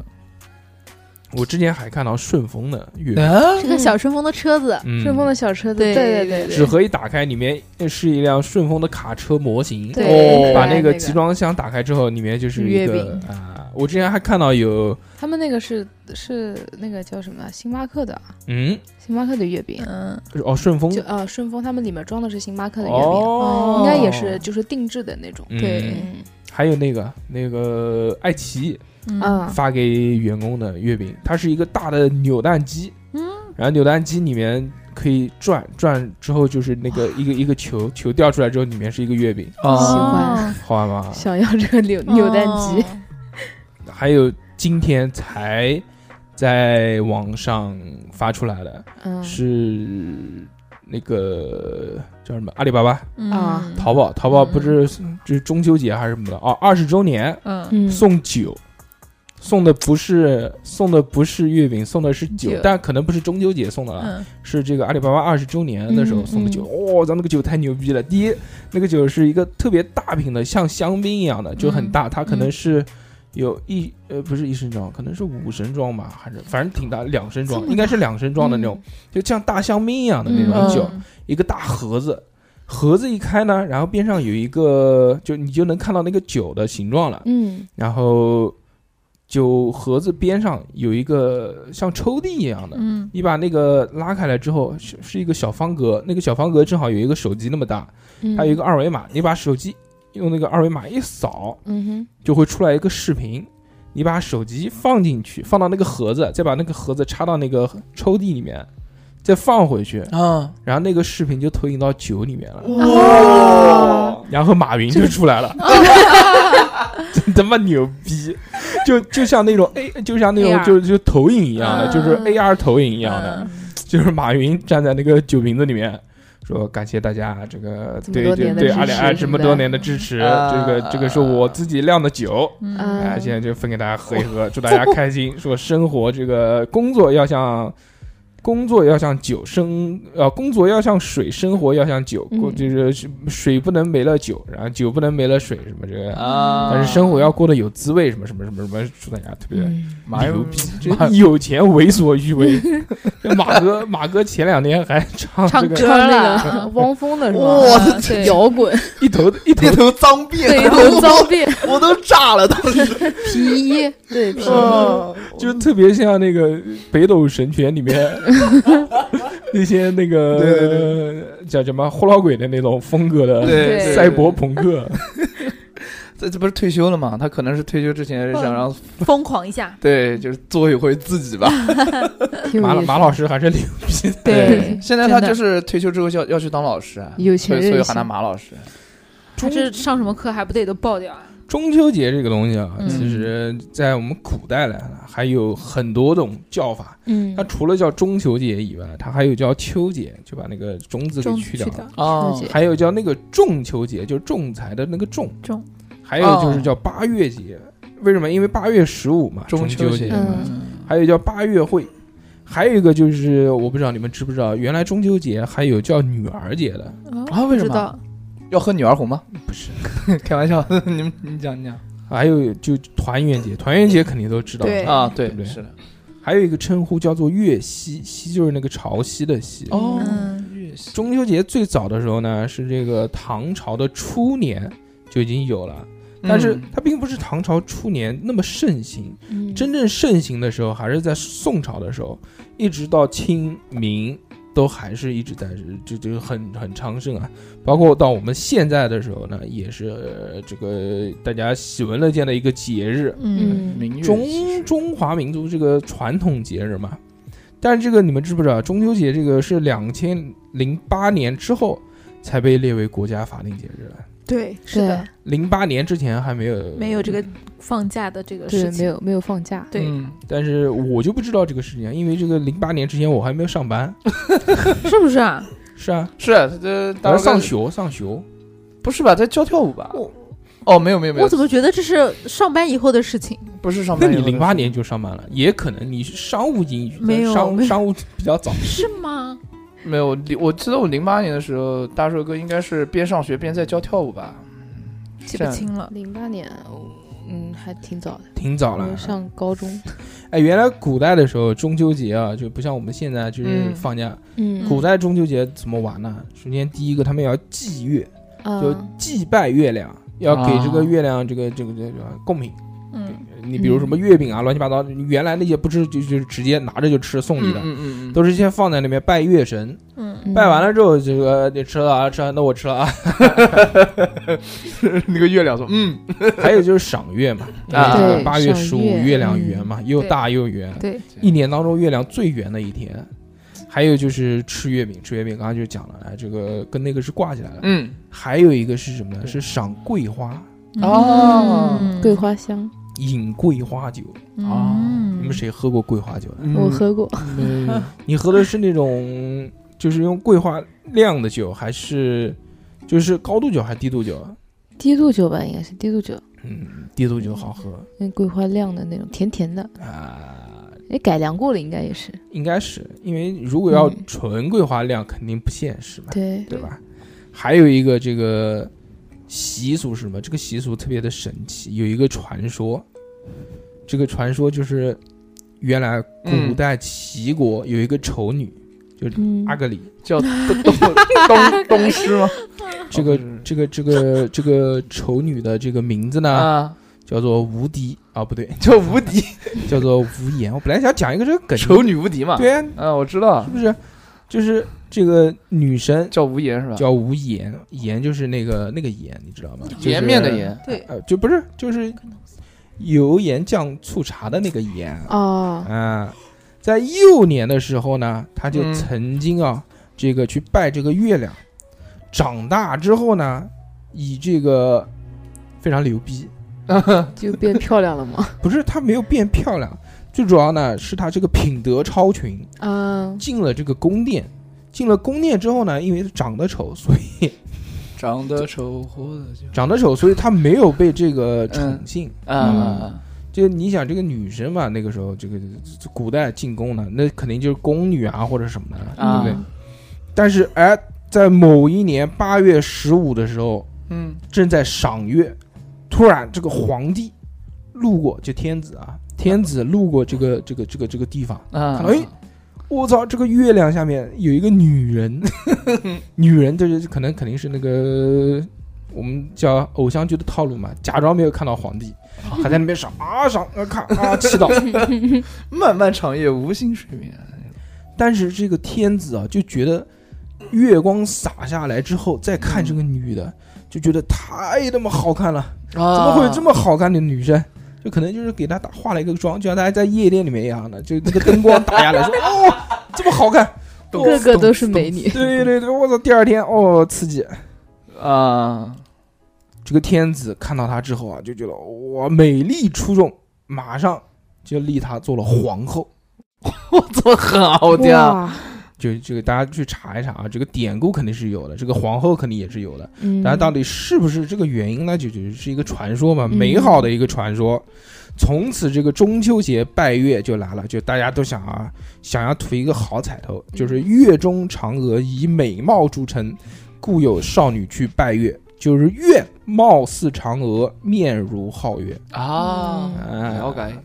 Speaker 1: 我之前还看到顺丰的月饼，
Speaker 3: 嗯，
Speaker 2: 是个小顺丰的车子，
Speaker 1: 嗯
Speaker 4: 啊顺丰的小车子，
Speaker 2: 对
Speaker 4: 对
Speaker 2: 对
Speaker 4: 对
Speaker 1: 纸盒一打开，里面是一辆顺丰的卡车模型，
Speaker 4: 对
Speaker 3: 哦
Speaker 1: 把那
Speaker 4: 那
Speaker 1: 个集，装箱打开之后，里面就是一
Speaker 2: 月
Speaker 1: 个
Speaker 2: 饼
Speaker 1: 啊，我之前还看到有
Speaker 4: 他们那个是是那个叫什么啊星巴克的啊
Speaker 1: 嗯
Speaker 4: 星巴克的月饼，
Speaker 2: 嗯，
Speaker 1: 哦顺丰
Speaker 4: 就呃顺丰他们里面装的是星巴克的月饼，
Speaker 1: 哦，
Speaker 4: 应该也是就是定制的那种。
Speaker 1: 嗯
Speaker 2: 对
Speaker 4: 嗯
Speaker 1: 还有那个那个爱奇艺
Speaker 2: 嗯，
Speaker 4: 啊，
Speaker 1: 发给员工的月饼，它是一个大的扭蛋机，
Speaker 2: 嗯，
Speaker 1: 然后扭蛋机里面可以转转之后就是那个一个一个球球掉出来之后里面是一个月饼，
Speaker 4: 喜
Speaker 3: 啊，
Speaker 4: 欢
Speaker 1: 好玩 吗？
Speaker 4: 想要这个扭扭蛋机，
Speaker 2: 哦
Speaker 1: 还有今天才在网上发出来的，
Speaker 4: 嗯，
Speaker 1: 是那个叫什么阿里巴巴、
Speaker 2: 嗯
Speaker 4: 啊
Speaker 1: 淘宝，淘宝不是就是中秋节还是什么的哦，二十周年
Speaker 2: 嗯，
Speaker 4: 嗯
Speaker 1: 送酒。送的不是送的不是月饼，送的是酒
Speaker 2: 酒，
Speaker 1: 但可能不是中秋节送的了，
Speaker 2: 嗯
Speaker 1: 是这个阿里巴巴二十周年的时候
Speaker 4: 嗯
Speaker 1: 送的酒。哦，咱那个酒太牛逼了！第一，那个酒是一个特别大瓶的，像香槟一样的，就
Speaker 2: 嗯
Speaker 1: 很大，它可能是有一呃不是一升装，可能是五升装吧，还是反正挺大，两升装
Speaker 2: 这么，大
Speaker 1: 应该是两升装的那种，就像大香槟一样的那种酒，
Speaker 2: 嗯
Speaker 1: 一个大盒子。盒子一开呢，然后边上有一个，就你就能看到那个酒的形状了。
Speaker 4: 嗯
Speaker 1: 然后，酒盒子边上有一个像抽屉一样的，
Speaker 2: 嗯
Speaker 1: 你把那个拉开来之后，是是一个小方格，那个小方格正好有一个手机那么大，
Speaker 4: 嗯，
Speaker 1: 还有一个二维码，你把手机用那个二维码一扫，
Speaker 4: 嗯哼
Speaker 1: 就会出来一个视频。你把手机放进去，放到那个盒子，再把那个盒子插到那个抽屉里面，再放回去，
Speaker 3: 啊，
Speaker 1: 然后那个视频就投影到酒里面了，
Speaker 2: 哦
Speaker 1: 然后马云就出来 了， 真他妈牛逼！就就像那种 A，就像那种
Speaker 2: AR
Speaker 1: 就就投影一样的，
Speaker 2: 嗯
Speaker 1: 就是 AR 投影一样的。
Speaker 4: 嗯
Speaker 1: 就是马云站在那个酒瓶子里面，说感谢大家这个
Speaker 4: 这么
Speaker 1: 对
Speaker 4: 多
Speaker 1: 对
Speaker 4: 年的
Speaker 1: 对
Speaker 4: 支
Speaker 1: 阿里
Speaker 4: 持呃
Speaker 1: 啊
Speaker 4: 什
Speaker 1: 这
Speaker 4: 么
Speaker 1: 么
Speaker 4: 的
Speaker 1: 多年的支持，这
Speaker 3: 啊
Speaker 1: 个这个是我自己酿的酒，
Speaker 2: 嗯
Speaker 4: 嗯
Speaker 1: 哎，现在就分给大家喝一喝，祝大家开心。说生活这个工作要像。工作要像酒，生呃，工作要像水，生活要像酒，过
Speaker 4: 嗯
Speaker 1: 就是水不能没了酒，然后酒不能没了水，什么这个，
Speaker 3: 啊，
Speaker 1: 但是生活要过得有滋味，什么什么什么什么，祝大家特别
Speaker 4: 嗯
Speaker 3: 马
Speaker 1: 牛
Speaker 3: 云
Speaker 1: 逼，这有钱为所欲为。 这马哥，马哥前两天还唱这
Speaker 2: 唱
Speaker 1: 个
Speaker 2: 歌
Speaker 4: 唱那
Speaker 2: 了，
Speaker 4: 个
Speaker 2: 嗯
Speaker 4: 汪峰的是
Speaker 3: 哇
Speaker 4: 吧？
Speaker 2: 嗯对
Speaker 4: 摇滚，
Speaker 1: 一头一头
Speaker 3: 一头脏辫，
Speaker 4: 对，头脏辫，
Speaker 3: 我都炸了，当时，
Speaker 2: 皮衣，
Speaker 4: 对，皮
Speaker 2: 哦
Speaker 3: 嗯
Speaker 1: 就特别像那个《北斗神拳》里面那些那个呃
Speaker 3: 对对
Speaker 1: 叫什么“呼老鬼”的那种风格的
Speaker 4: 对
Speaker 1: 赛博朋克。
Speaker 3: 这这不是退休了吗？他可能是退休之
Speaker 2: 嗯
Speaker 3: 前想让
Speaker 2: 疯狂一下，
Speaker 3: 对，就是做一回自己吧。
Speaker 4: 挺有
Speaker 1: 马
Speaker 4: 意思
Speaker 1: 马老师还是牛逼的，
Speaker 2: 对，
Speaker 3: 现在他
Speaker 2: 真的
Speaker 3: 就是退休之后要要去当老师啊，
Speaker 4: 有
Speaker 3: 所
Speaker 4: 钱
Speaker 3: 以所以
Speaker 4: 任
Speaker 3: 喊他
Speaker 4: 性，
Speaker 3: 马老师。
Speaker 2: 他这上什么课还不得都爆掉啊？
Speaker 1: 中秋节这个东西啊，
Speaker 2: 嗯
Speaker 1: 其实在我们古代来呢，还有很多种叫法。
Speaker 4: 嗯
Speaker 1: 它，除了叫中秋节以外，它还有叫秋节，就把那个“中”字给
Speaker 2: 中
Speaker 1: 去掉。
Speaker 2: 掉，
Speaker 3: 哦
Speaker 4: 秋节
Speaker 1: 还有叫那个仲秋节，就是仲裁的那个仲。
Speaker 2: 仲。
Speaker 1: 还有就是叫八月节，为什么？因为八月十五嘛，
Speaker 3: 中
Speaker 1: 秋
Speaker 3: 秋节
Speaker 1: 嘛
Speaker 4: 嗯
Speaker 1: 还有叫八月会，还有一个就是我不知道你们知不知道，原来中秋节还有叫女儿节的，
Speaker 2: 哦
Speaker 3: 啊
Speaker 2: 不
Speaker 3: 为什
Speaker 2: 知
Speaker 3: 么
Speaker 2: 道，
Speaker 3: 要喝女儿红吗？
Speaker 1: 不是？
Speaker 3: 开玩笑，你们你讲你讲
Speaker 1: 还有就团圆节，团圆节肯定都知道。
Speaker 2: 对
Speaker 3: 啊，对
Speaker 1: 对不对
Speaker 3: 是的，
Speaker 1: 还有一个称呼叫做月夕，夕就是那个潮汐的夕。
Speaker 3: 哦
Speaker 2: 嗯
Speaker 3: 月夕
Speaker 1: 中秋节最早的时候呢，是这个唐朝的初年就已经有了，但是
Speaker 3: 嗯
Speaker 1: 它并不是唐朝初年那么盛行，
Speaker 4: 嗯
Speaker 1: 真正盛行的时候还是在宋朝的时候，一直到清明都还是一直在这这很很昌盛啊。包括到我们现在的时候呢，也是、呃这个大家喜闻乐见的一个节日，
Speaker 2: 嗯，
Speaker 3: 明月几
Speaker 1: 中
Speaker 3: 时
Speaker 1: 中华民族这个传统节日嘛。但是这个你们知不知道，中秋节这个是两千零八年之后才被列为国家法定节日的，
Speaker 2: 对，是的，
Speaker 1: 零八年之前还没有
Speaker 2: 没有这
Speaker 1: 嗯
Speaker 2: 个放假的这个
Speaker 4: 对
Speaker 2: 事
Speaker 4: 没
Speaker 2: 情，
Speaker 4: 有没有放假，
Speaker 2: 对
Speaker 3: 嗯
Speaker 1: 但是我就不知道这个事情啊，因为这个零八年之前我还没有上班。
Speaker 2: 是不是啊？
Speaker 1: 是啊，
Speaker 3: 是这
Speaker 1: 我
Speaker 3: 当
Speaker 1: 要
Speaker 3: 时
Speaker 1: 上学上学，
Speaker 3: 不是吧？在教跳舞吧？
Speaker 1: 我
Speaker 3: 哦，没有没有没有
Speaker 2: 我，怎么觉得这是上班以后的事情？
Speaker 3: 不是上
Speaker 1: 那
Speaker 3: 班以
Speaker 1: 你
Speaker 3: 后的事。
Speaker 1: 零八年就上班了，也可能你是商务英语，
Speaker 2: 没有
Speaker 1: 商
Speaker 2: 没有
Speaker 1: 商务比较早。
Speaker 2: 是吗？
Speaker 3: 没有？零我记得我零八年的时候，大硕哥应该是边上学边在教跳舞吧？
Speaker 2: 记
Speaker 3: 这
Speaker 2: 不
Speaker 3: 样
Speaker 2: 清了。
Speaker 4: 零八年，
Speaker 1: 哦
Speaker 4: 嗯，还挺早的，
Speaker 1: 挺早
Speaker 4: 我
Speaker 1: 了，
Speaker 4: 上高中，
Speaker 1: 哎，原来古代的时候中秋节啊，就不像我们现在就是
Speaker 3: 嗯
Speaker 1: 放假。
Speaker 4: 嗯
Speaker 1: 古代中秋节怎么玩呢？首先第一个，他们要祭月，就
Speaker 4: 啊，
Speaker 1: 祭拜月亮，要给这个
Speaker 3: 啊
Speaker 1: 月亮这个这个这个贡品。
Speaker 2: 嗯，
Speaker 1: 你比如什么月饼啊，乱七八糟，原来那些不是就就是直接拿着就吃送礼的，
Speaker 3: 嗯嗯嗯，
Speaker 1: 都是先放在那边拜月神，
Speaker 2: 嗯
Speaker 4: 嗯
Speaker 1: 拜完了之后，这个你吃了啊，吃了，那我吃了啊。
Speaker 3: 那个月亮说，嗯，
Speaker 1: 还有就是赏月嘛，
Speaker 3: 啊
Speaker 4: 对
Speaker 1: 八月十五
Speaker 4: 赏月
Speaker 1: 月亮圆嘛，又大又圆，
Speaker 2: 对，
Speaker 1: 一年当中月亮最圆的一天。还有就是吃月饼，吃月饼刚刚就讲了，哎这个跟那个是挂起来的。
Speaker 3: 嗯，
Speaker 1: 还有一个是什么呢？是赏桂花，
Speaker 3: 哦
Speaker 2: 嗯
Speaker 4: 桂花香，
Speaker 1: 饮桂花酒。
Speaker 3: 哦
Speaker 1: 你
Speaker 2: 嗯
Speaker 1: 们谁喝过桂花酒的？
Speaker 4: 我喝过，
Speaker 1: 你喝的是那种就是用桂花酿的酒，还是就是高度酒还是低度酒啊？
Speaker 4: 低度酒吧，应该是低度酒，
Speaker 1: 嗯，低度酒好喝
Speaker 4: 那桂花酿的那种，甜甜的，
Speaker 1: 啊。
Speaker 4: 哎，改良过了，应该也是，
Speaker 1: 应该是因为如果要
Speaker 4: 嗯
Speaker 1: 纯桂花酿，肯定不现实嘛，
Speaker 4: 对，
Speaker 1: 对吧？还有一个这个习俗是什么？这个习俗特别的神奇，有一个传说，这个传说就是原来古
Speaker 3: 嗯
Speaker 1: 代齐国有一个丑女
Speaker 4: 嗯，
Speaker 1: 阿格里，
Speaker 3: 叫东东东东施吗？
Speaker 1: 这个这个这个这个丑女的这个名字呢
Speaker 3: 啊，
Speaker 1: 叫做无敌啊，不对，
Speaker 3: 叫无敌，
Speaker 1: 叫做无言。我本来想讲一个这个梗，
Speaker 3: 丑女无敌嘛。，
Speaker 1: 对啊，
Speaker 3: 啊，我知道
Speaker 1: 是，不是？就是这个女生
Speaker 3: 叫无言是吧？
Speaker 1: 叫无盐，盐就是那个那个盐，你知道吗？就是
Speaker 3: 颜面的，颜，
Speaker 2: 对，
Speaker 1: 呃，就不是就是油盐酱醋茶的那个盐
Speaker 4: 哦，
Speaker 1: 啊。在幼年的时候呢，他就
Speaker 3: 嗯
Speaker 1: 曾经啊，这个去拜这个月亮。长大之后呢，以这个非常牛逼，
Speaker 4: 就变漂亮了嘛，
Speaker 1: 不是她没有变漂亮，最主要呢是她这个品德超群，
Speaker 4: 啊，
Speaker 1: 进了这个宫殿。进了宫殿之后呢，因为长得丑，所以
Speaker 3: 长得丑，活得久
Speaker 1: 长得丑，所以她没有被这个宠
Speaker 3: 嗯
Speaker 1: 幸。
Speaker 3: 啊，
Speaker 1: 就你想这个女生嘛，那个时候这个这古代进宫呢，那肯定就是宫女啊或者什么的。
Speaker 3: 啊
Speaker 1: 对但是哎，在某一年八月十五的时候，
Speaker 3: 嗯
Speaker 1: 正在赏月，突然这个皇帝路过，就天子啊，天子路过这个这个这个这个地方，
Speaker 3: 啊，
Speaker 1: 哎我操，这个月亮下面有一个女人，女人就是可能肯定是那个我们叫偶像剧的套路嘛，假装没有看到皇帝，还在那边赏啊赏啊看啊祈祷。
Speaker 3: 漫漫长夜无心睡眠，
Speaker 1: 但是这个天子啊，就觉得月光洒下来之后，再看这个女的，就觉得太他妈好看了，
Speaker 3: 怎
Speaker 1: 怎么会有这么好看的女生？就可能就是给她打化了一个妆，就像大家在夜店里面一样的，就那个灯光打下来，说哦，这么好看，
Speaker 3: 懂
Speaker 4: 个个都是美女，
Speaker 1: 对对对，我操！第二天哦，刺激！
Speaker 3: 啊？
Speaker 1: 这个天子看到她之后啊，就觉得哇，美丽出众，马上就立她做了皇后。
Speaker 3: 我这么狠啊！我天啊，
Speaker 4: 哇，
Speaker 1: 就这个大家去查一查啊，这个典故肯定是有的，这个皇后肯定也是有的。
Speaker 4: 嗯，
Speaker 1: 但是到底是不是这个原因呢？就就是一个传说嘛，
Speaker 4: 嗯
Speaker 1: 美好的一个传说。从此这个中秋节拜月就来了，就大家都想啊，想要图一个好彩头，
Speaker 4: 嗯
Speaker 1: 就是月中嫦娥以美貌著称，故有少女去拜月。就是月貌似嫦娥，面如皓月。
Speaker 3: 啊，
Speaker 1: 哎
Speaker 3: 了解，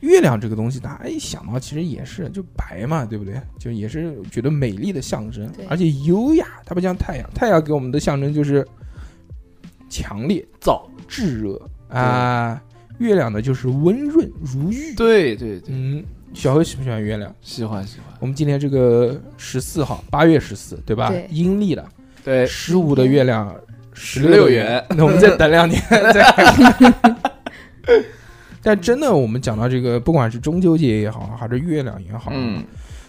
Speaker 1: 月亮这个东西，大家一想到其实也是就白嘛，对不对？就也是觉得美丽的象征
Speaker 4: 对，
Speaker 1: 而且优雅。它不像太阳，太阳给我们的象征就是强烈、
Speaker 3: 早，
Speaker 1: 炙热啊。月亮呢，就是温润如玉。
Speaker 3: 对对对，
Speaker 1: 嗯，小何喜不喜欢月亮？
Speaker 3: 喜欢喜欢，
Speaker 1: 我们今天这个十四号，八月十四，对吧？
Speaker 4: 对
Speaker 1: 阴历的
Speaker 3: 对，
Speaker 1: 十五的月亮，十
Speaker 3: 16
Speaker 1: 的
Speaker 3: 元
Speaker 1: 那我们再等两年再看。 但真的，我们讲到这个，不管是中秋节也好，还是月亮也好，
Speaker 3: 嗯，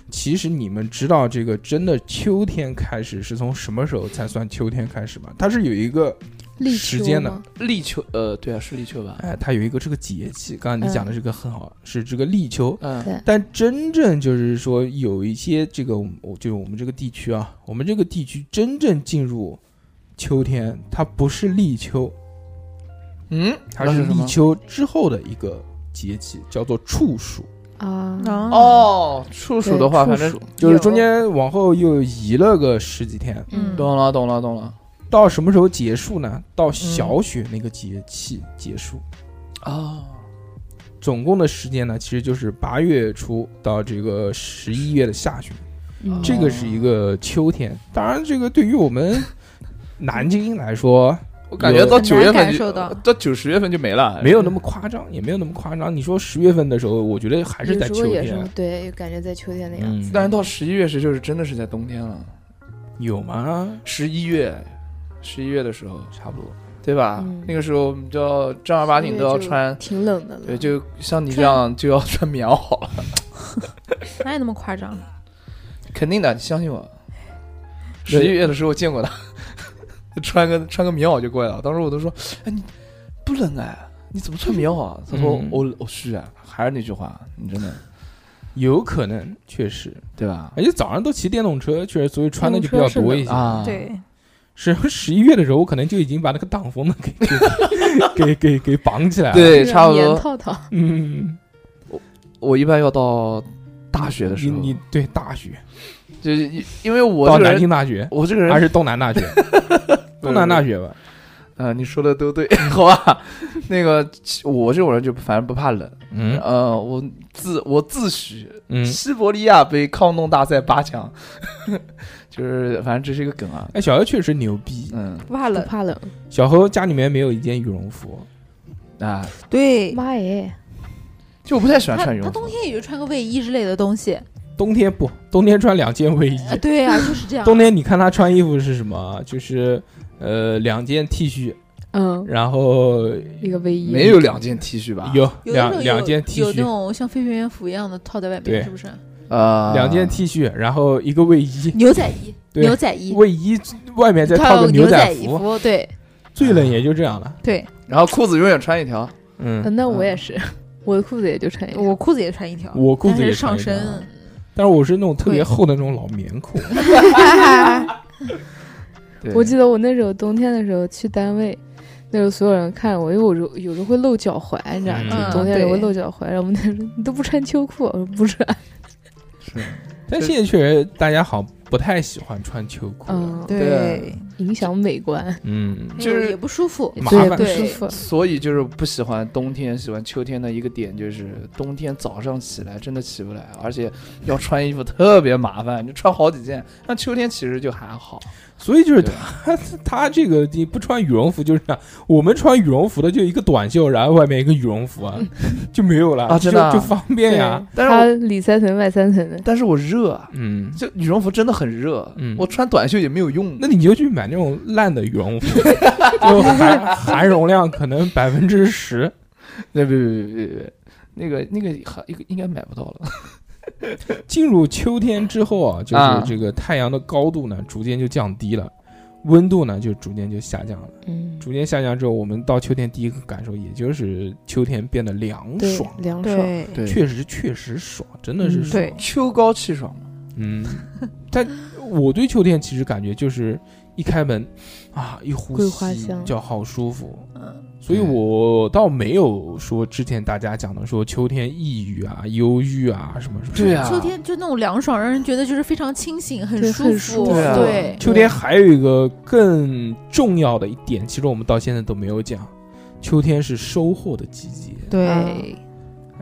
Speaker 1: 其实你们知道这个真的秋天开始是从什么时候才算秋天开始吗？它是有一个，
Speaker 4: 立
Speaker 1: 时
Speaker 4: 秋
Speaker 1: 间呢
Speaker 4: 吗？
Speaker 3: 立秋，呃，对啊，是立秋吧？
Speaker 1: 哎，它有一个这个节气。刚刚你讲的这个很好，是这个立秋。
Speaker 3: 嗯
Speaker 4: 对
Speaker 1: 但真正就是说，有一些这个，我就是我们这个地区啊，我们这个地区真正进入秋天，它不是立秋，嗯，它
Speaker 3: 那
Speaker 1: 是
Speaker 3: 是什么
Speaker 1: 立秋之后的一个节气，叫做处暑，
Speaker 4: 啊，
Speaker 3: 哦，
Speaker 1: 嗯
Speaker 3: 处暑
Speaker 4: 对
Speaker 3: 的话，
Speaker 4: 处
Speaker 3: 反正
Speaker 4: 暑
Speaker 1: 就是
Speaker 4: 有
Speaker 1: 中间往后又移了个十几天，
Speaker 2: 嗯，
Speaker 3: 懂了，懂了，懂了。
Speaker 1: 到什么时候结束呢？到小雪那个节气结束。
Speaker 3: 哦，
Speaker 1: 总共的时间呢，其实就是八月初到这个十一月的下旬，
Speaker 4: 嗯
Speaker 1: 这个是一个秋天。当然，这个对于我们南京来说，
Speaker 3: 我感觉到
Speaker 2: 很
Speaker 3: 九
Speaker 2: 难
Speaker 3: 月份
Speaker 2: 感
Speaker 3: 就
Speaker 2: 受到
Speaker 3: 到九十月份就没
Speaker 4: 哎
Speaker 3: 了，
Speaker 1: 没有那么夸张，也没有那么夸张。你说十月份的时候，我觉得还是在
Speaker 4: 有时
Speaker 1: 秋
Speaker 4: 候也是
Speaker 1: 天，啊
Speaker 4: 对，感觉在秋天的样子。
Speaker 1: 嗯，
Speaker 3: 但是到十一月时就是真的是在冬天了，
Speaker 1: 有吗？
Speaker 3: 十一月，十一月的时候，
Speaker 1: 差不多。
Speaker 3: 对吧？
Speaker 4: 嗯
Speaker 3: 那个时候我们就要正儿八经都要
Speaker 4: 11月就嗯
Speaker 3: 穿，
Speaker 4: 挺冷的了。
Speaker 3: 对，就像你这样就要穿棉袄了，
Speaker 2: 哪有那么夸张？
Speaker 3: 肯定的，你相信我。十一月的时候见过他， 穿个穿个棉袄就过来了。当时我都说，哎，你不冷哎、你怎么穿棉袄啊？他说
Speaker 1: 嗯
Speaker 3: 我我是啊，还是那句话，你真的
Speaker 1: 有可能，确实，
Speaker 3: 对吧？
Speaker 1: 而且啊早上都骑电动车，确实，所以穿的就比较多一些。
Speaker 3: 啊，，
Speaker 2: 对，
Speaker 1: 是十一月的时候，我可能就已经把那个挡风的给 给给给给绑起来了。，
Speaker 3: 对，差不
Speaker 4: 棉
Speaker 3: 多。
Speaker 4: 套套，
Speaker 1: 嗯，
Speaker 3: 我一般要到大学的时
Speaker 1: 你
Speaker 3: 候，
Speaker 1: 你对大学
Speaker 3: 就是因因为我
Speaker 1: 嗯到
Speaker 3: 这个
Speaker 1: 南
Speaker 3: 人，
Speaker 1: 京大学
Speaker 3: 我这个
Speaker 1: 还
Speaker 3: 人，
Speaker 1: 是东南大 学？东南大学吧，
Speaker 3: 呃，你说的都对， 好吧？那个其我这种人就反正不怕冷，
Speaker 1: 嗯
Speaker 3: 呃，我自我自诩
Speaker 1: 嗯。
Speaker 3: 西伯利亚杯抗冻大赛八强， 就是反正这是一个梗啊，
Speaker 1: 哎，小何确实牛逼。
Speaker 3: 嗯
Speaker 2: 不怕
Speaker 4: 不
Speaker 2: 冷。
Speaker 4: 怕冷。
Speaker 1: 小何家里面没有一件羽绒服，
Speaker 3: 啊，
Speaker 2: 对，
Speaker 4: 妈耶，
Speaker 3: 就我不太喜欢
Speaker 2: 他
Speaker 3: 穿羽
Speaker 2: 他
Speaker 3: 绒服
Speaker 2: 冬，天也就穿个卫衣之类的东西。
Speaker 1: 冬天不，冬天穿两件卫衣。
Speaker 3: 哎
Speaker 2: 啊，对啊，就是这样。
Speaker 1: 冬天你看他穿衣服是什么啊？就是呃两件 T 恤，
Speaker 4: 嗯，
Speaker 1: 然后
Speaker 4: 一个卫衣
Speaker 3: 没有两件 T 恤吧？
Speaker 1: 有
Speaker 2: 有的时候
Speaker 1: 两两件 T
Speaker 2: 有有那
Speaker 1: 恤，
Speaker 2: 种像飞行员服一样的套在外
Speaker 1: 对
Speaker 2: 面，是不是？
Speaker 3: 呃，
Speaker 1: 两件 T 恤，然后一个卫衣，
Speaker 2: 牛仔衣，
Speaker 1: 对
Speaker 2: 牛仔衣，
Speaker 1: 卫衣外面再套
Speaker 2: 套
Speaker 1: 个
Speaker 2: 牛
Speaker 1: 仔
Speaker 2: 衣，服，对
Speaker 1: 最冷也就这样了。
Speaker 2: 对，
Speaker 3: 然后裤子永远穿一条，
Speaker 4: 呃
Speaker 1: 嗯，
Speaker 4: 那我也是，我的裤子也就穿一条。
Speaker 2: 我裤子也穿一条，
Speaker 1: 我裤
Speaker 2: 但
Speaker 1: 子
Speaker 2: 是
Speaker 1: 也
Speaker 2: 上
Speaker 1: 穿一条
Speaker 2: 身，
Speaker 1: 但是我是那种特别厚的那种老棉裤。
Speaker 4: 啊
Speaker 3: 对
Speaker 4: 我记得我那时候冬天的时候去单位，那时候所有人看我，因为我有时候有时候会露脚踝，你知道吗？
Speaker 2: 嗯
Speaker 4: 就冬天的时候会
Speaker 2: 对
Speaker 4: 露脚踝，然后我们那时候你都不穿秋裤，我说不穿。
Speaker 1: 但现在确实大家好像不太喜欢穿秋裤了。
Speaker 4: 嗯，
Speaker 3: 对，
Speaker 4: 影响美观，
Speaker 1: 嗯，
Speaker 2: 那
Speaker 3: 就
Speaker 2: 个
Speaker 3: 是
Speaker 2: 哎也不舒服，
Speaker 1: 麻
Speaker 4: 对，
Speaker 1: 烦
Speaker 4: 不舒
Speaker 2: 对
Speaker 4: 服。
Speaker 3: 所以就是不喜欢冬天，喜欢秋天的一个点就是冬天早上起来真的起不来，而且要穿衣服特别麻烦，就穿好几件。那秋天其实就还好，
Speaker 1: 所以就是
Speaker 3: 对
Speaker 1: 他他这个你不穿羽绒服就是这样，我们穿羽绒服的就一个短袖，然后外面一个羽绒服啊，就没有了
Speaker 3: 啊
Speaker 1: 就
Speaker 3: 真的啊
Speaker 1: 就方便呀。
Speaker 3: 但是
Speaker 4: 它
Speaker 3: 我
Speaker 4: 里三层外三层的，
Speaker 3: 但是我热啊，
Speaker 1: 嗯，
Speaker 3: 就羽绒服真的很热，
Speaker 1: 嗯
Speaker 3: 我穿短袖也没有用。
Speaker 1: 那你就去买那种烂的羽绒服，就含含绒量可能百分之十。
Speaker 3: 那别别别别别，那个那个还应应该买不到了。
Speaker 1: 进入秋天之后啊，就
Speaker 3: 啊
Speaker 1: 是这个太阳的高度呢逐渐就降低了，温度呢就逐渐就下降了。
Speaker 4: 嗯，
Speaker 1: 逐渐下降之后，我们到秋天第一个感受也就是秋天变得凉
Speaker 4: 对
Speaker 1: 爽，，
Speaker 4: 凉爽。
Speaker 2: 对
Speaker 3: 对
Speaker 1: 确实确实爽，真的是
Speaker 4: 嗯
Speaker 1: 爽。
Speaker 2: 对，
Speaker 3: 秋高气爽嘛，
Speaker 1: 嗯，但我对秋天其实感觉就是一开门啊，一呼
Speaker 4: 桂花
Speaker 1: 吸
Speaker 4: 香
Speaker 1: 就好舒服。
Speaker 2: 嗯，
Speaker 1: 所以我倒没有说之前大家讲的说秋天抑郁啊、忧郁啊什么什么。
Speaker 3: 对啊
Speaker 2: 秋天就那种凉爽，让人觉得就是非常清醒，很
Speaker 4: 对
Speaker 2: 舒
Speaker 4: 很舒
Speaker 2: 服，
Speaker 4: 服
Speaker 3: 对啊
Speaker 2: 对，
Speaker 1: 秋天还有一个更重要的一点，其实我们到现在都没有讲，秋天是收获的季节。
Speaker 4: 啊
Speaker 2: 对，
Speaker 1: 哎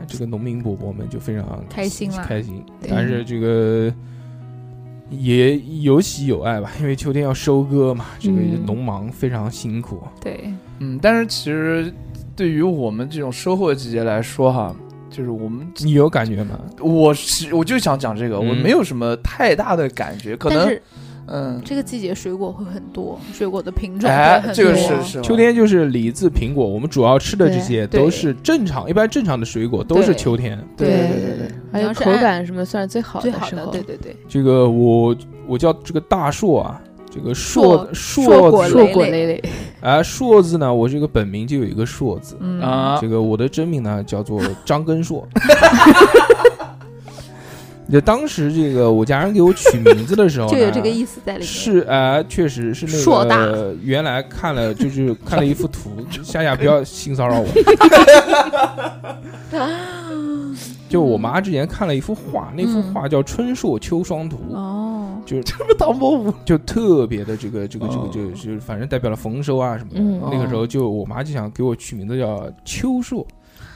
Speaker 1: 这个农民伯伯们就非常
Speaker 2: 开心啦
Speaker 1: 开心。
Speaker 2: 对
Speaker 1: 但是这个也有喜有爱吧，因为秋天要收割嘛，这个
Speaker 4: 嗯
Speaker 1: 农忙非常辛苦。
Speaker 2: 对，
Speaker 3: 嗯，但是其实对于我们这种收获季节来说哈，就是我们
Speaker 1: 你有感觉吗？
Speaker 3: 我是我就想讲这个，
Speaker 1: 嗯
Speaker 3: 我没有什么太大的感觉，可
Speaker 2: 但
Speaker 3: 能
Speaker 2: 是
Speaker 3: 嗯，
Speaker 2: 这个季节水果会很多，水果的品种
Speaker 3: 哎
Speaker 2: 会，很
Speaker 3: 这个
Speaker 2: 多
Speaker 3: 是是吧
Speaker 1: 秋天就是李子、苹果，我们主要吃的这些
Speaker 2: 对对
Speaker 1: 都是正常，一般正常的水果都是
Speaker 2: 对
Speaker 1: 秋天。
Speaker 3: 对
Speaker 4: 对
Speaker 3: 对对
Speaker 4: 对
Speaker 3: 对，
Speaker 4: 还
Speaker 2: 你
Speaker 4: 有
Speaker 2: 要是
Speaker 4: 口
Speaker 2: 按
Speaker 4: 感什么算是最好
Speaker 2: 最
Speaker 4: 的
Speaker 2: 好
Speaker 4: 时
Speaker 2: 的，
Speaker 4: 候，
Speaker 2: 对对对，
Speaker 1: 这个我我叫这个大硕啊，这个硕硕
Speaker 2: 果
Speaker 1: 子
Speaker 2: 类
Speaker 4: 硕果累累，
Speaker 1: 啊硕字呢，我这个本名就有一个硕字。
Speaker 2: 嗯，
Speaker 3: 啊
Speaker 1: 这，个我的真名呢叫做张根硕，就当时这个我家人给我取名字的时候呢，
Speaker 2: 就有这个意思在里面。
Speaker 1: 是啊、呃确实是那个。
Speaker 2: 硕大
Speaker 1: 原来看了就是看了一幅图，夏夏不要性骚扰我。 就我妈之前看了一幅画，那幅画叫《春硕秋霜图》。
Speaker 2: 嗯哦，
Speaker 1: 就是
Speaker 3: 唐伯虎，
Speaker 1: 就特别的这个这个这个
Speaker 3: 哦
Speaker 1: 这个就是反正代表了丰收啊什么的。
Speaker 4: 嗯
Speaker 1: 那个
Speaker 2: 哦
Speaker 1: 时候就我妈就想给我取名字叫秋硕，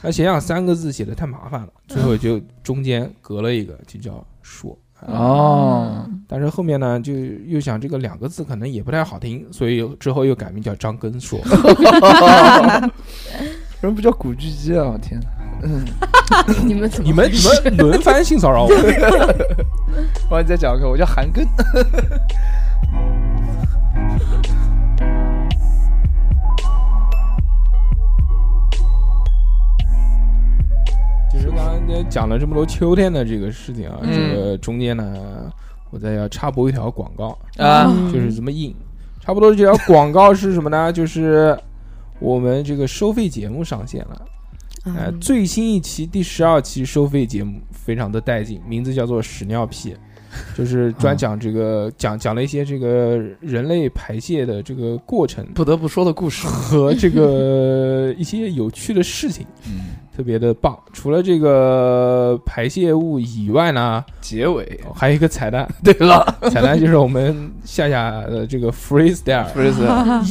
Speaker 1: 那想想三个字写的太麻烦了，最后就中间隔了一个就叫硕。啊
Speaker 2: 嗯
Speaker 3: 哦，
Speaker 1: 但是后面呢，就又想这个两个字可能也不太好听，所以之后又改名叫张根 硕。
Speaker 3: 人不叫古巨基啊！我天，
Speaker 4: 你们怎么
Speaker 1: 你们你 们轮番性骚扰我，
Speaker 3: 我再讲一个，我叫韩庚。
Speaker 1: 就是刚刚讲了这么多秋天的这个事情啊，
Speaker 3: 嗯
Speaker 1: 这个中间呢，我再要插播一条广告，
Speaker 3: 啊
Speaker 1: 就是怎么引，差不多这条广告是什么呢？就是我们这个收费节目上线了，呃，
Speaker 4: 嗯
Speaker 1: 最新一期第十二期收费节目非常的带劲，名字叫做屎尿屁，就是专讲 这个讲讲了一些这个人类排泄的这个过程
Speaker 3: 不得不说的故事，
Speaker 1: 和这个一些有趣的事情，
Speaker 3: 嗯
Speaker 1: 特别的棒。除了这个排泄物以外呢，
Speaker 3: 结尾。
Speaker 1: 还有一个 彩蛋，
Speaker 3: 对了，
Speaker 1: 彩蛋就是我们夏夏的这个 freestyle
Speaker 3: 不是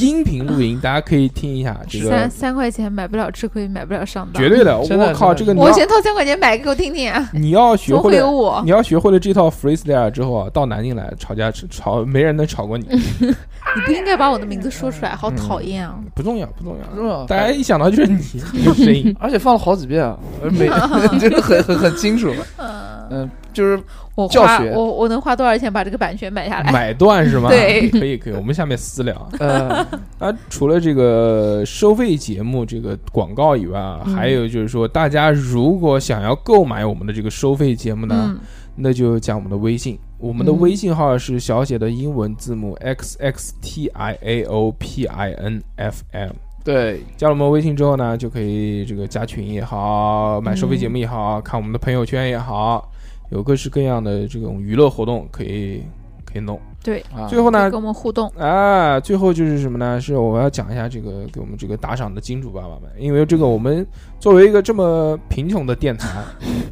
Speaker 1: 音频录音，大家可以听一下，这
Speaker 2: 三
Speaker 1: 个
Speaker 2: 三块钱买不了吃亏，买不了上当。
Speaker 1: 绝对的，
Speaker 3: 啊真的
Speaker 1: 我靠，
Speaker 3: 真的
Speaker 1: 这个你
Speaker 2: 我
Speaker 1: 要
Speaker 2: 先掏三块钱买给我听听啊，
Speaker 1: 你要 学
Speaker 2: 怎么
Speaker 1: 会
Speaker 2: 会有
Speaker 1: 了，
Speaker 2: 我？
Speaker 1: 你要学会了这套 freestyle 之后啊，到南京来吵架吵，没人能吵过
Speaker 2: 嗯
Speaker 1: 你，
Speaker 2: 你不应该把我的名字说出来，
Speaker 1: 嗯
Speaker 2: 好讨厌啊！
Speaker 1: 不重要，不重要。
Speaker 3: 吧？，
Speaker 1: 大家一想到就是你 这个声音
Speaker 3: 而且放了好几遍啊，而每 真的很很很清楚。嗯，就是
Speaker 2: 我
Speaker 3: 教
Speaker 2: 花
Speaker 3: 学
Speaker 2: 我我能花多少钱把这个版权买下来？
Speaker 1: 买断是吗？
Speaker 2: 对
Speaker 1: 可以可以，我们下面私聊。
Speaker 3: 呃，
Speaker 1: 啊，除了这个收费节目这个广告以外
Speaker 2: 嗯
Speaker 1: 啊，还有就是说，大家如果想要购买我们的这个收费节目呢，
Speaker 2: 嗯，
Speaker 1: 那就加我们的微信，我们的
Speaker 4: 嗯
Speaker 1: 微信号是小写的英文字母 x x t i a o p i n f m。
Speaker 3: 对，
Speaker 1: 加了我们微信之后呢，就可以这个加群也好，买收费节目也好，看我们的朋友圈也好，有各式各样的这种娱乐活动可以可以弄。
Speaker 2: 对，
Speaker 3: 啊
Speaker 1: 最后
Speaker 2: 就
Speaker 1: 呢
Speaker 2: 跟，我们互动。
Speaker 1: 啊，最后就是什么呢？是我要讲一下这个给我们这个打赏的金主爸爸们，因为这个我们作为一个这么贫穷的电 台，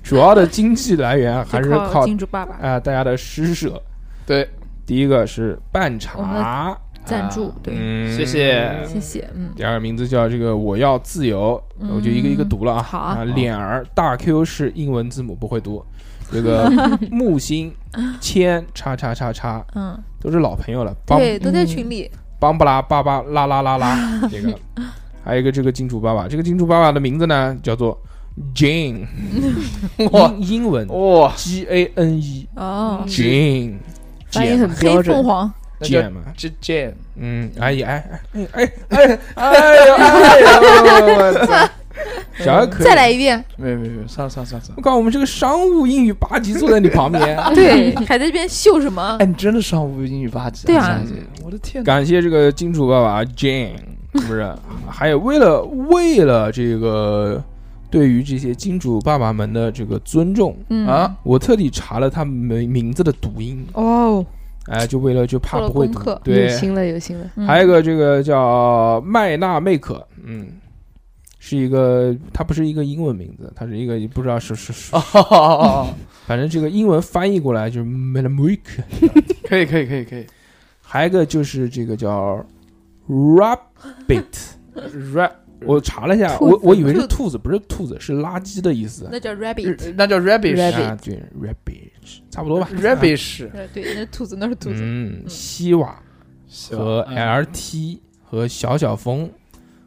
Speaker 1: 主要的经济来源还是
Speaker 2: 就
Speaker 1: 靠啊、
Speaker 2: 金主爸爸
Speaker 1: 大家的施舍。
Speaker 3: 对，
Speaker 1: 第一个是半
Speaker 2: 我们
Speaker 1: 茶，
Speaker 2: 赞助
Speaker 3: 啊，
Speaker 2: 对，
Speaker 1: 嗯，
Speaker 3: 谢谢
Speaker 2: 谢谢，嗯，
Speaker 1: 第二个名字叫这个我要自由，
Speaker 2: 嗯
Speaker 1: 我就一个一个读了啊。
Speaker 2: 好啊
Speaker 1: 脸儿大 Q 是英文字母不会读，这 个木星千叉叉叉叉
Speaker 2: 嗯，
Speaker 1: 都是老朋友了，帮
Speaker 2: 对，都在群里，
Speaker 1: 邦布拉巴巴啦啦啦啦，这个， 还有一个这个金主爸爸，这个金主爸爸的名字呢叫做 Jane，英英文
Speaker 3: 嗯哇，
Speaker 1: G A N E
Speaker 2: 哦，
Speaker 1: Jane，
Speaker 4: 发音
Speaker 1: 姐
Speaker 4: 很
Speaker 1: 嘛
Speaker 2: 黑
Speaker 4: 标
Speaker 2: 凤
Speaker 4: 准，
Speaker 2: 凰，
Speaker 3: 那
Speaker 1: 姐
Speaker 3: 叫
Speaker 1: 嘛，
Speaker 3: 这 Jane，
Speaker 1: 嗯，哎呀哎哎哎哎哎呦哎呦我操，小孩可以
Speaker 2: 再。来一遍，
Speaker 3: 没有没有没有，算了算了算了算
Speaker 1: 我
Speaker 3: 了。
Speaker 1: 靠，我们这个商务英语八级坐在你旁边，
Speaker 4: 啊
Speaker 2: 对，还在这边秀什么
Speaker 3: 哎，？你真的上无英语八级？
Speaker 2: 对啊
Speaker 3: 夏姐，我的天哪！
Speaker 1: 感谢这个金主爸爸 Jane，是不是？还有为了为了这个对于这些金主爸爸们的这个尊重，
Speaker 2: 嗯
Speaker 3: 啊，
Speaker 1: 我特地查了他们名字的读音，
Speaker 2: 哦，
Speaker 1: 哎，就为了就怕
Speaker 2: 做了
Speaker 1: 不会
Speaker 2: 功
Speaker 1: 读
Speaker 2: 课。
Speaker 4: 有
Speaker 1: 对，
Speaker 4: 心了，有心了。
Speaker 2: 嗯
Speaker 1: 还有一个这个叫麦娜妹可，嗯，是一个，它不是一个英文名字，它是一个不知道是是是，
Speaker 3: 哦，
Speaker 1: 反正这个英文翻译过来就是 m e l a m i k
Speaker 3: 可以可以可以可以
Speaker 1: 还有一个就是这个叫 rabbit rab，我查了一下，
Speaker 2: 兔子
Speaker 1: 我我以为是
Speaker 2: 兔
Speaker 1: 兔子，不是兔子，是垃圾的意思。
Speaker 2: 那叫
Speaker 3: 呃
Speaker 2: rabbit，
Speaker 3: 那叫 rubbish，rubbish，
Speaker 1: 啊，对，rabbit，差不多吧。
Speaker 2: 呃对，那是兔子，那是兔子，
Speaker 1: 嗯，西瓦嗯和
Speaker 3: 啊
Speaker 1: LT 和小小风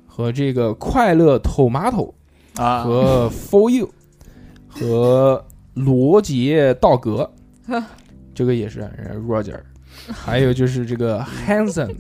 Speaker 1: 和这个快乐 tomato
Speaker 3: 啊
Speaker 1: 和 for you 和罗杰道 格，这个也是呃 Roger，还有就是这个 Hanson。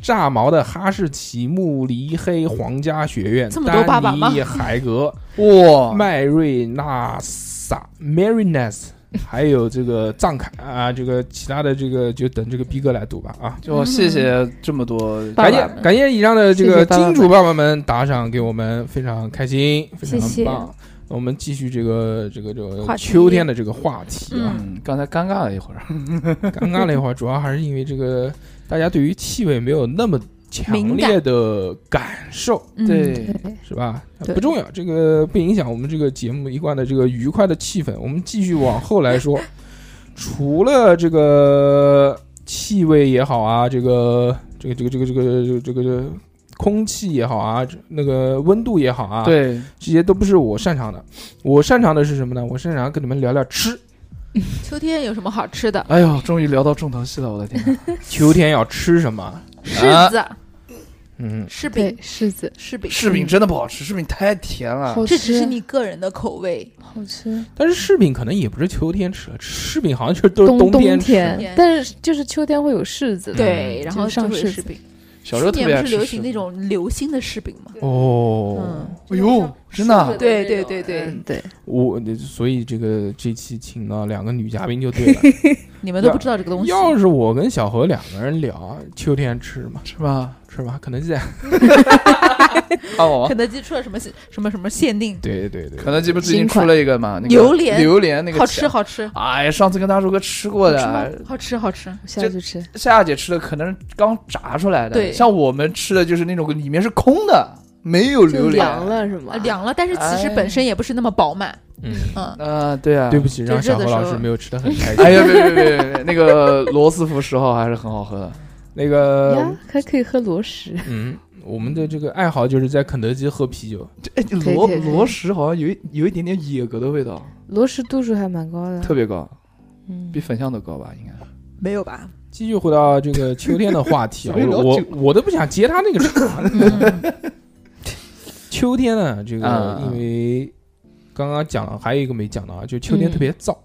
Speaker 1: 炸 毛的哈士奇、穆里黑皇家学院、
Speaker 2: 这么多爸爸
Speaker 1: 丹
Speaker 2: 吗哦
Speaker 1: 尼海 格、
Speaker 3: 哇，
Speaker 1: 迈瑞纳萨 （Marines），还有这个藏凯啊，这个其他的这个就等这个逼哥来读吧啊！
Speaker 3: 就谢谢这么多
Speaker 1: 感
Speaker 4: 爸爸
Speaker 1: 谢
Speaker 4: 们
Speaker 1: 感谢以上的这
Speaker 4: 谢
Speaker 1: 个
Speaker 4: 谢爸爸
Speaker 1: 金
Speaker 4: 们
Speaker 1: 主爸爸们打赏，给我们非常开心，非
Speaker 4: 谢
Speaker 1: 常
Speaker 4: 谢
Speaker 1: 棒。那我们继续这个这个这个
Speaker 6: 话题
Speaker 1: 秋天的这个话题啊，
Speaker 3: 嗯，刚才尴尬了一会儿，
Speaker 4: 嗯
Speaker 1: 尴尬了一会儿，主要还是因为这个大家对于气味没有那么强
Speaker 6: 敏
Speaker 1: 烈的感受，
Speaker 2: 嗯，
Speaker 3: 对，
Speaker 1: 是吧？
Speaker 2: 对
Speaker 1: 不重要，这个不影响我们这个节目一贯的这个愉快的气氛。我们继续往后来说，除了这个气味也好啊，这个这个这个这个这个这个这个这个空气也好啊，这那个温度也好啊，，
Speaker 3: 对，
Speaker 1: 这些都不是我擅长的。我擅长的是什么呢？我擅长跟你们聊聊吃。
Speaker 2: 秋天有什么好吃的？
Speaker 3: 哎呦，终于聊到重头戏了，我的天啊哪！
Speaker 1: 秋天要吃什么？
Speaker 2: 柿子、啊
Speaker 1: 嗯，
Speaker 2: 柿
Speaker 4: 对
Speaker 2: 饼、
Speaker 4: 柿子，
Speaker 2: 柿饼，嗯
Speaker 3: 柿饼真的不好吃，柿饼太甜了。
Speaker 4: 好
Speaker 2: 这只是
Speaker 4: 吃，啊
Speaker 2: 你个人的口味。
Speaker 4: 好吃。啊
Speaker 1: 但是柿饼可能也不是秋天吃，柿饼好像就都是
Speaker 4: 冬
Speaker 1: 天吃。
Speaker 4: 天，但是就是秋天会有柿子，
Speaker 2: 对，
Speaker 1: 嗯
Speaker 2: 然
Speaker 4: 就
Speaker 2: 后
Speaker 4: 上
Speaker 2: 就会
Speaker 4: 柿
Speaker 2: 柿
Speaker 4: 子
Speaker 2: 饼。
Speaker 3: 小时候
Speaker 2: 去
Speaker 3: 特
Speaker 2: 年
Speaker 3: 别爱
Speaker 2: 不是
Speaker 3: 吃
Speaker 2: 流行那
Speaker 3: 柿
Speaker 2: 种流心的柿饼嘛？
Speaker 1: 哦，
Speaker 4: 嗯，
Speaker 3: 哎呦，真的啊，
Speaker 2: 对对对对，
Speaker 4: 嗯对，
Speaker 1: 我所以这个这期请到两个女嘉宾就 对了。
Speaker 2: 你们都不知道这个东西。
Speaker 1: 要是我跟小何两个人聊秋天吃嘛
Speaker 3: 是吧？
Speaker 1: 吃吧，肯德基。
Speaker 3: 看我
Speaker 2: 肯，德基出了什么什么什么限定？
Speaker 1: 对对对，
Speaker 3: 肯德基不是最近出了一个嘛？那个
Speaker 2: 榴莲
Speaker 3: 榴莲那个
Speaker 2: 好吃
Speaker 3: 酱。啊
Speaker 2: 好吃，
Speaker 3: 哎呀，上次跟大叔哥吃过
Speaker 2: 好吃吗
Speaker 3: 的，？
Speaker 2: 好吃好吃，
Speaker 4: 我下去吃。
Speaker 3: 夏姐吃的可能是刚炸出来的，
Speaker 2: 对
Speaker 3: 像我们吃的就是那种里面是空的，没有
Speaker 4: 就
Speaker 3: 榴莲。
Speaker 4: 凉了是吗
Speaker 2: 啊？凉了，但是其实本身也不是那么饱满。
Speaker 1: 嗯，
Speaker 2: 嗯，
Speaker 3: 啊，对啊，
Speaker 1: 对不起，让
Speaker 2: 就
Speaker 1: 小
Speaker 2: 热的
Speaker 1: 何
Speaker 2: 时候
Speaker 1: 老师没有 吃的很开心。
Speaker 3: 哎呀，别别别别别，那个罗斯福十号还是很好喝的。
Speaker 1: 那个
Speaker 3: 呃
Speaker 4: 呀，，还可以喝螺蛳，
Speaker 1: 嗯，我们的这个爱好就是在肯德基喝啤酒。
Speaker 3: 哎，
Speaker 4: 可以
Speaker 3: 罗
Speaker 4: 可以可以
Speaker 3: 罗什好像有一有一点点野格的味道，
Speaker 4: 螺蛳度数还蛮高的。
Speaker 3: 特别高，
Speaker 4: 嗯
Speaker 3: 比，粉象都高吧？应该。，
Speaker 2: 没有吧？
Speaker 1: 继续回到这个秋天的话题啊
Speaker 3: 随便
Speaker 1: 我
Speaker 3: 聊
Speaker 1: 我
Speaker 3: 酒
Speaker 1: 我都不想接他那个茬。
Speaker 2: 嗯
Speaker 1: 秋天呢，这个
Speaker 3: 啊
Speaker 1: 因为刚刚讲了，还有一个没讲到啊，就秋天
Speaker 4: 嗯
Speaker 1: 特别燥，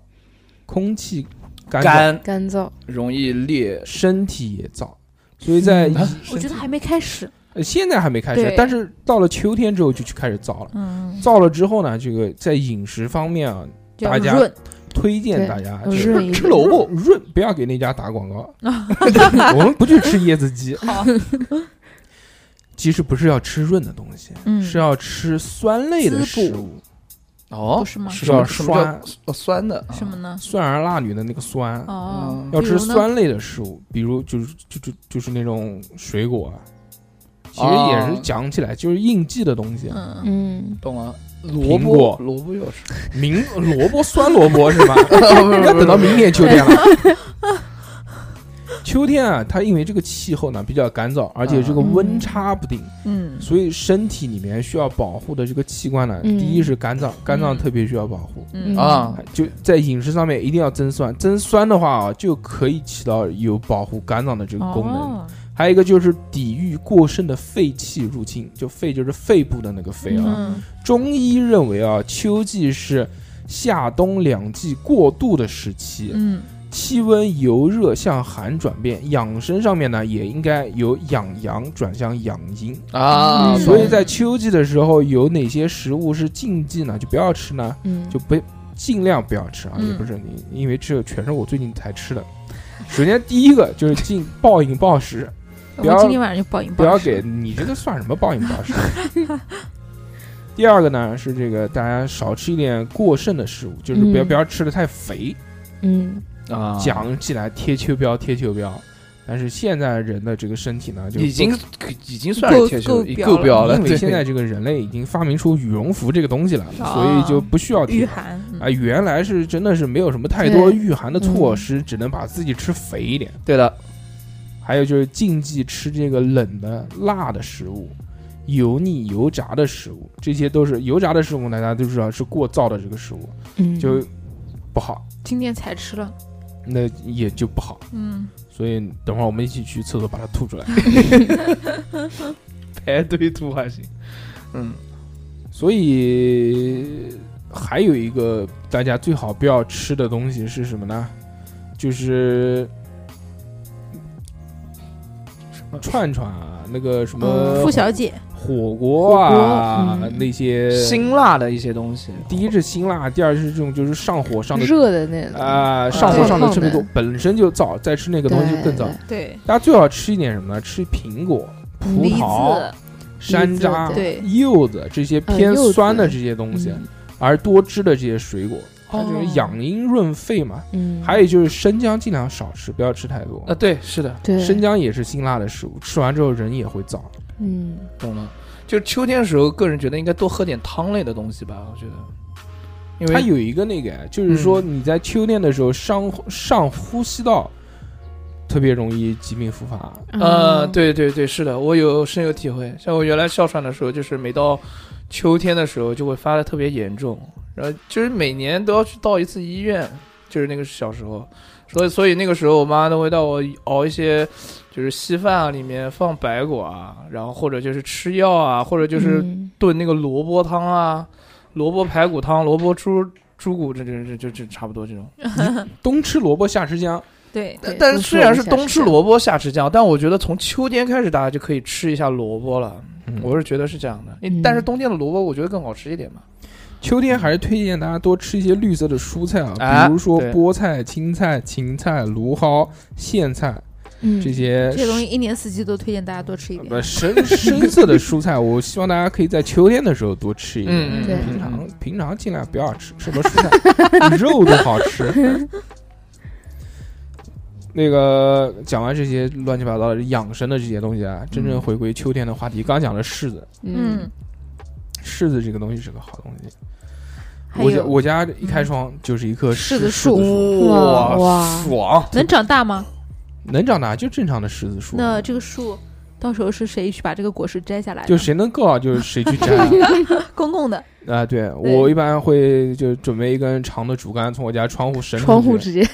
Speaker 1: 空气干燥，
Speaker 3: 干
Speaker 4: 干燥，
Speaker 3: 容易裂，
Speaker 1: 身体也燥，所以在
Speaker 3: 啊
Speaker 2: 我觉得还没开始。
Speaker 1: 呃现在还没开始
Speaker 2: 对，
Speaker 1: 但是到了秋天之后就去开始燥了。
Speaker 2: 嗯，
Speaker 1: 燥了之后呢，这个在饮食方面啊，
Speaker 2: 就要
Speaker 1: 大家
Speaker 2: 润。
Speaker 1: 推荐
Speaker 4: 对
Speaker 1: 大家
Speaker 4: 嗯
Speaker 1: 吃
Speaker 4: 润一
Speaker 1: 吃
Speaker 4: 点
Speaker 1: 萝卜润，不要给那家打广 告，我们不去吃椰子鸡。其实不是要吃润的东西，
Speaker 2: 嗯，
Speaker 1: 是要吃酸类的
Speaker 2: 滋
Speaker 1: 食
Speaker 2: 补
Speaker 1: 物，
Speaker 3: 哦，
Speaker 2: 不是吗
Speaker 3: 是
Speaker 1: 是要
Speaker 3: 什么叫
Speaker 1: 酸
Speaker 3: 哦酸的？
Speaker 2: 什么呢？
Speaker 1: 酸儿辣女的那个酸，
Speaker 2: 哦
Speaker 3: 嗯，
Speaker 1: 要
Speaker 2: 比
Speaker 1: 吃
Speaker 2: 如呢。
Speaker 1: 酸类的食物，比如就是就就就是那种水果啊，其实也
Speaker 3: 哦
Speaker 1: 是讲起来就是应季的东西，啊
Speaker 2: 嗯，
Speaker 4: 嗯，
Speaker 3: 懂了。萝
Speaker 1: 苹
Speaker 3: 卜
Speaker 1: 果，
Speaker 3: 萝卜要 吃，
Speaker 1: 明萝卜酸萝卜是吧？
Speaker 3: 要
Speaker 1: 要等到明年秋天了。秋天啊，它因为这个气候呢比较干燥，而且这个温差不定，
Speaker 2: 嗯，
Speaker 1: 所以身体里面需要保护的这个器官呢，
Speaker 4: 嗯
Speaker 1: 第一是肝脏，肝脏特别需要保护。
Speaker 2: 嗯
Speaker 3: 啊，
Speaker 1: 就在饮食上面一定要增酸，增酸的话啊，就可以起到有保护肝脏的这个功能。
Speaker 2: 哦
Speaker 1: 还有一个就是抵御过剩的废气入侵，就肺就是肺部的那个肺啊。
Speaker 2: 嗯，
Speaker 1: 中医认为啊，秋季是夏冬两季过渡的时期，
Speaker 2: 嗯，
Speaker 1: 气温由热向寒转变，养生上面呢也应该由养阳转向养阴。
Speaker 3: 啊，
Speaker 4: 嗯
Speaker 1: 所以
Speaker 3: 懂
Speaker 1: 在秋季的时候，有哪些食物是禁忌呢？就不要吃呢，
Speaker 4: 嗯，
Speaker 1: 就不尽量不要吃啊，
Speaker 2: 嗯
Speaker 1: 也不是你，因为这全是我最近才吃的。首先第一个就是禁暴饮暴食，不要
Speaker 2: 我今天晚上就暴饮
Speaker 1: 不
Speaker 2: 暴食。
Speaker 1: 要给你这个算什么暴饮暴食。第二个呢是这个大家少吃一点过剩的食物，就是不要
Speaker 4: 嗯
Speaker 1: 不要吃的太肥。
Speaker 4: 嗯，
Speaker 3: 啊，
Speaker 1: 讲起来贴秋膘贴秋膘，但是现在人的这个身体呢，就
Speaker 3: 已经已经算
Speaker 2: 够
Speaker 3: 是贴心
Speaker 2: 够
Speaker 3: 了，已
Speaker 2: 标
Speaker 3: 够
Speaker 2: 了
Speaker 3: 标了。
Speaker 1: 因为
Speaker 3: 对
Speaker 1: 现在这个人类已经发明出羽绒服这个东西了，
Speaker 2: 啊
Speaker 1: 所以就不需要
Speaker 2: 御
Speaker 1: 贴。
Speaker 2: 寒。嗯
Speaker 1: 啊，原来是真的是没有什么太多
Speaker 4: 对嗯
Speaker 1: 御寒的措施，只能把自己吃肥一点。
Speaker 3: 对的，
Speaker 1: 还有就是禁忌吃这个冷的、辣的食物，油腻、油炸的食物，这些都是油炸的食物呢，大家都知道是过燥的这个食物，
Speaker 4: 嗯
Speaker 1: 就不好，
Speaker 2: 今天才吃了。
Speaker 1: 那也就不好。
Speaker 2: 嗯，
Speaker 1: 所以等会儿我们一起去厕所把它吐出来。
Speaker 3: 排队吐还行。嗯，
Speaker 1: 所以还有一个大家最好不要吃的东西是什么呢？就是串串啊，那个什么
Speaker 2: 付嗯小姐，
Speaker 1: 火锅啊
Speaker 4: 火锅，嗯
Speaker 1: 那些。
Speaker 3: 辛辣的一些东西，
Speaker 1: 第一是辛辣，第二是这种就是上火上的
Speaker 4: 热的那种，
Speaker 1: 啊、上火上的特别多
Speaker 4: 对，
Speaker 1: 本身就燥，再吃那个
Speaker 4: 对
Speaker 1: 东西就更燥。
Speaker 2: 对，
Speaker 1: 大家最好吃一点什么呢？吃苹果、葡
Speaker 2: 梨
Speaker 1: 萄、
Speaker 2: 子，
Speaker 1: 山楂、
Speaker 4: 梨子
Speaker 2: 对
Speaker 1: 柚子这些
Speaker 4: 呃
Speaker 1: 偏
Speaker 4: 柚子
Speaker 1: 酸的这些东西，
Speaker 4: 嗯
Speaker 1: 而多汁的这些水果，它
Speaker 2: 哦
Speaker 1: 就是养阴润肺嘛。
Speaker 4: 嗯，呃
Speaker 1: 还有就是生姜尽量少吃，不要吃太多
Speaker 3: 啊，。对，是的，
Speaker 4: 对
Speaker 1: 生，姜也是辛辣的食物，吃完之后人也会燥。
Speaker 4: 嗯，
Speaker 3: 懂了。就秋天的时候，个人觉得应该多喝点汤类的东西吧，我觉得，因
Speaker 1: 它
Speaker 3: 为
Speaker 1: 有一个那个，就是说
Speaker 4: 嗯
Speaker 1: 你在秋天的时候上上呼吸道特别容易疾病复发。
Speaker 3: 呃，
Speaker 4: 嗯，
Speaker 3: 对对对，是的，我有深有体会。像我原来哮喘的时候，就是每到秋天的时候就会发的特别严重，然后就是每年都要去到一次医院，就是那个小时候，所以所以那个时候我妈都会带我熬一些就是稀饭啊，里面放白果啊，然后或者就是吃药啊，或者就是
Speaker 4: 嗯
Speaker 3: 炖那个萝卜汤啊，萝卜排骨汤、萝卜猪猪骨，这这这这这差不多这种。
Speaker 1: 冬吃萝卜夏吃姜，
Speaker 2: 对，
Speaker 1: 哎
Speaker 4: 对
Speaker 3: 但是
Speaker 4: 冬
Speaker 3: 虽然
Speaker 4: 萝
Speaker 3: 是
Speaker 4: 卜夏
Speaker 3: 冬吃
Speaker 4: 姜
Speaker 3: 萝卜夏吃姜，但我觉得从秋天开始大家就可以吃一下萝卜了。
Speaker 1: 嗯
Speaker 3: 我是觉得是这样的，因
Speaker 4: 嗯
Speaker 3: 但是冬天的萝卜我觉得更好吃一点嘛。
Speaker 1: 秋天还是推荐大家多吃一些绿色的蔬菜啊，
Speaker 3: 哎
Speaker 1: 比如说
Speaker 3: 对
Speaker 1: 菠菜、青菜、芹菜、芦蒿、苋菜
Speaker 4: 嗯
Speaker 1: 这些
Speaker 2: 这些东西一年四季都推荐大家多吃一
Speaker 1: 不
Speaker 2: 点。
Speaker 1: 深 深色的蔬菜，我希望大家可以在秋天的时候多吃一点。
Speaker 3: 嗯
Speaker 4: 对
Speaker 1: 平常平常尽量不要吃什么 蔬菜，肉都好吃。那个讲完这些乱七八糟的养生的这些东西啊，真
Speaker 3: 嗯
Speaker 1: 正回归秋天的话题，刚讲了柿子，
Speaker 4: 嗯
Speaker 2: 嗯，
Speaker 1: 柿子这个东西是个好东西。
Speaker 2: 还
Speaker 1: 我家
Speaker 2: 有
Speaker 1: 我家一开窗就是一棵
Speaker 4: 柿
Speaker 1: 子
Speaker 4: 子树哇哇
Speaker 3: 嗯爽！
Speaker 2: 能长大吗？
Speaker 1: 能长大就正常的柿子树。啊
Speaker 2: 那这个树到时候是谁去把这个果实摘下来的？
Speaker 1: 就谁能够啊，就是谁去摘啊
Speaker 2: 公共的，
Speaker 1: 啊！对我一般会就准备一根长的竹竿，从我家窗户伸出去
Speaker 4: 窗户直接，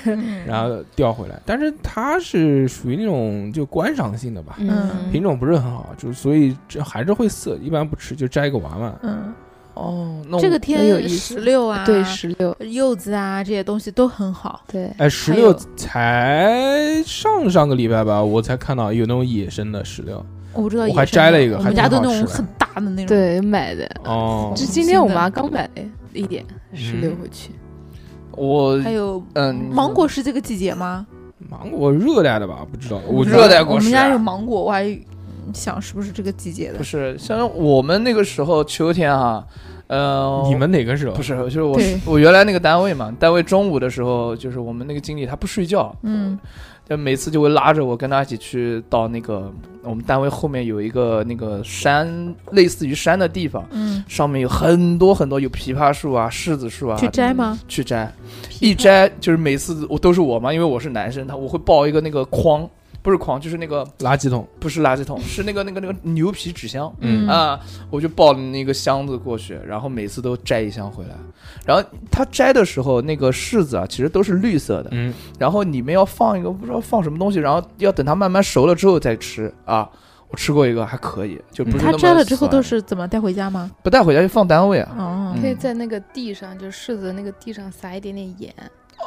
Speaker 1: 然后调回来。但是它是属于那种就观赏性的吧，
Speaker 2: 嗯
Speaker 1: 品种不是很好，就所以这还是会涩，一般不吃，就摘一个玩玩。
Speaker 2: 嗯，
Speaker 3: 哦，那我
Speaker 2: 这个
Speaker 4: 有
Speaker 2: 天
Speaker 4: 意思
Speaker 2: 石榴啊，
Speaker 4: 对，石榴，
Speaker 2: 柚子啊这些东西都很好。
Speaker 4: 对，
Speaker 1: 哎，石榴才上上个礼拜吧，我才看到有那种野生的石榴。
Speaker 2: 我不知道野生的，
Speaker 1: 我还摘了一个
Speaker 2: 我
Speaker 1: 还
Speaker 2: 们
Speaker 1: 挺
Speaker 2: 家都
Speaker 1: 好
Speaker 2: 那种
Speaker 1: 吃的
Speaker 2: 很大的那种。，
Speaker 4: 对，买的，
Speaker 1: 哦，
Speaker 4: 就
Speaker 2: 嗯
Speaker 4: 今天我
Speaker 2: 新的
Speaker 4: 妈刚买了一点石榴
Speaker 1: 嗯
Speaker 4: 回去，
Speaker 3: 我
Speaker 2: 还有
Speaker 3: 嗯，
Speaker 2: 芒果是这个季节吗？
Speaker 1: 芒果热带的吧，不知道。我觉得
Speaker 3: 热带果
Speaker 2: 我
Speaker 3: 实啊
Speaker 2: 们家有芒果，我还嗯想是不是这个季节的
Speaker 3: 不？是像我们那个时候秋天啊，呃，
Speaker 1: 你们哪个时候
Speaker 3: 不？是就是我
Speaker 2: 对
Speaker 3: 我原来那个单位嘛，单位中午的时候就是我们那个经理他不睡觉，
Speaker 2: 嗯，
Speaker 3: 就每次就会拉着我跟他一起去到那个我们单位后面有一个那个山，类似于山的地方，
Speaker 2: 嗯，
Speaker 3: 上面有很多很多有枇杷树啊、柿子树啊，
Speaker 2: 去摘吗？
Speaker 3: 去摘，一摘就是每次我都是我嘛，因为我是男生，他我会抱一个那个筐，不是筐，就是那个
Speaker 1: 垃圾桶。
Speaker 3: 不是垃圾桶，是那个那个那个牛皮纸箱。
Speaker 1: 嗯
Speaker 3: 啊，我就抱着那个箱子过去，然后每次都摘一箱回来。然后他摘的时候，那个柿子啊，其实都是绿色的，
Speaker 1: 嗯，
Speaker 3: 然后里面要放一个不知道放什么东西，然后要等它慢慢熟了之后再吃啊。我吃过一个还可以，就不是那
Speaker 2: 嗯它
Speaker 3: 么
Speaker 2: 摘了之后都
Speaker 3: 酸
Speaker 2: 是怎么带回家吗？
Speaker 3: 不带回家就放单位啊。
Speaker 2: 哦，
Speaker 3: 嗯
Speaker 4: 可以在那个地上，就柿子那个地上撒一点点盐，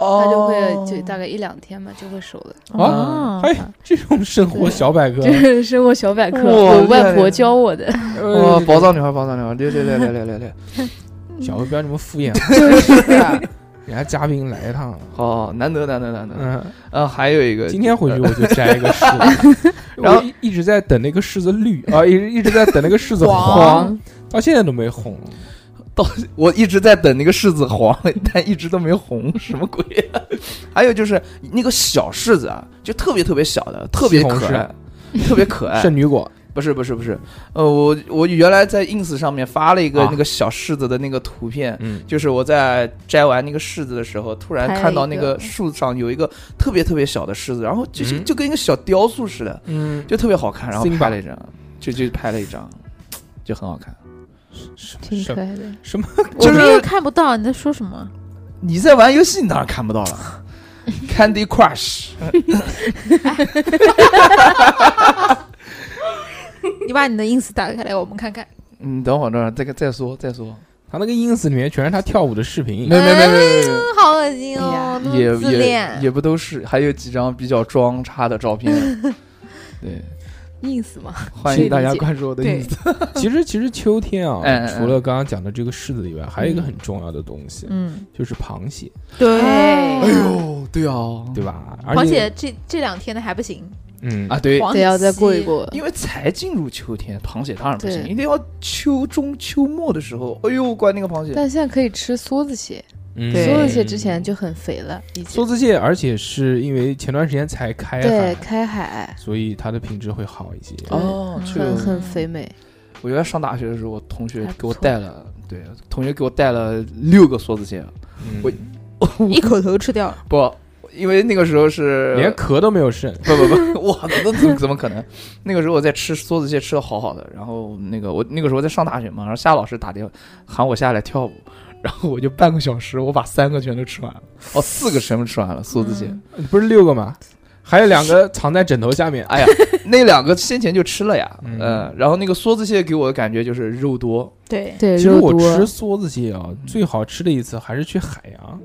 Speaker 3: 哦
Speaker 4: 它就会就大概一两天吧，就会熟的。
Speaker 3: 啊
Speaker 2: 哦，
Speaker 1: 哎，这种生活小百科，
Speaker 4: 这是生活小百科，
Speaker 3: 哇
Speaker 4: 我外婆教我的。
Speaker 3: 哦，宝藏女孩，宝藏女孩，来来来来来 来，
Speaker 1: 小何不要这么敷衍，人家嘉宾来一趟。
Speaker 3: 好，哦难得难得难得。
Speaker 1: 嗯，
Speaker 3: 呃，还有一个，呃
Speaker 1: 今天回去我就摘一个柿 子，然后一直在等那个柿子绿啊，一直一直在等那个柿子黄，到现在都没红。
Speaker 3: 我一直在等那个柿子黄，但一直都没红， 什么鬼、啊还有就是那个小柿子啊，就特别特别小的，特别
Speaker 1: 西红
Speaker 3: 可
Speaker 1: 柿
Speaker 3: 爱，特别 可爱。
Speaker 1: 圣女果，
Speaker 3: 不是不是不是，呃，我我原来在 ins 上面发了一个
Speaker 1: 啊
Speaker 3: 那个小柿子的那个图片。
Speaker 1: 嗯，
Speaker 3: 就是我在摘完那个柿子的时候，突然
Speaker 4: 拍了
Speaker 3: 看到
Speaker 4: 一
Speaker 3: 那
Speaker 4: 个
Speaker 3: 个树上有一个特别特别小的柿子，然后就是
Speaker 1: 嗯
Speaker 3: 就跟一个小雕塑似的，
Speaker 1: 嗯，
Speaker 3: 就特别好看，然后
Speaker 1: Simba
Speaker 3: 拍了一张，就就拍了一张，就很好看。
Speaker 4: 挺可
Speaker 1: 什
Speaker 4: 爱的，
Speaker 1: 什么？
Speaker 2: 我
Speaker 3: 就是
Speaker 2: 们又看不到，你在说什么？
Speaker 3: 你在玩游戏，你当然看不到了。Candy Crush，
Speaker 2: 你把你的 ins 打开来，我们看看。
Speaker 3: 嗯，等会儿，等会儿，再再说，再说。
Speaker 1: 他那个 ins 里面全是他跳舞的视频
Speaker 3: 没，有没有没有没有没有
Speaker 2: 嗯，好恶心
Speaker 4: 哎
Speaker 2: 哦
Speaker 4: 呀，
Speaker 2: 那么
Speaker 3: 也
Speaker 2: 自
Speaker 3: 也
Speaker 2: 恋。
Speaker 3: 也不都是，还有几张比较装叉的照片。对，
Speaker 4: ins 嘛，
Speaker 3: 欢迎大家关注我的
Speaker 2: 对
Speaker 3: ins，
Speaker 1: 其实其实秋天啊
Speaker 3: 嗯嗯，嗯
Speaker 1: 除了刚刚讲的这个柿子以外，还有一个很重要的东西，
Speaker 2: 嗯，
Speaker 1: 就是螃蟹，哎
Speaker 2: 对。
Speaker 4: 哎
Speaker 3: 呦，对哦，
Speaker 1: 对啊吧？
Speaker 2: 而
Speaker 1: 而
Speaker 2: 且这这两天的还不行，
Speaker 1: 嗯
Speaker 3: 啊，对，
Speaker 2: 黄
Speaker 4: 得要再
Speaker 2: 芪
Speaker 4: 过一。过。
Speaker 3: 因为才进入秋天，螃蟹当然不行，
Speaker 4: 对
Speaker 3: 一定要秋中秋末的时候，哎呦，关那个螃蟹，
Speaker 4: 但现在可以吃梭子蟹，
Speaker 1: 嗯
Speaker 2: 对
Speaker 4: 梭子蟹之前就很肥了，已
Speaker 1: 梭
Speaker 4: 经
Speaker 1: 子蟹，而且是因为前段时间才开
Speaker 4: 对
Speaker 1: 海，
Speaker 4: 开海
Speaker 1: 所以它的品质会好一些。
Speaker 4: 对
Speaker 3: 哦，
Speaker 2: 嗯
Speaker 3: 这个
Speaker 4: 很很肥美，
Speaker 3: 我原来上大学的时候，我同学
Speaker 4: 还不
Speaker 3: 给我
Speaker 4: 错
Speaker 3: 带了，对，同学给我带了六个梭子蟹，
Speaker 1: 嗯
Speaker 3: 我
Speaker 2: 一口头吃掉了。
Speaker 3: 不，因为那个时候是
Speaker 1: 连壳都没有剩，
Speaker 3: 不不 不，哇，那怎么怎么可能？那个时候我在吃梭子蟹，吃的好好的。然后那个我那个时候在上大学嘛，然后夏老师打电话喊我下来跳舞，然后我就半个小时，我把三个全都吃完 了，哦，四个全部吃完了梭子蟹。
Speaker 2: 嗯
Speaker 1: 呃不是六个吗？啊还有两个藏在枕头下面。
Speaker 3: 哎呀，那两个先前就吃了呀，
Speaker 1: 嗯
Speaker 3: 嗯、然后那个梭子蟹给我的感觉就是肉多，
Speaker 2: 对
Speaker 4: 对
Speaker 1: 其实
Speaker 4: 肉
Speaker 1: 我吃
Speaker 4: 多，
Speaker 1: 梭子蟹啊，最好吃的一次还是去海洋，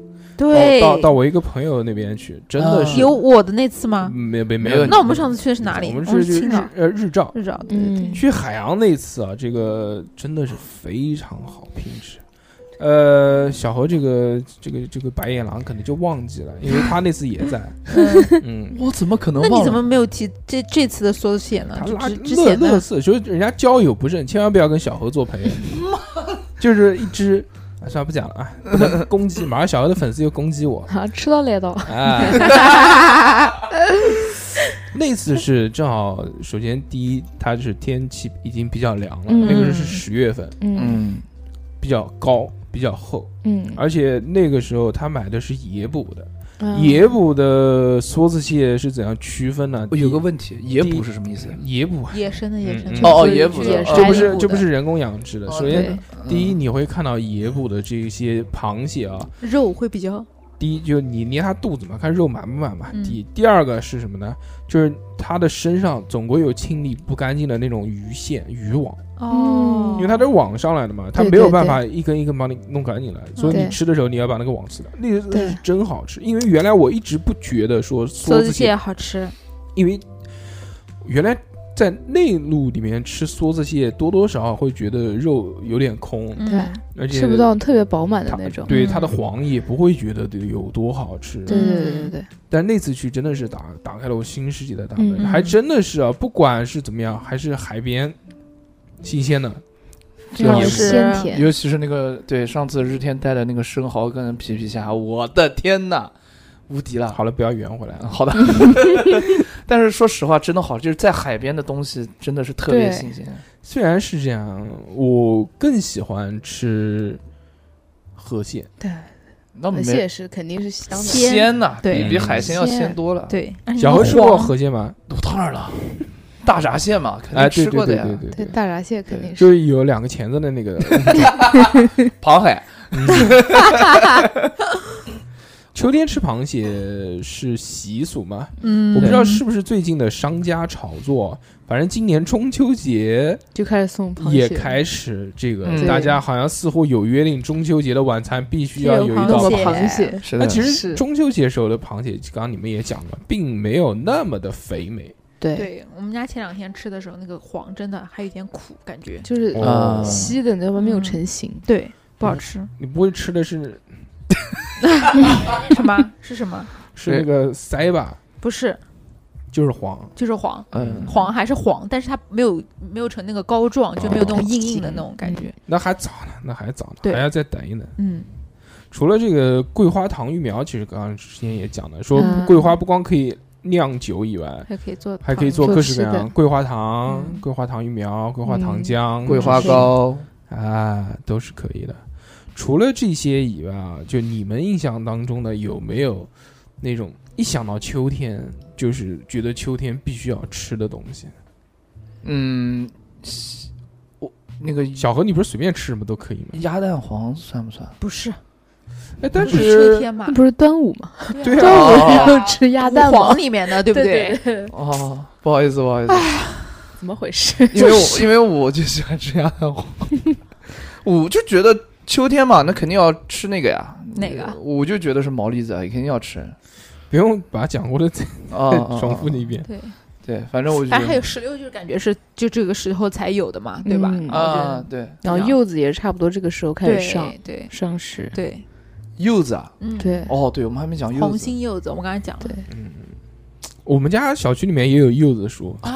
Speaker 3: 哦
Speaker 2: 对，啊
Speaker 1: 到到到我一个朋友那边去，真的是
Speaker 2: 有我的那次吗？
Speaker 1: 没没没
Speaker 3: 没有
Speaker 1: 有。
Speaker 2: 那我们上次去的是哪里？
Speaker 1: 我们
Speaker 2: 是
Speaker 1: 是去
Speaker 2: 青
Speaker 1: 日
Speaker 2: 岛，
Speaker 1: 呃日照，
Speaker 2: 日照。对对
Speaker 4: 嗯，
Speaker 1: 去海洋那次啊，这个真的是非常好品质。呃，小何这个这个这个白眼狼可能就忘记了，因为他那次也在。
Speaker 2: 嗯
Speaker 1: 嗯，
Speaker 3: 我怎么可能
Speaker 2: 那
Speaker 3: 忘了？
Speaker 2: 你怎么没有提这这次的梭子蟹呢
Speaker 1: 他？
Speaker 2: 啊就
Speaker 1: 拉
Speaker 2: 之之
Speaker 1: 乐
Speaker 2: 前
Speaker 1: 乐
Speaker 2: 的
Speaker 1: 色，就是人家交友不慎，千万不要跟小何做朋 友。就是一只，啊，算了不讲了啊，不能攻击，马上小何的粉丝又攻击 我。
Speaker 4: 啊， 吃到累到，
Speaker 1: 哎，那次是正好，首先第一，它是天气已经比较凉了，
Speaker 4: 嗯
Speaker 1: 那个是十月份，
Speaker 4: 嗯
Speaker 3: 嗯，
Speaker 1: 比较高，比较厚，
Speaker 4: 嗯，
Speaker 1: 而且那个时候他买的是野捕的，
Speaker 4: 嗯
Speaker 1: 野捕的梭子蟹是怎样区分呢？
Speaker 3: 我哦有个
Speaker 1: 第
Speaker 3: 问题，野
Speaker 1: 第一
Speaker 3: 捕是什么意思？
Speaker 1: 野捕啊，
Speaker 2: 野生的野生
Speaker 1: 嗯
Speaker 2: 全
Speaker 1: 嗯
Speaker 2: 部
Speaker 3: 哦
Speaker 2: 都是
Speaker 3: 野捕的
Speaker 2: 野生
Speaker 3: 哦
Speaker 1: 这
Speaker 2: 的
Speaker 1: 不是
Speaker 2: 野
Speaker 1: 这不
Speaker 2: 捕
Speaker 1: 是人工养殖的，
Speaker 3: 哦
Speaker 1: 首先
Speaker 4: 嗯对
Speaker 1: 第一，你会看到野捕的这些螃蟹啊，
Speaker 2: 的肉会比较
Speaker 1: 第一就你捏它肚子嘛，看肉满不满嘛。
Speaker 2: 嗯
Speaker 1: 第一第二个是什么呢？就是它的身上总归有清理不干净的那种鱼线、渔网，
Speaker 2: 哦，
Speaker 1: 因为它都是网上来的嘛，它
Speaker 4: 对
Speaker 1: 没有
Speaker 4: 对
Speaker 1: 办
Speaker 4: 对
Speaker 1: 法一根一根帮你弄干净了，所以
Speaker 4: 对
Speaker 1: 你吃的时候你要把那个网吃掉。那个
Speaker 4: 对
Speaker 1: 是真好吃，因为原来我一直不觉得说梭
Speaker 2: 梭
Speaker 1: 子
Speaker 2: 子蟹，好吃，
Speaker 1: 因为原来。在内陆里面吃梭子蟹，多多少少会觉得肉有点空，
Speaker 2: 嗯
Speaker 1: 而且
Speaker 4: 吃不到特别饱满的
Speaker 1: 它
Speaker 4: 那种，
Speaker 1: 对
Speaker 2: 嗯
Speaker 1: 它的黄也不会觉得有多好吃。
Speaker 4: 对对对对对，
Speaker 1: 但那次去真的是打打开了我新世界的大门，
Speaker 4: 嗯
Speaker 1: 还真的是啊，不管是怎么样，还是海边新鲜的。
Speaker 4: 非常
Speaker 3: 就是呃
Speaker 4: 鲜甜，
Speaker 3: 尤其是那个对上次日天带的那个生蚝跟皮皮虾，我的天呐，无敌了！
Speaker 1: 好了，不要圆回来
Speaker 3: 嗯
Speaker 1: 了。
Speaker 3: 好的，但是说实话，真的好，就是在海边的东西真的是特别
Speaker 4: 对
Speaker 3: 新鲜。
Speaker 1: 虽然是这样，我更喜欢吃河蟹。
Speaker 4: 对，
Speaker 3: 那
Speaker 4: 河
Speaker 3: 没
Speaker 4: 蟹是肯定是香的，
Speaker 2: 鲜
Speaker 3: 鲜呐，
Speaker 2: 对
Speaker 3: 比比海鲜要
Speaker 4: 鲜
Speaker 3: 鲜多了。，
Speaker 2: 对，而且
Speaker 1: 小何
Speaker 2: 黄
Speaker 1: 吃过河蟹吗？
Speaker 3: 当然了，大闸蟹嘛，肯
Speaker 1: 哎，
Speaker 3: 定
Speaker 1: 对
Speaker 3: 吃
Speaker 1: 对
Speaker 3: 过
Speaker 1: 对
Speaker 3: 的呀。
Speaker 1: 对对
Speaker 4: 对
Speaker 1: 对，
Speaker 4: 大闸蟹肯定，
Speaker 1: 就是是有两个钳子的那个。
Speaker 3: 螃海，
Speaker 1: 秋天吃螃蟹是习俗吗？
Speaker 2: 嗯，
Speaker 1: 我不知道是不是最近的商家炒作，反正今年中秋节
Speaker 4: 就开始送螃
Speaker 1: 也
Speaker 4: 蟹，
Speaker 1: 开始这个，
Speaker 3: 嗯
Speaker 1: 大家好像似乎有约定，中秋节的晚餐必须要有一
Speaker 4: 那
Speaker 1: 道
Speaker 4: 么
Speaker 2: 有蟹
Speaker 4: 螃蟹，
Speaker 3: 是
Speaker 1: 那
Speaker 3: 的，
Speaker 1: 其实
Speaker 4: 是
Speaker 1: 中秋节时候的螃蟹，刚刚你们也讲了，并没有那么的肥美，
Speaker 4: 对，
Speaker 2: 嗯对我们家前两天吃的时候，那个黄真的还有点苦，感觉
Speaker 4: 就是
Speaker 3: 哦
Speaker 4: 稀的，你知道吗？没有
Speaker 2: 嗯
Speaker 4: 成型，
Speaker 2: 对不好吃。
Speaker 1: 你不会吃的是
Speaker 2: 什 么？是什么？
Speaker 3: 哎
Speaker 1: 是那个腮吧，
Speaker 2: 不是，
Speaker 1: 就是黄，
Speaker 2: 就是黄
Speaker 3: 嗯，
Speaker 2: 黄还是黄，但是它没有没有成那个膏状，就没有那种硬硬的那种感觉。
Speaker 1: 那还早呢，那还早呢，
Speaker 2: 对
Speaker 1: 还要再等一等。
Speaker 2: 嗯，
Speaker 1: 除了这个桂花糖育苗，其实刚刚之前也讲了，说
Speaker 4: 嗯
Speaker 1: 桂花不光可以酿酒以外，
Speaker 4: 还可以做，
Speaker 1: 还可以做
Speaker 4: 做
Speaker 1: 各式各
Speaker 4: 吃的嗯
Speaker 1: 样桂花糖、
Speaker 2: 嗯
Speaker 1: 桂花糖育苗、桂花糖浆、
Speaker 3: 桂花
Speaker 4: 是
Speaker 3: 糕，
Speaker 1: 啊，都是可以的。除了这些以外啊，就你们印象当中的有没有那种一想到秋天就是觉得秋天必须要吃的东西？
Speaker 3: 嗯，我那个
Speaker 1: 小何，你不是随便吃什么都可以吗？
Speaker 3: 鸭蛋黄算不算？
Speaker 2: 不是，
Speaker 1: 哎，但
Speaker 2: 不是秋
Speaker 1: 是
Speaker 2: 天嘛
Speaker 4: 那，不是端午吗？
Speaker 3: 哦
Speaker 1: 对
Speaker 4: 端
Speaker 1: 啊，
Speaker 4: 午要吃鸭蛋吗
Speaker 2: 黄？里面的，对不
Speaker 4: 对对对，
Speaker 3: 哦，不好意思，不好意思，
Speaker 4: 怎么回 事？
Speaker 3: 因为 我因为我就喜欢吃鸭蛋黄， 我就觉得秋天嘛，那肯定要吃那个呀。
Speaker 2: 哪个
Speaker 1: 嗯
Speaker 3: 我就 觉得是毛栗子啊，也肯定要吃啊
Speaker 1: 不用把讲过的再
Speaker 4: 哦
Speaker 3: 啊。啊
Speaker 1: 重复你一遍。
Speaker 2: 对，
Speaker 3: 对，反正我觉
Speaker 2: 反正还
Speaker 3: 得
Speaker 2: 有石榴，就是感觉是就这个时候才有的嘛，对吧？
Speaker 4: 嗯
Speaker 3: 啊，对，
Speaker 4: 然后柚子也是差不多这个时候开
Speaker 2: 对
Speaker 4: 始上
Speaker 2: 对
Speaker 4: 上市，
Speaker 2: 对
Speaker 3: 柚子啊，
Speaker 2: 嗯，
Speaker 4: 对，
Speaker 3: 哦，对，我们还没讲柚
Speaker 2: 红
Speaker 3: 子，
Speaker 2: 心柚子，我们刚才讲了
Speaker 4: 对
Speaker 1: 我们家小区里面也有柚子树，
Speaker 2: 啊，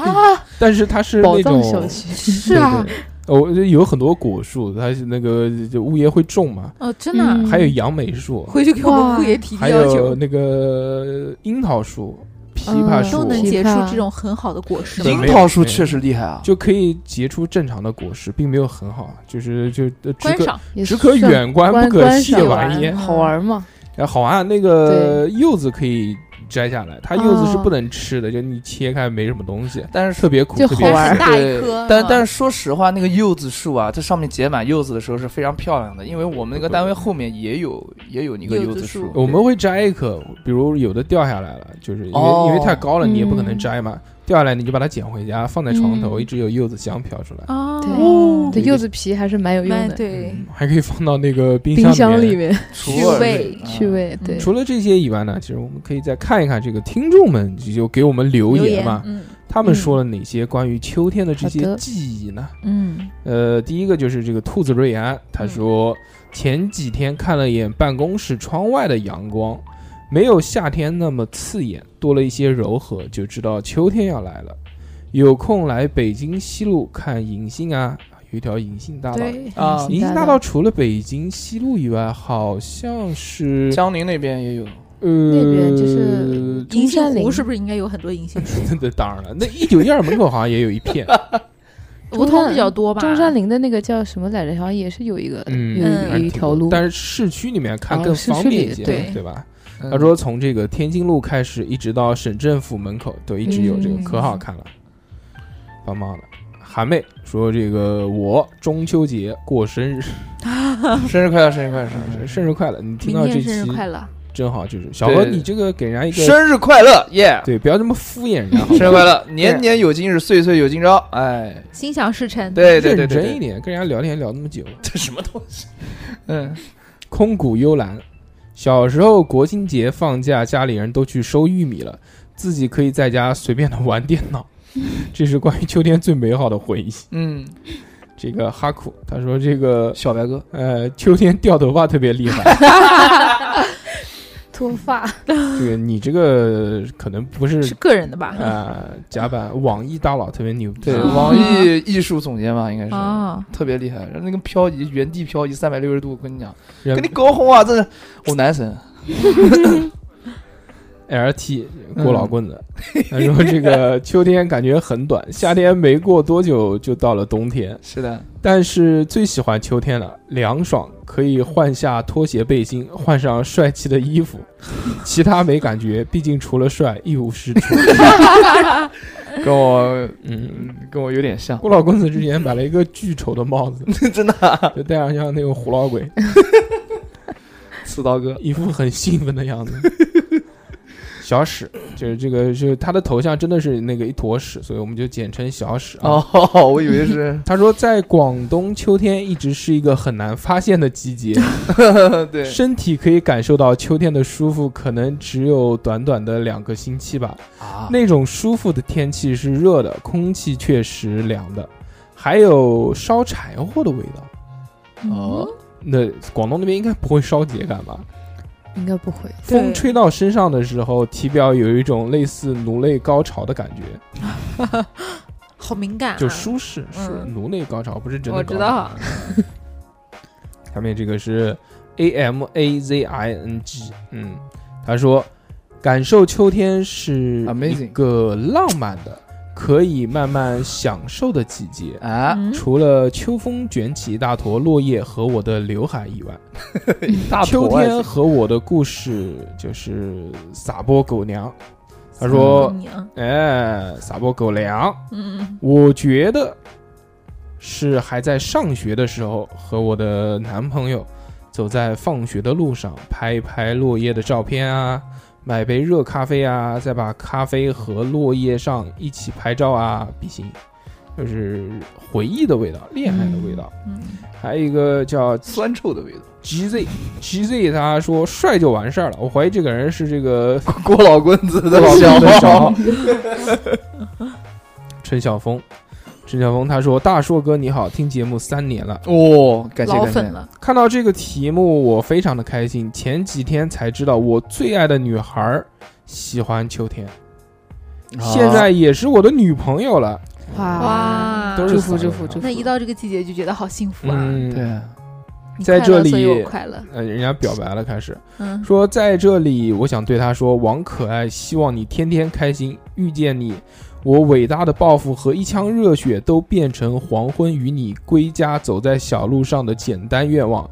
Speaker 1: 但是它是
Speaker 4: 宝
Speaker 1: 那
Speaker 4: 藏
Speaker 1: 种
Speaker 4: 小区
Speaker 2: 是啊，
Speaker 1: 哦，有很多果树，它是那个就物业会种嘛，
Speaker 2: 哦，真的啊，
Speaker 4: 嗯
Speaker 1: 还有杨梅树，
Speaker 2: 回去给我们
Speaker 4: 哇
Speaker 2: 物业提个
Speaker 1: 还
Speaker 2: 要
Speaker 1: 有
Speaker 2: 求，
Speaker 1: 那个樱桃树、枇杷
Speaker 4: 嗯
Speaker 1: 树，
Speaker 2: 都能
Speaker 4: 结
Speaker 2: 结出
Speaker 4: 枇杷
Speaker 2: 这种很好的果实
Speaker 1: 是
Speaker 2: 吗
Speaker 3: 樱
Speaker 1: 吗？
Speaker 3: 桃树确实厉害啊，
Speaker 1: 就可以结出正常的果实，并没有很好，就是就呃只
Speaker 2: 观
Speaker 1: 可
Speaker 2: 赏，
Speaker 4: 也
Speaker 1: 只可
Speaker 4: 算
Speaker 1: 远观
Speaker 4: 观
Speaker 1: 不可
Speaker 4: 观
Speaker 1: 亵
Speaker 4: 赏
Speaker 1: 玩焉。
Speaker 4: 好玩嘛，
Speaker 1: 哎，好啊，那个柚子可以摘下来，它柚子
Speaker 4: 哦
Speaker 1: 是不能吃的，就你切开没什么东西，
Speaker 3: 但是
Speaker 1: 特别苦，
Speaker 4: 就
Speaker 1: 特
Speaker 4: 好
Speaker 1: 别
Speaker 4: 玩
Speaker 2: 很
Speaker 4: 儿
Speaker 2: 大一
Speaker 3: 对
Speaker 2: 颗，啊嗯
Speaker 3: 但
Speaker 2: 吧
Speaker 3: 但是说实话，那个柚子树啊，这上面结满柚子的时候是非常漂亮的，因为我们那个单位后面也有也有一个
Speaker 2: 柚
Speaker 3: 柚
Speaker 2: 子
Speaker 3: 子
Speaker 2: 树
Speaker 3: 树，
Speaker 1: 我们会摘一颗，比如有的掉下来了，就是因为、
Speaker 3: 哦
Speaker 1: 因为太高了，你也不可能
Speaker 4: 嗯
Speaker 1: 摘嘛，掉下来你就把它捡回家，放在床头，
Speaker 4: 嗯
Speaker 1: 一直有柚子香飘出来。
Speaker 2: 哦，
Speaker 4: 对，对，
Speaker 1: 这个
Speaker 4: 柚子皮还是蛮有用
Speaker 2: 蛮
Speaker 4: 的，
Speaker 2: 对，
Speaker 1: 嗯还可以放到那个冰
Speaker 4: 冰
Speaker 1: 箱
Speaker 4: 箱里。面
Speaker 3: 除
Speaker 2: 趣
Speaker 3: 了
Speaker 2: 味
Speaker 3: 这个
Speaker 4: 趣。味，对，
Speaker 1: 除了这些以外呢，其实我们可以再看一看这个听众们就给我们留言嘛，
Speaker 2: 嗯
Speaker 1: 他们说了哪些关于秋天的这
Speaker 4: 好
Speaker 1: 些
Speaker 4: 的
Speaker 1: 记忆呢？
Speaker 2: 嗯，
Speaker 1: 呃，第一个就是这个兔子瑞安，他说前几天看了一眼办公室窗外的阳光，没有夏天那么刺眼，多了一些柔和，就知道秋天要来了。有空来北京西路看银杏啊，有一条银杏大道。
Speaker 2: 对，
Speaker 3: 啊，
Speaker 1: 银杏大
Speaker 4: 大
Speaker 1: 道
Speaker 4: 道
Speaker 1: 除了北京西路以外，好像是
Speaker 3: 江宁那边也有，
Speaker 1: 呃
Speaker 4: 那边就是
Speaker 2: 银
Speaker 4: 中
Speaker 2: 杏
Speaker 4: 山
Speaker 2: 湖
Speaker 4: 陵
Speaker 2: 是不是应该有很多银杏树？
Speaker 1: 对，当然了， 那一九一二门口好像也有一片，
Speaker 2: 梧桐比较多吧？
Speaker 4: 中山陵的那个叫什么来着？好像也是有一个
Speaker 1: 嗯，
Speaker 4: 有
Speaker 2: 嗯
Speaker 4: 一有一条路，
Speaker 1: 但是市区里面看
Speaker 4: 哦
Speaker 1: 更
Speaker 4: 市
Speaker 1: 方
Speaker 4: 区
Speaker 1: 便
Speaker 4: 里
Speaker 1: 一些，
Speaker 2: 对
Speaker 1: 对吧？
Speaker 3: 嗯
Speaker 1: 他啊说从这个天津路开始，一直到省政府门口都一直有这个，
Speaker 4: 嗯
Speaker 1: 可好看了，棒棒的。韩妹说：“这个我中秋节过生日，
Speaker 3: 生日快乐，生日快乐，生日快乐
Speaker 1: 生日快乐！你听
Speaker 2: 嗯明
Speaker 1: 到这
Speaker 2: 天
Speaker 1: 期
Speaker 2: 生日快乐！
Speaker 1: 真好，就是小何，
Speaker 3: 对
Speaker 1: 你这个给人家一个
Speaker 3: 生日快乐， 耶！
Speaker 1: 对，不要这么敷衍人啊家，好不好
Speaker 3: 生日 快乐， 年年有今日，岁岁有今朝。哎，
Speaker 2: 心想事成。
Speaker 3: 对对对
Speaker 1: 认
Speaker 3: 对
Speaker 1: 真
Speaker 3: 对，
Speaker 1: 一点，跟人家聊天聊那么久。
Speaker 3: 这什么东西？ 嗯，
Speaker 1: 空谷幽兰。小时候国庆节放假，家里人都去收玉米了，自己可以在家随便的玩电脑。这是关于秋天最美好的回忆。
Speaker 3: 嗯，
Speaker 1: 这个哈库他说这个
Speaker 3: 小白哥，
Speaker 1: 呃秋天掉头发特别厉害，
Speaker 4: 脱发，
Speaker 1: 这个你这个可能不是
Speaker 2: 是个人的吧？
Speaker 1: 啊甲板网易大佬特别牛逼，
Speaker 3: 对，
Speaker 2: 啊
Speaker 3: 网易 艺术总监吧，应该是
Speaker 2: 啊，
Speaker 3: 特别厉害，那个漂移，原地漂移三百六十度，我跟你 讲，
Speaker 1: 人
Speaker 3: 给你搞红啊，这是我男神。
Speaker 1: LT
Speaker 3: 嗯
Speaker 1: 郭老棍子，他说这个秋天感觉 很短，夏天没过多久就到了冬天，
Speaker 3: 是的，
Speaker 1: 但是最喜欢秋天了，凉爽，可以换下拖鞋背心，换上帅气的衣服，其他没感觉，毕竟除了帅一无是 处。
Speaker 3: 跟我
Speaker 1: 嗯，
Speaker 3: 跟我有点像，
Speaker 1: 郭老公子之前买了一个巨丑的帽子，
Speaker 3: 真的啊、
Speaker 1: 就戴上像那个胡老鬼，
Speaker 3: 刺刀哥。
Speaker 1: 一副很兴奋的 样子。小史就是这个，就是他的头像真的是那个一坨屎，所以我们就简称小史啊。，
Speaker 3: 哦， 我以为是
Speaker 1: 他说，在广东秋天一直是一个很难发现的季节。
Speaker 3: 对，
Speaker 1: 身体可以感受到秋天的舒服，可能只有短短的两个星期吧。
Speaker 3: 啊
Speaker 1: 那种舒服的天气是热的，空气确实凉的，还有烧柴火的味道。
Speaker 3: 哦，
Speaker 1: 那广东那边应该不会烧秸秆吧？
Speaker 4: 应该不会。
Speaker 2: 对
Speaker 1: 风吹到身上的时候，体表有一种类似颅内高潮的感觉，
Speaker 2: 好敏感啊，
Speaker 1: 就舒适，
Speaker 2: 嗯
Speaker 1: 是颅内高潮，不是真的。
Speaker 2: 我知。道，
Speaker 1: 下面这个是 A M A Z I N G，嗯，他说感受秋天是
Speaker 3: Amazing
Speaker 1: 一个浪漫的，可以慢慢享受的季节。
Speaker 3: 啊，
Speaker 2: 嗯
Speaker 1: 除了秋风卷起一大坨落叶和我的刘海以外，
Speaker 3: 大
Speaker 1: 秋
Speaker 3: 头啊
Speaker 1: 天和我的故事就是撒播狗粮。他
Speaker 2: 三
Speaker 1: 说
Speaker 2: 姑：“娘
Speaker 1: 哎，撒播狗粮，
Speaker 2: 嗯，
Speaker 1: 我觉得是还在上学的时候，和我的男朋友走在放学的路上，拍一拍落叶的照片啊，买杯热咖啡啊，再把咖啡和落叶上一起拍照啊，比心，就是回忆的味道，恋爱的味道。
Speaker 2: 嗯
Speaker 1: 还有一个叫
Speaker 3: 酸臭的味道。
Speaker 1: GZ GZ，他说帅就完事儿了，我怀疑这个人是这个
Speaker 3: 郭老棍子
Speaker 1: 郭老棍子
Speaker 3: 小
Speaker 1: 小
Speaker 3: 号，
Speaker 1: 陈晓峰。陈晓峰他说：“大硕哥你好，听节目三年了，
Speaker 3: 哦，感谢
Speaker 2: 老
Speaker 3: 感谢
Speaker 2: 粉，了，
Speaker 1: 看到这个题目我非常的开心。前几天才知道我最爱的女孩儿喜欢秋天，
Speaker 3: 啊
Speaker 1: 现在也是我的女朋友了。
Speaker 2: 哇，
Speaker 1: 都是
Speaker 4: 祝
Speaker 1: 散
Speaker 4: 福祝
Speaker 1: 的
Speaker 4: 福祝福！
Speaker 2: 那一到这个季节就觉得好幸福啊！
Speaker 1: 嗯，
Speaker 3: 对，
Speaker 2: 你
Speaker 1: 在
Speaker 2: 快
Speaker 1: 这
Speaker 2: 乐所以
Speaker 1: 里
Speaker 2: 我快乐，
Speaker 1: 呃，人家表白了，开始
Speaker 2: 嗯，
Speaker 1: 说在这里，我想对他说，王可爱，希望你天天开心，遇见你，我伟大的抱负和一腔热血都变成黄昏与你归家走在小路上的简单愿望，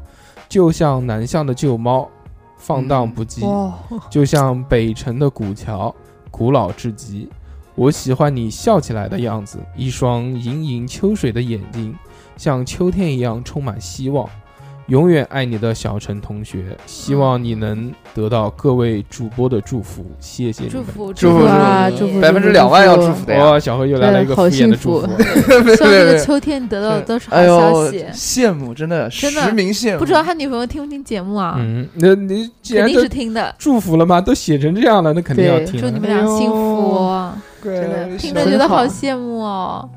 Speaker 1: 就像南向的旧猫，放荡不羁，
Speaker 2: 哇，
Speaker 1: 就像北城的古桥，古老至极。我喜欢你笑起来的样子，一双盈盈秋水的眼睛，像秋天一样充满希望。永远爱你的小陈同学，希望你能得到各位主播的祝福，谢谢你
Speaker 2: 祝
Speaker 1: 们。
Speaker 2: 福
Speaker 3: 祝福
Speaker 2: 福
Speaker 4: 啊
Speaker 2: 你
Speaker 4: 祝福
Speaker 3: 百分之两万要祝福的呀，
Speaker 1: 哇，小何又来了一个敷
Speaker 2: 啊
Speaker 1: 衍的祝福，
Speaker 2: 希望这个秋天得到都是好
Speaker 3: 哎
Speaker 2: 消
Speaker 3: 呦
Speaker 2: 息，。
Speaker 3: 羡慕，真的，
Speaker 2: 真的
Speaker 3: 实名羡慕，
Speaker 2: 不知道他女朋友听不听节目啊？
Speaker 1: 嗯，那你既
Speaker 2: 肯
Speaker 1: 然
Speaker 2: 定
Speaker 1: 都
Speaker 2: 是听的。
Speaker 1: 祝福了嘛，都写成这样了，那肯定要
Speaker 4: 对
Speaker 1: 听啊
Speaker 2: 祝
Speaker 1: 了。
Speaker 2: 你们俩幸福，哦
Speaker 1: 哎
Speaker 3: 真
Speaker 4: 的
Speaker 2: 听着觉得好羡慕哦，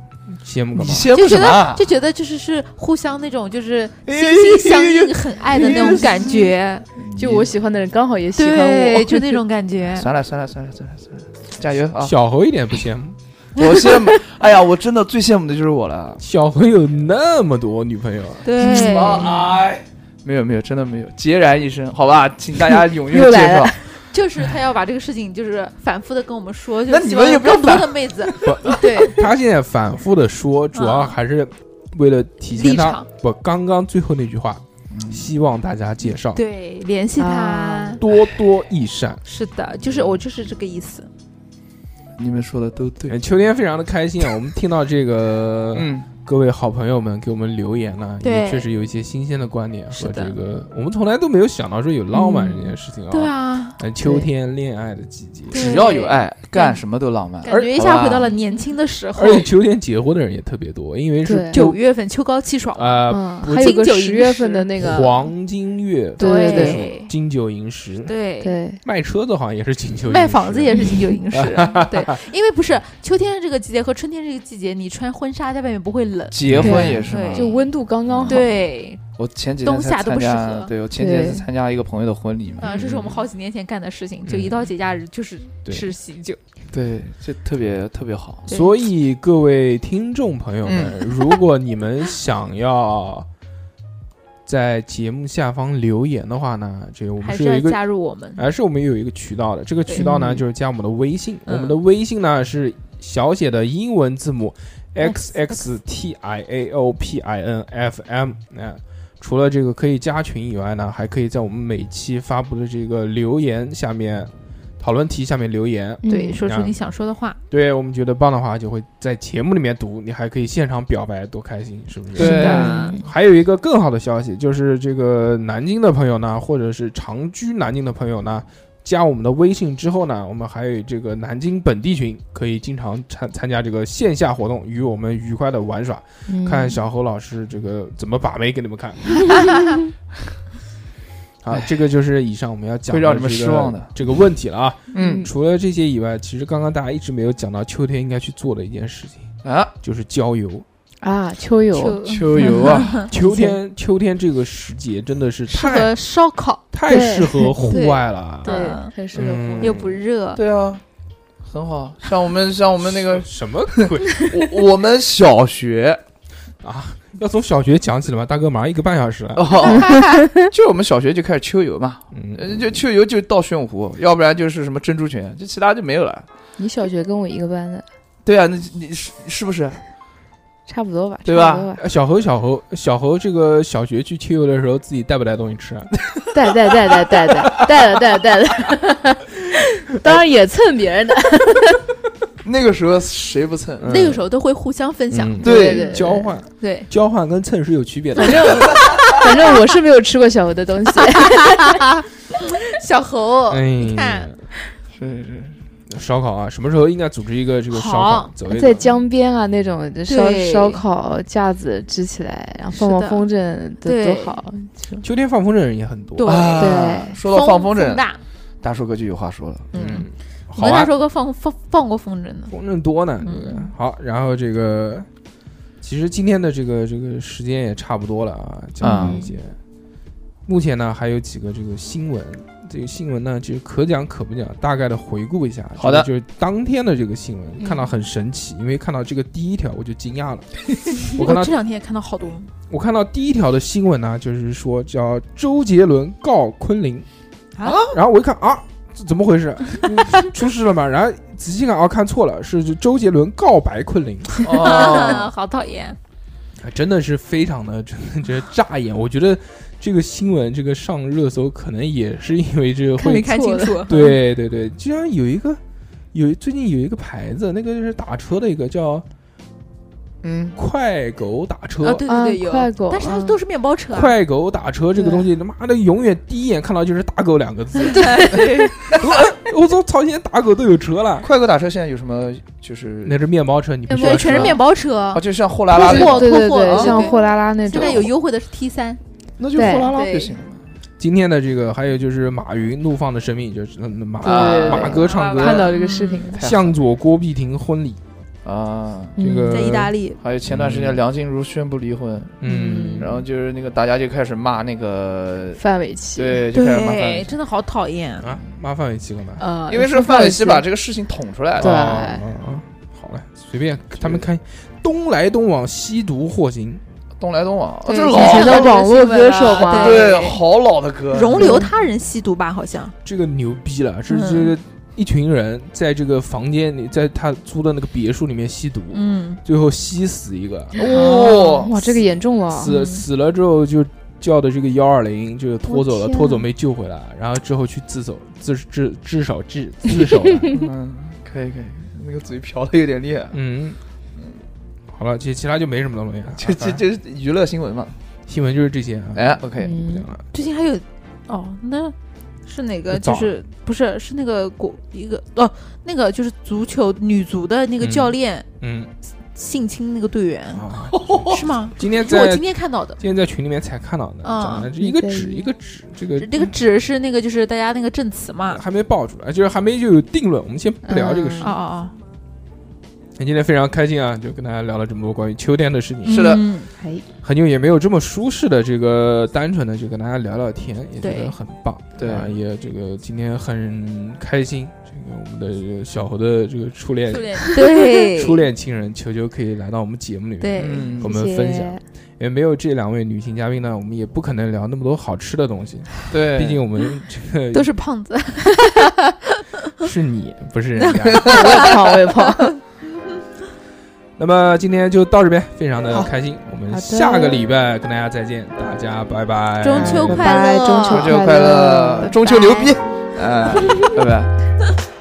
Speaker 1: 羡慕
Speaker 3: 你
Speaker 1: 干嘛？
Speaker 3: 羡
Speaker 2: 就
Speaker 3: 慕
Speaker 2: 觉
Speaker 3: 什么
Speaker 2: 得
Speaker 3: 啊？
Speaker 2: 就觉得就是是互相那种就是
Speaker 3: 哎
Speaker 2: 心心相印、很爱的那种感觉，
Speaker 4: 就 我喜欢的人刚好也喜欢我
Speaker 2: 对，，就 那种感觉。
Speaker 3: 算了算了算了算了算了，加油 啊！
Speaker 1: 小何一点不羡慕，
Speaker 3: 我羡慕，哎呀，我真的最羡慕的就是我了。
Speaker 1: 小何有那么多女朋友啊，
Speaker 2: 对，
Speaker 3: 哎，没有没有，真的没有，孑然一身，好吧，请大家 踊跃
Speaker 4: 又
Speaker 3: 介
Speaker 4: 来
Speaker 3: 绍
Speaker 4: 了。
Speaker 2: 就是他要把这个事情就是反复的跟我们说，就
Speaker 3: 那
Speaker 2: 是
Speaker 3: 你
Speaker 2: 希
Speaker 3: 们
Speaker 2: 望
Speaker 3: 也
Speaker 2: 有
Speaker 3: 不要
Speaker 2: 更多
Speaker 3: 反
Speaker 2: 的妹子，对，
Speaker 1: 他现在反复的说，主要还是为了体现
Speaker 2: 立
Speaker 1: 他
Speaker 2: 场
Speaker 1: 不刚刚最后那句话，希望大家介绍
Speaker 2: 对，联系他
Speaker 4: 啊。
Speaker 1: 多多益善。
Speaker 2: 是的，就是我就是这个意思。
Speaker 3: 你们说的都对，
Speaker 1: 呃秋天非常的开心啊，我们听到这个
Speaker 3: 嗯，
Speaker 1: 各位好朋友们给我们留言呢，也
Speaker 2: 对
Speaker 1: 确实有一些新鲜的观点啊
Speaker 2: 是
Speaker 1: 和这
Speaker 2: 的嗯
Speaker 1: 个，我们从来都没有想到说有浪漫这件事情啊。
Speaker 2: 对啊，
Speaker 1: 呃，秋天恋爱的季节，
Speaker 2: 对
Speaker 3: 只要有爱，干什么都浪漫。
Speaker 2: 啊感觉一
Speaker 3: 好吧
Speaker 2: 下回到了年轻的时候
Speaker 1: 而。且秋天结婚的人也特别多，因为是
Speaker 4: 对
Speaker 2: 九月份秋高气爽，
Speaker 1: 呃
Speaker 4: 嗯，
Speaker 1: 不
Speaker 4: 还有
Speaker 2: 经
Speaker 4: 个
Speaker 2: 久
Speaker 4: 十
Speaker 2: 饮
Speaker 4: 月
Speaker 2: 食
Speaker 4: 份的那个，
Speaker 1: 黄金月、
Speaker 4: 对对对
Speaker 2: 对
Speaker 1: 金九银十，
Speaker 2: 对
Speaker 4: 对，
Speaker 1: 卖车子好像也是金九银十，
Speaker 2: 卖房子也是金九银十，对，因为不是秋天这个季节和春天这个季节，你穿婚纱在外面不会 冷，
Speaker 3: 结婚也是
Speaker 2: 对
Speaker 3: 嘛，
Speaker 4: 就温度刚刚好。
Speaker 2: 对，
Speaker 3: 我前几天
Speaker 2: 冬
Speaker 3: 才
Speaker 2: 夏都
Speaker 3: 参
Speaker 2: 不适
Speaker 3: 加
Speaker 2: 合，
Speaker 3: 对我前几天
Speaker 4: 对
Speaker 3: 才参加一个朋友的婚礼嘛，
Speaker 2: 啊，这是我们好几年前干的事情，
Speaker 1: 嗯
Speaker 2: 就一到节假日就是
Speaker 1: 对
Speaker 2: 吃喜酒，
Speaker 3: 对，这特别特别好。
Speaker 2: 对
Speaker 1: 所以各位听众朋友们，
Speaker 2: 嗯
Speaker 1: 如果你们想要在节目下方留言的话呢，这个我们
Speaker 2: 还
Speaker 1: 是
Speaker 2: 是
Speaker 1: 有一
Speaker 2: 要
Speaker 1: 个。
Speaker 2: 加入我们，
Speaker 1: 还是我们有一个渠道的，这个渠道呢
Speaker 3: 嗯
Speaker 1: 就是加我们的微信，
Speaker 2: 嗯
Speaker 1: 我们的微信呢是小写的英文字母 x x t i a o p i n f m 哎，除了这个可以加群以外呢，还可以在我们每期发布的这个留言下面讨论题下面留言，
Speaker 4: 嗯
Speaker 2: 对，说出
Speaker 1: 啊
Speaker 2: 你想说的话，
Speaker 1: 对我们觉得棒的话，就会在节目里面读，你还可以现场表白，多开心，是不是？
Speaker 3: 对
Speaker 2: 的
Speaker 1: 还有一个更好的消息，就是这个南京的朋友呢，或者是长居南京的朋友呢，加我们的微信之后呢，我们还有这个南京本地群，可以经常参参加这个线下活动，与我们愉快的玩耍，
Speaker 4: 嗯
Speaker 1: 看小侯老师这个怎么把妹给你们看。 好，这个就是以上我们要讲的
Speaker 3: 会让你们
Speaker 1: 这个
Speaker 3: 失望的
Speaker 1: 这个问题了啊。
Speaker 3: 嗯
Speaker 1: 除了这些以外，其实刚刚大家一直没有讲到秋天应该去做的一件事情，
Speaker 3: 啊，
Speaker 1: 就是郊游。
Speaker 4: 啊，秋游，
Speaker 2: 就
Speaker 3: 秋游啊，
Speaker 1: 秋天，秋天这个时节真的是
Speaker 2: 适
Speaker 1: 太
Speaker 2: 合烧烤，
Speaker 1: 太适合户外了。啊
Speaker 4: 对
Speaker 2: 嗯，
Speaker 4: 很适合
Speaker 1: 嗯
Speaker 4: 户
Speaker 2: 又不热，
Speaker 3: 对啊，很好。像我们像我们那 个
Speaker 1: 什么鬼
Speaker 3: 我我们小学
Speaker 1: 啊？要从小学讲起了吗？大哥，马上一个半小时了。
Speaker 3: 哦，就是我们小学就开始秋游嘛，呃
Speaker 1: 嗯，
Speaker 3: 就秋游就到玄武湖，要不然就是什么珍珠泉，就其他就没有了。
Speaker 4: 你小学跟我一个班的，
Speaker 3: 对啊，那你是是不是？
Speaker 4: 差不多吧？
Speaker 3: 对
Speaker 4: 差
Speaker 3: 吧
Speaker 4: 不多吧？
Speaker 1: 呃小侯，小侯，小侯，这个小学去秋游的时候，自己带不带东西吃啊？
Speaker 4: 带带带带带带带了带了带了， 当然也蹭别人的，
Speaker 3: 那个时候谁不蹭？
Speaker 2: 那个时候都会互相分享，
Speaker 1: 嗯
Speaker 3: 对
Speaker 4: 对对
Speaker 1: 交换，
Speaker 2: 对，
Speaker 1: 交换跟蹭是有区别的。
Speaker 4: 反正我是没有吃过小猴的东 西。
Speaker 2: 小猴，
Speaker 1: 哎，
Speaker 2: 你看
Speaker 3: 是是
Speaker 1: 烧烤啊，什么时候应该组织一个这个烧烤
Speaker 2: 好？
Speaker 1: 走一走
Speaker 4: 在江边啊那种烧
Speaker 2: 对
Speaker 4: 烧烤架子支起来，然后放
Speaker 2: 是的
Speaker 4: 放风筝，多
Speaker 2: 对
Speaker 4: 多好。就
Speaker 1: 秋天放风筝的人也很多。
Speaker 2: 对
Speaker 3: 啊，
Speaker 4: 对
Speaker 3: 说到放风
Speaker 2: 风
Speaker 3: 筝，
Speaker 2: 大，
Speaker 3: 大叔哥就有话说了。
Speaker 2: 嗯，
Speaker 1: 嗯，
Speaker 2: 我
Speaker 1: 好
Speaker 2: 跟他
Speaker 1: 啊，
Speaker 2: 说过放放放过风筝的，
Speaker 1: 风筝多呢。
Speaker 2: 嗯
Speaker 1: 对不对好，然后这个，其实今天的这个这个时间也差不多了啊，讲这些。目前呢，还有几个这个新闻，这个新闻呢，其实可讲可不讲，大概的回顾一下。
Speaker 3: 好的
Speaker 1: 这个就是当天的这个新闻，
Speaker 2: 嗯
Speaker 1: 看到很神奇，因为看到这个第一条我就惊 讶了。我
Speaker 2: 我
Speaker 1: 看到
Speaker 2: 这两天也看到好多，
Speaker 1: 我看到第一条的新闻呢，就是说叫周杰伦告昆凌
Speaker 2: 啊，
Speaker 1: 然后我一看啊，这怎么回事？ 嗯出事了吗？然后仔细看啊，看错了，是周杰伦告白昆凌，
Speaker 3: 哦，
Speaker 2: 好讨厌。
Speaker 1: 啊真的是非常的， 真的这炸眼。我觉得这个新闻这个上热搜，可能也是因为这个
Speaker 2: 看
Speaker 1: 会
Speaker 2: 没看清楚？
Speaker 1: 对对对，居然有一个有最近有一个牌子，那个是打车的一个叫
Speaker 3: 嗯，
Speaker 1: 快狗打车
Speaker 2: 啊，对对
Speaker 4: 啊
Speaker 2: 对，有
Speaker 4: 快狗
Speaker 2: 但是它
Speaker 4: 嗯
Speaker 2: 都是面包车啊，
Speaker 1: 快狗打车这个
Speaker 2: 对
Speaker 1: 东西，他妈的永远第一眼看到就是打狗两个字。对， 我操，朝鲜打狗都有车了，
Speaker 3: 快狗打车现在有什么就是
Speaker 1: 那是面包车，你不需要啊
Speaker 2: 对，
Speaker 1: 车
Speaker 2: 全是面包车
Speaker 3: 哦，。就像货拉拉
Speaker 2: 不
Speaker 3: 那
Speaker 2: 是
Speaker 3: 种，
Speaker 2: 货
Speaker 4: 对对
Speaker 2: 货
Speaker 4: 对，
Speaker 2: 货
Speaker 4: 像
Speaker 2: 对
Speaker 4: 货拉拉那
Speaker 2: 现
Speaker 4: 种
Speaker 2: 在有优惠的是 T 三，
Speaker 3: 那就货拉拉
Speaker 2: 对
Speaker 3: 就行了。
Speaker 1: 今天的这个还有就是马云怒放的生命，就是嗯马
Speaker 3: 对对对
Speaker 1: 马哥唱
Speaker 4: 看
Speaker 1: 歌，
Speaker 4: 到这个视频了，
Speaker 3: 太
Speaker 1: 向左郭碧婷婚礼，
Speaker 3: 啊，
Speaker 1: 这
Speaker 4: 嗯
Speaker 1: 个
Speaker 2: 在意大利，
Speaker 3: 还有前段时间梁静茹宣布离婚，
Speaker 1: 嗯，
Speaker 3: 然后就是那个大家就开始骂那个，
Speaker 4: 嗯范玮琪，
Speaker 3: 对，就开始骂范
Speaker 2: 对
Speaker 3: 玮，西，
Speaker 2: 真的好讨厌。
Speaker 1: 啊，麻烦一起干嘛？
Speaker 4: 呃，
Speaker 3: 因为是
Speaker 4: 说
Speaker 3: 范玮西
Speaker 4: 西
Speaker 3: 把这个事情捅出来
Speaker 4: 对
Speaker 3: 的。
Speaker 1: 啊，啊啊好了，随便他们看，东来东往，西毒祸行，
Speaker 3: 东来东往，啊这
Speaker 2: 对
Speaker 3: 是
Speaker 4: 以前
Speaker 3: 老
Speaker 4: 的网络歌手嘛，
Speaker 2: 这是
Speaker 3: 啊对，好老的歌，
Speaker 2: 容留他人吸毒吧，好像
Speaker 1: 这个牛逼了，是
Speaker 2: 嗯
Speaker 1: 这个一群人在这个房间里，在他租的那个别墅里面吸毒，
Speaker 2: 嗯，
Speaker 1: 最后吸死一个，
Speaker 3: 哦，
Speaker 4: 哇，这个严重了，
Speaker 1: 死
Speaker 2: 嗯
Speaker 1: 死了之后就叫的这个幺二零，就拖走了，
Speaker 4: 我天啊
Speaker 1: 拖走没救回来，然后之后去自首，自自自首自自首了，
Speaker 3: 嗯，可以可以，那个嘴瓢的有点厉害。
Speaker 1: 嗯，好了，其其他就没什么东西了，
Speaker 3: 这
Speaker 1: 啊
Speaker 3: 这这是娱乐新闻嘛？
Speaker 1: 新闻就是这些啊，
Speaker 3: 哎，OK，
Speaker 1: 不
Speaker 4: 嗯
Speaker 1: 讲，了，
Speaker 2: 最近还有，哦，那是哪个？
Speaker 1: 早
Speaker 2: 就是不是是那个国一个哦，那个就是足球女足的那个
Speaker 1: 嗯
Speaker 2: 教练
Speaker 1: 嗯
Speaker 2: 性侵那个队员，
Speaker 1: 啊，
Speaker 2: 是吗？
Speaker 1: 今天
Speaker 2: 是我
Speaker 1: 在
Speaker 2: 今天看到的。
Speaker 1: 今天在群里面才看到的，
Speaker 2: 啊
Speaker 1: 讲的是一个
Speaker 4: 对
Speaker 1: 纸一个纸，这个
Speaker 2: 那个纸是那个，就是大家那个证词嘛。
Speaker 1: 还没爆出来，就是还没就有定论，我们先不聊这
Speaker 4: 嗯
Speaker 1: 个事
Speaker 2: 哦
Speaker 1: 情。
Speaker 2: 哦
Speaker 1: 那今天非常开心啊，就跟大家聊了这么多关于秋天的事情
Speaker 2: 哦，。
Speaker 3: 是的
Speaker 2: 嗯
Speaker 4: 哎，
Speaker 1: 很久也没有这么舒适的这个单纯的就跟大家聊聊天，也觉
Speaker 2: 对
Speaker 1: 得很棒。
Speaker 3: 对
Speaker 1: 啊，也这个今天很开心，这个我们的这个小猴的这个初恋
Speaker 2: 初恋 对
Speaker 1: 初恋情人球球可以来到我们节目里面，
Speaker 2: 对
Speaker 3: 嗯
Speaker 1: 跟我，们
Speaker 4: 谢谢
Speaker 1: 分享。也没有这两位女性嘉宾呢，我们也不可能聊那么多好吃的东西，
Speaker 3: 对，
Speaker 1: 毕竟我们这
Speaker 2: 都
Speaker 1: 个
Speaker 2: 是胖子，
Speaker 1: 是你，不是人家。
Speaker 4: 我也 胖，我也胖，
Speaker 1: 那么今天就到这边，非常的开心，我
Speaker 4: 好
Speaker 1: 们
Speaker 4: 的
Speaker 1: 下个礼拜跟大家再见，大家拜拜，
Speaker 2: 中秋
Speaker 4: 拜
Speaker 2: 快
Speaker 4: 拜
Speaker 2: 乐
Speaker 4: 中秋
Speaker 3: 中秋
Speaker 4: 快
Speaker 3: 快
Speaker 4: 乐
Speaker 3: 乐，中秋牛
Speaker 4: 拜拜
Speaker 3: 逼，哎，拜拜。